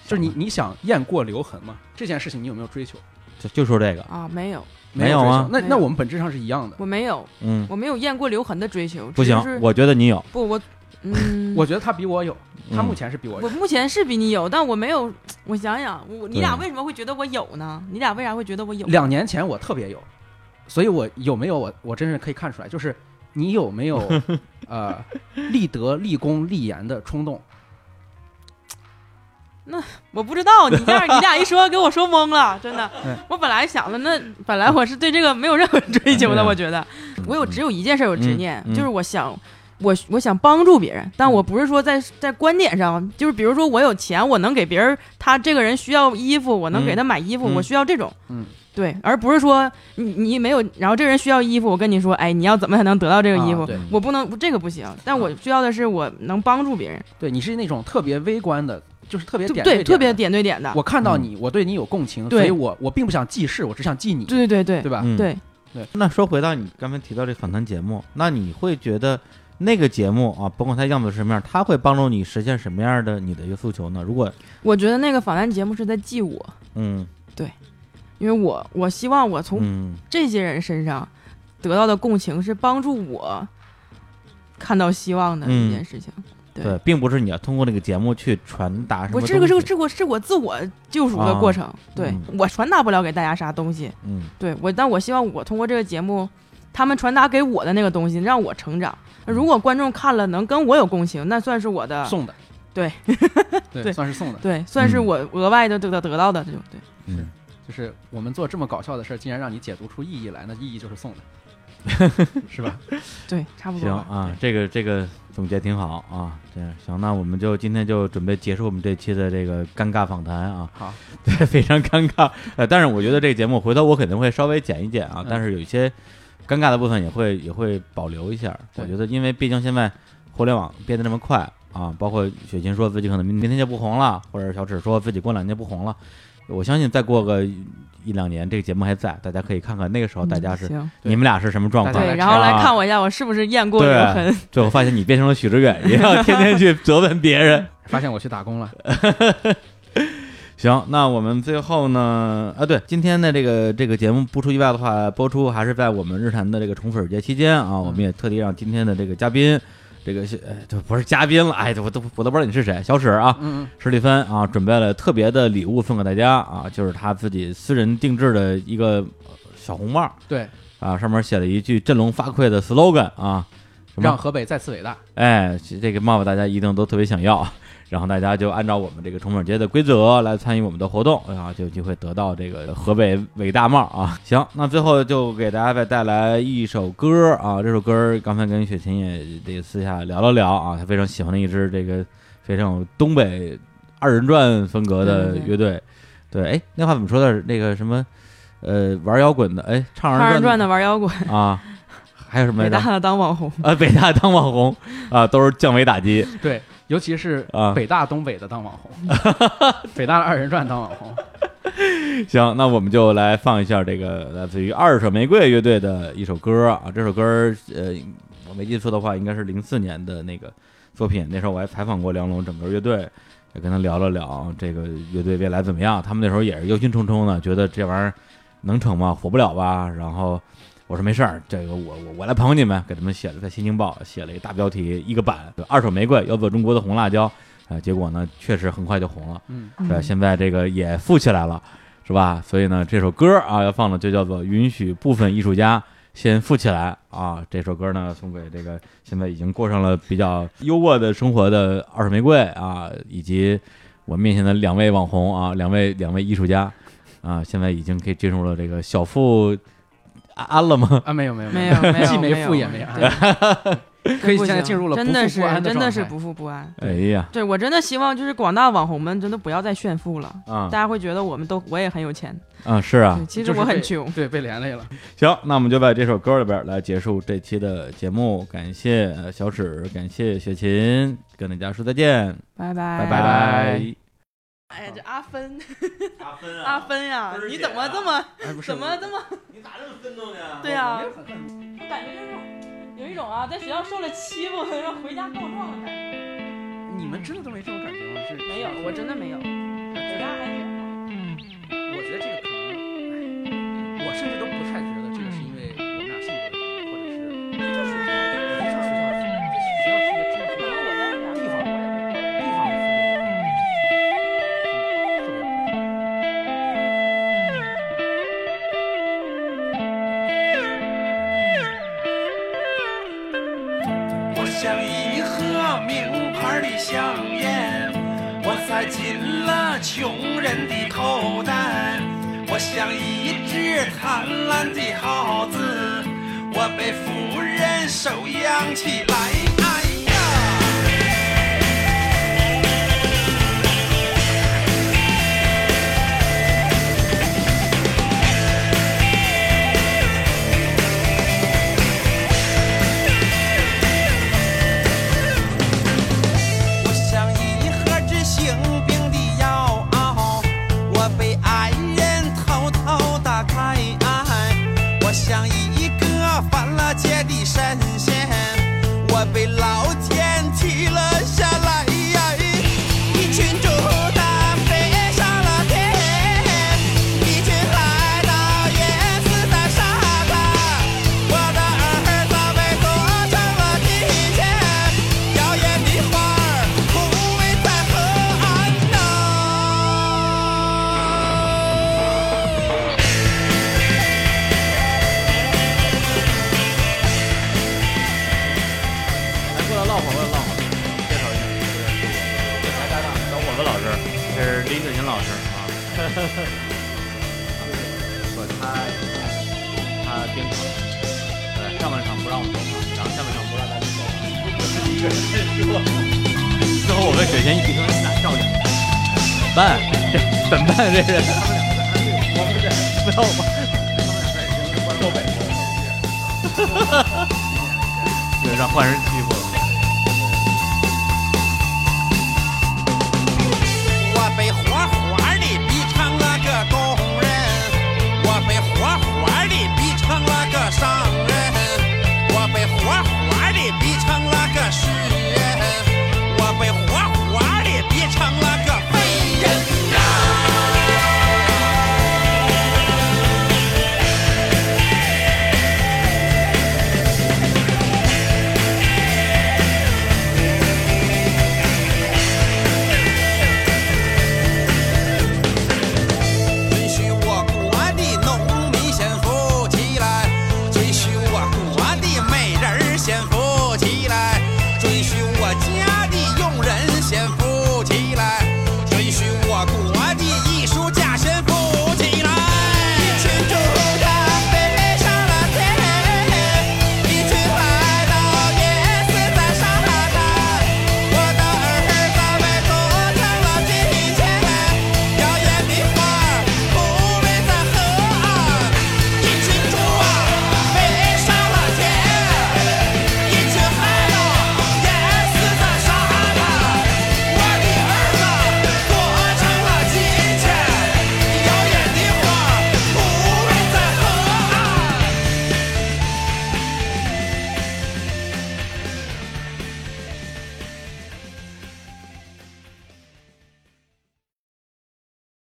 D: 就是你你想雁过留痕嘛？这件事情你有没有追求？
A: 就就说这个，
C: 啊，没有，
A: 没有
D: 追
A: 啊
D: 求那
C: 没有
D: 那我们本质上是一样的。
C: 我没有，
A: 嗯，
C: 我没有雁过留痕的追求，
A: 不
C: 这
A: 行
C: 就是，
A: 我觉得你有，
C: 不我，嗯，
D: 我觉得他比我有，他
A: 嗯
D: 目前是比我有。
C: 我目前是比你有，但我没有。我想想，我你
A: 对
C: 俩为什么会觉得我有呢？你俩为啥会觉得我有？
D: 两年前我特别有，所以我有没有我我真是可以看出来，就是你有没 有呃立德、立功、立言的冲动？
C: 我不知道，你这样你俩一说给我说懵了， 真的
D: 嗯。
C: 我本来想了，那本来我是对这个没有任何追
A: 对
C: 求
D: 嗯
C: 的，
A: 啊
C: 我觉得我有只有一件事有执念，
A: 嗯嗯
C: 就是我想。我我想帮助别人，但我不是说在在观点上，就是比如说我有钱，我能给别人，他这个人需要衣服，我能给他买衣服，
A: 嗯嗯
C: 我需要这种，
D: 嗯，
C: 对，而不是说你你没有，然后这个人需要衣服，我跟你说，哎，你要怎么才能得到这个衣服？
D: 啊对啊
A: 嗯
C: 我不能，这个不行。但我需要的是我能帮助别人，
D: 对，你是那种特别微观的，就是特别
C: 对
D: 点
C: 对，特别
D: 点
C: 点对点的
D: 的。。我看到
A: 嗯
D: 你，我对你有共情，所
C: 对
D: 以我我并不想记事，我只想记你，
C: 对对对
D: 对
C: 对
D: 吧？
A: 嗯，
C: 对，
A: 那说回到你刚才提到这访谈节目，那你会觉得那个节目啊，甭管它样子是什么样，它会帮助你实现什么样的你的一个诉求呢？如果
C: 我觉得那个访谈节目是在记我，
A: 嗯
C: 因为我我希望我从
A: 嗯
C: 这些人身上得到的共情是帮助我看到希望
A: 嗯
C: 的一件事情。对
A: 对，并不是你要通过那个节目去传达什么
C: 我
A: 东西，
C: 这个是个是我是我自我救赎的过程，对
A: 嗯
C: 我传达不了给大家啥东西，
A: 嗯
C: 对我，但我希望我通过这个节目，他们传达给我的那个东西让我成长。如果观众看了能跟我有共情，那算是我的
D: 送的，
C: 对
D: 对，
C: 对
D: 算是送的。
C: 对，算是
A: 嗯
C: 我额外的得得得到的这种对。
A: 嗯
D: 就是我们做这么搞笑的事儿，竟然让你解读出意义来，那意义就是送的， 是吧？
C: 对，差不多
A: 行
C: 吧。
A: 啊，这个这个总结挺好啊。这样行，那我们就今天就准备结束我们这期的这个尴尬访谈啊。
D: 好，
A: 对，非常尴尬。呃，但是我觉得这个节目回头我肯定会稍微剪一剪啊
D: 嗯，
A: 但是有一些尴尬的部分也会也会保留一下。
D: 对
A: 我觉得，因为毕竟现在互联网变得这么快啊，包括雪琴说自己可能明明天就不红了，或者小史说自己过两年不红了，我相信再过个一一两年，这个节目还在，大家可以看看那个时候大家是、
C: 嗯行
A: 你们俩是什么状
D: 大
A: 况
D: 家。
C: 对，
D: 来
C: 然后
A: 看
C: 来
A: 啊
C: 看我一下，我是不是雁过
A: 对
C: 留痕？
A: 最后发现你变成了许知远一样，天天去责问别人。
D: 发现我去打工了，
A: 行，那我们最后呢？啊，对，今天的这个这个节目不出意外的话，播出还是在我们日坛的这个宠粉节期间啊。我们也特地让今天的这个嘉宾，这个是呃，就不是嘉宾了，哎，我都我都不知道你是谁，小史啊，
D: 嗯，
A: 史蒂芬啊，准备了特别的礼物送给大家啊，就是他自己私人定制的一个呃小红帽
D: 对，
A: 啊，上面写了一句振聋发聩的 slogan 啊，什么
D: 让河北再次伟大。
A: 哎，这个帽子大家一定都特别想要， 然后大家就按照我们这个重粉节的规则来参与我们的活动，然后就就会得到这个河北伟大帽啊。 行，那最后就给大家再带来一首歌啊，这首歌刚才跟雪琴也这个私下聊了聊啊，她非常喜欢的一支这个非常有东北二人转风格的乐
C: 嗯
A: 队，对，哎，那话怎么说的？那个什么，呃，玩摇滚的，哎，唱
C: 二
A: 转
C: 人转的玩摇滚，
A: 的啊，还有什么
C: 北
A: 来着？
C: 大的当网红，
A: 啊，北大当网红啊，都是降维打击
D: 对，尤其是
A: 啊。
D: 北大东北的当网红，北大的二人转当网红。
A: 行，那我们就来放一下这个来自于二手玫瑰乐队的一首歌啊，这首歌呃，我没记错的话，应该是零四年的那个作品。那时候我还采访过梁龙整个乐队，也跟他聊了聊这个乐队未来怎么样。他们那时候也是忧心忡忡的，觉得这玩意儿能成吗？火不了吧？然后我说没事儿，这个我我我来捧你们，给他们写了在《新京报》写了一个大标题，一个版《二手玫瑰要做中国的红辣椒》啊，结果呢，确实很快就红了。
D: 嗯，
A: 对吧？
C: 嗯
A: 现在这个也富起来了，是吧？所以呢，这首歌啊要放的就叫做《允许部分艺术家先富起来》啊。这首歌呢送给这个现在已经过上了比较优渥的生活的二手玫瑰啊，以及我面前的两位网红啊，两位两位艺术家啊，现在已经可以进入了这个小富安安了吗？
D: 啊，没有没有
C: 没有没有，
D: 既没
C: 有
D: 富也没安，
C: 对
D: 可以
C: 不
D: 现在
C: 行
D: 进入了
C: 真的
D: 不
C: 是
D: 富不安的
C: 真的
D: 状
C: 是
D: 态
C: 不富不安。
A: 哎呀，
C: 对我真的希望就是广大网红们真的不要再炫富了，
A: 啊
C: 大家会觉得我们都我也很有钱，
A: 啊是啊
C: 对，其实
D: 就是
C: 我很
D: 被
C: 穷。
D: 对，被连累了。
A: 行，那我们就在这首歌里边来结束这期的节目，感谢呃小史，感谢雪琴，跟大家说再见。
C: 拜拜
A: 拜
D: 拜
A: 拜。
C: 哎呀，这阿芬，
A: 阿芬啊
C: 阿，芬呀
A: 芬，儿
C: 你
A: 姐
C: 怎么
A: 啊
C: 这么
D: 哎，不是
C: 怎么这么？
A: 你咋这么愤怒呢？
C: 对呀、我感觉这种有一种啊，在学校受了欺负，然后回家告状的感觉。
D: 你们真的都没这种感觉吗？是
C: 没有，我真的没有，
D: 嗯
C: 我家还挺好。
D: 我觉得这个可能，哎我甚至都不太觉得这个是因为我们俩性格的原因，或者是
C: 这就是学校
D: 这
C: 的，
D: 就是学校的学校是一个真
C: 可
D: 的
C: 能我在那
D: 地
C: 啥
D: 方嗯地方特别好。
E: 我像一盒名牌的香烟，我塞进了穷人的口袋。我像一只贪婪的耗子，我被富人收养起来。哎呀！我像一盒治性病的药，我被爱人偷偷打开。我像一个犯了戒的神仙，我被老天踢了下来。一群猪它飞上了天，一群来到原始的沙滩。我的儿子被剁成了金钱，耀眼的花儿枯萎在河岸呐。
A: 来过来唠会儿，唠会儿，介绍一下。小伙子老师，这是李雪琴老师啊。
F: 说他他盯场，呃，上半场不让我们走场，然后下半场不让咱们走场，
A: 最后我跟雪琴一起跟俩笑脸。怎么办？这怎么办？这是。不要吧。就让换人去